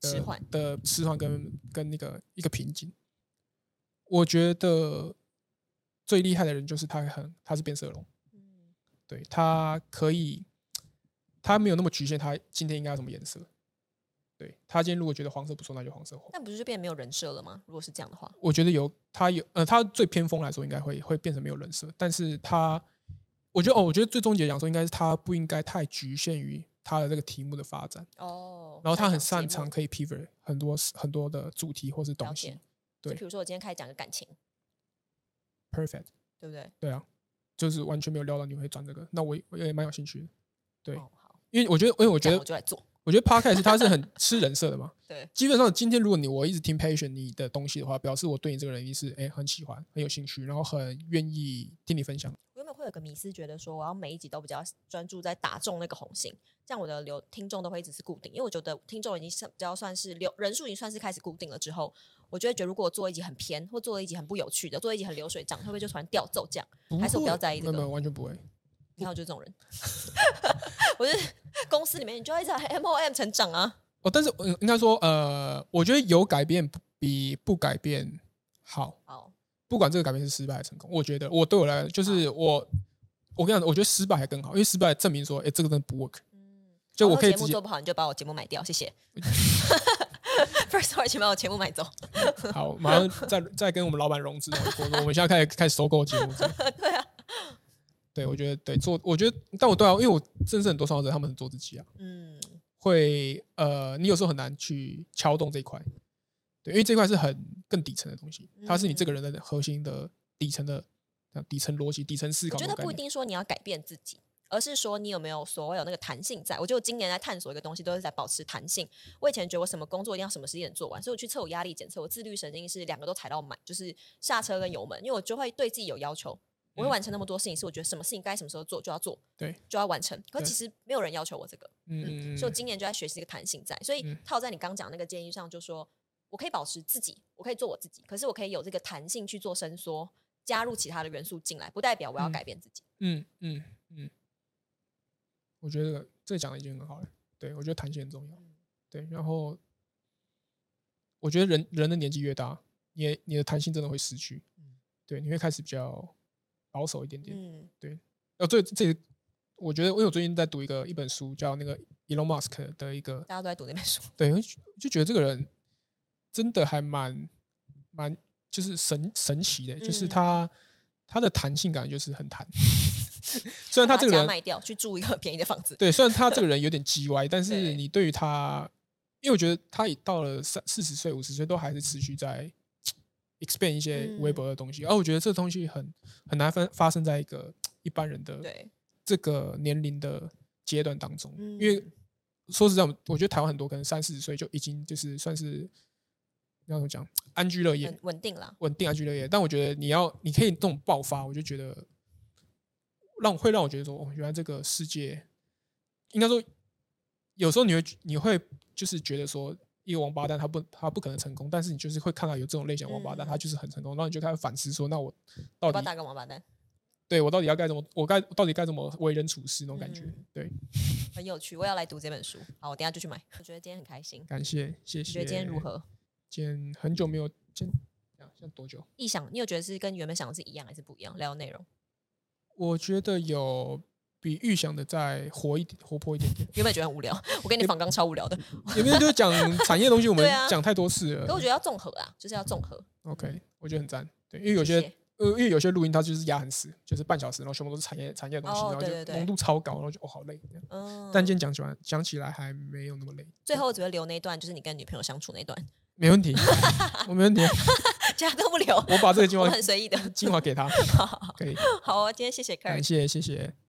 Speaker 1: 的
Speaker 2: 迟缓
Speaker 1: 的迟缓跟跟那个一个瓶颈。我觉得最厉害的人就是他很他是变色龙，
Speaker 2: 嗯
Speaker 1: 对他可以，他没有那么局限，他今天应该要什么颜色？对他今天如果觉得黄色不错，那就黄色红。
Speaker 2: 那不是就变得没有人设了吗？如果是这样的话，
Speaker 1: 我觉得有他有呃，他最偏锋来说应该会会变成没有人设，但是他我觉得哦，我觉得最终结讲说应该是他不应该太局限于他的这个题目的发展，
Speaker 2: 哦，
Speaker 1: 然后他很
Speaker 2: 擅
Speaker 1: 擅
Speaker 2: 长
Speaker 1: 长
Speaker 2: 节
Speaker 1: 可以 pivot 很多很多的主题或是
Speaker 2: 目了
Speaker 1: 东西
Speaker 2: 解。
Speaker 1: 对
Speaker 2: 就比如说我今天开始讲个感情，
Speaker 1: ，perfect，
Speaker 2: 对不对？
Speaker 1: 对啊，就是完全没有料到你会转这个，那我我也蛮有兴趣的，对
Speaker 2: 哦，好，
Speaker 1: 因为我觉得因为我
Speaker 2: 我
Speaker 1: 觉得
Speaker 2: 我就来做。
Speaker 1: 我觉得 podcast 它是很 吃人设的嘛。
Speaker 2: 对，
Speaker 1: 基本上今天如果你我一直听 patient 你的东西的话，表示我对你这个人一定是哎、很喜欢、很有兴趣，然后很愿意听你分享。
Speaker 2: 我原本会有个迷思，觉得说我要每一集都比较专注在打中那个红心，这样我的流听众都会一直是固定。因为我觉得听众已经算比较算是流人数已经算是开始固定了之后，我就会觉得如果我做一集很偏，或做一集很不有趣的，做一集很流水账，会不会就突然掉奏这样？
Speaker 1: 不
Speaker 2: 还是我不
Speaker 1: 会
Speaker 2: 要在意这
Speaker 1: 没有没
Speaker 2: 个
Speaker 1: 有，完全不会。
Speaker 2: 你看我就是这种人， 我就是公司里面你就要一直 M O M 成长啊。
Speaker 1: 哦，但是嗯，应该说呃，我觉得有改变比不改变好。
Speaker 2: 好，
Speaker 1: 不管这个改变是失败还是成功，我觉得我对我来讲就是我，我跟你讲，我觉得失败还更好，因为失败证明说，哎、这个真的不 work。
Speaker 2: 嗯，
Speaker 1: 就我
Speaker 2: 好那
Speaker 1: 可以
Speaker 2: 节
Speaker 1: 直
Speaker 2: 目
Speaker 1: 接
Speaker 2: 做不好，你就把我节目买掉，谢谢。First Story 请把我节目买走。
Speaker 1: 好，马上再再跟我们老板融资，然后说说我们现在开始开始收购节目。 对啊，对，我觉得对做，我觉得，但我对啊，因为我认识很多创作者，他们很做自己啊，
Speaker 2: 嗯，
Speaker 1: 会呃，你有时候很难去敲动这一块，对，因为这一块是很更底层的东西，它是你这个人的核心的底层的呃底层逻辑、底层思
Speaker 2: 我
Speaker 1: 考
Speaker 2: 觉
Speaker 1: 的
Speaker 2: 得
Speaker 1: 概
Speaker 2: 不一
Speaker 1: 念。
Speaker 2: 定说你要改变自己，而是说你有没有所谓有那个弹性在。我觉得我今年在探索一个东西，都是在保持弹性。我以前觉得我什么工作一定要什么时间做完，所以我去测我压力检测，我自律神经是两个都踩到满，就是刹车跟油门，因为我就会对自己有要求。我会
Speaker 1: 嗯
Speaker 2: 完成那么多事情，是我觉得什么事情该什么时候做就要做，
Speaker 1: 对，
Speaker 2: 就要完成。可
Speaker 1: 对
Speaker 2: 其实没有人要求我这个，
Speaker 1: 嗯嗯
Speaker 2: 嗯，
Speaker 1: 嗯
Speaker 2: 所以我今年就在学习这个弹性在，所以
Speaker 1: 嗯
Speaker 2: 套在你刚讲那个建议上，就说我可以保持自己，我可以做我自己，可是我可以有这个弹性去做伸缩，加入其他的元素进来，不代表我要
Speaker 1: 嗯
Speaker 2: 改变自己。
Speaker 1: 嗯嗯嗯，我觉得这个这个讲的已经很好了。对，我觉得弹性很重
Speaker 2: 嗯
Speaker 1: 要。对，然后我觉得人人的年纪越大，你的你的弹性真的会失去。对，你会开始比较保守一点点。
Speaker 2: 嗯
Speaker 1: 呃，这这，我觉得因为我最近在读一个一本书，叫那个 Elon Musk 的一个，
Speaker 2: 大家都在读那本书，
Speaker 1: 对，我就就觉得这个人真的还蛮蛮就是神神奇的，就是
Speaker 2: 嗯
Speaker 1: 他他的弹性感就是很弹。 虽然他这个
Speaker 2: 把家
Speaker 1: 人
Speaker 2: 卖掉去住一个 便宜的房子，
Speaker 1: 对，虽然他这个人有点叽歪，但是
Speaker 2: 对
Speaker 1: 你对于他，因为我觉得他也到了三四十岁、五十岁，都还是持续在 expand 一些
Speaker 2: 嗯
Speaker 1: 微博的东西。而、我觉得这东西很很难分发生在一个一般人的
Speaker 2: 对，
Speaker 1: 这个年龄的阶段当中，
Speaker 2: 嗯
Speaker 1: 因为说实在，我们我觉得台湾很多可能三四十岁就已经就是算是要怎么讲安居乐业
Speaker 2: 很，稳定啦。
Speaker 1: 稳定安居乐业。但我觉得你要你可以这种爆发，我就觉得让会让我觉得说，哦，原来这个世界应该说有时候你会你会就是觉得说。一个王八蛋，他不，他不可能成功，但是你就是会看到有这种类型的王八蛋，
Speaker 2: 嗯
Speaker 1: 他就是很成功，然后你就开始反思说，那我到
Speaker 2: 我不
Speaker 1: 底
Speaker 2: 要打个王八蛋，
Speaker 1: 对我到底要该怎么，我该到底该怎么为人处事那种感觉。
Speaker 2: 嗯
Speaker 1: 对，
Speaker 2: 很有趣，我要来读这本书。好，我等一下就去买。我觉得今天很开心，
Speaker 1: 感谢，谢谢。
Speaker 2: 你觉得今天如？何？
Speaker 1: 今天很久没有，今啊，现在多久？
Speaker 2: 意想，你有觉得是跟原本想的是一样还是不一样？聊内容，
Speaker 1: 我觉得有比预想的再活一点，活泼一点 点。
Speaker 2: 原本觉得很无聊，我跟你访刚超无聊的，
Speaker 1: 有没有就是讲产业的东西，我们
Speaker 2: 对啊
Speaker 1: 讲太多次
Speaker 2: 可我
Speaker 1: 了。
Speaker 2: 觉得要综合啊，就是要综合。
Speaker 1: OK，我觉得很赞。对，因为有
Speaker 2: 谢
Speaker 1: 些
Speaker 2: 谢
Speaker 1: 呃，因为有些录音它就是压很死，就是半小时，然后全部都是产业产业的东西，
Speaker 2: 哦
Speaker 1: 然后
Speaker 2: 对对
Speaker 1: 就
Speaker 2: 对
Speaker 1: 浓度超高，然后就哦好累。这样
Speaker 2: 嗯，
Speaker 1: 但今天讲起来讲起来还没有那么累，
Speaker 2: 最后只会留那一段，就是你跟女朋友相处那一段，
Speaker 1: 没问题，我没问题，
Speaker 2: 其他都不留，
Speaker 1: 我把这个精
Speaker 2: 我
Speaker 1: 华
Speaker 2: 很随意的。
Speaker 1: 精华给他，可以，
Speaker 2: 好哦，今天谢谢 Kerry
Speaker 1: 感。谢谢谢。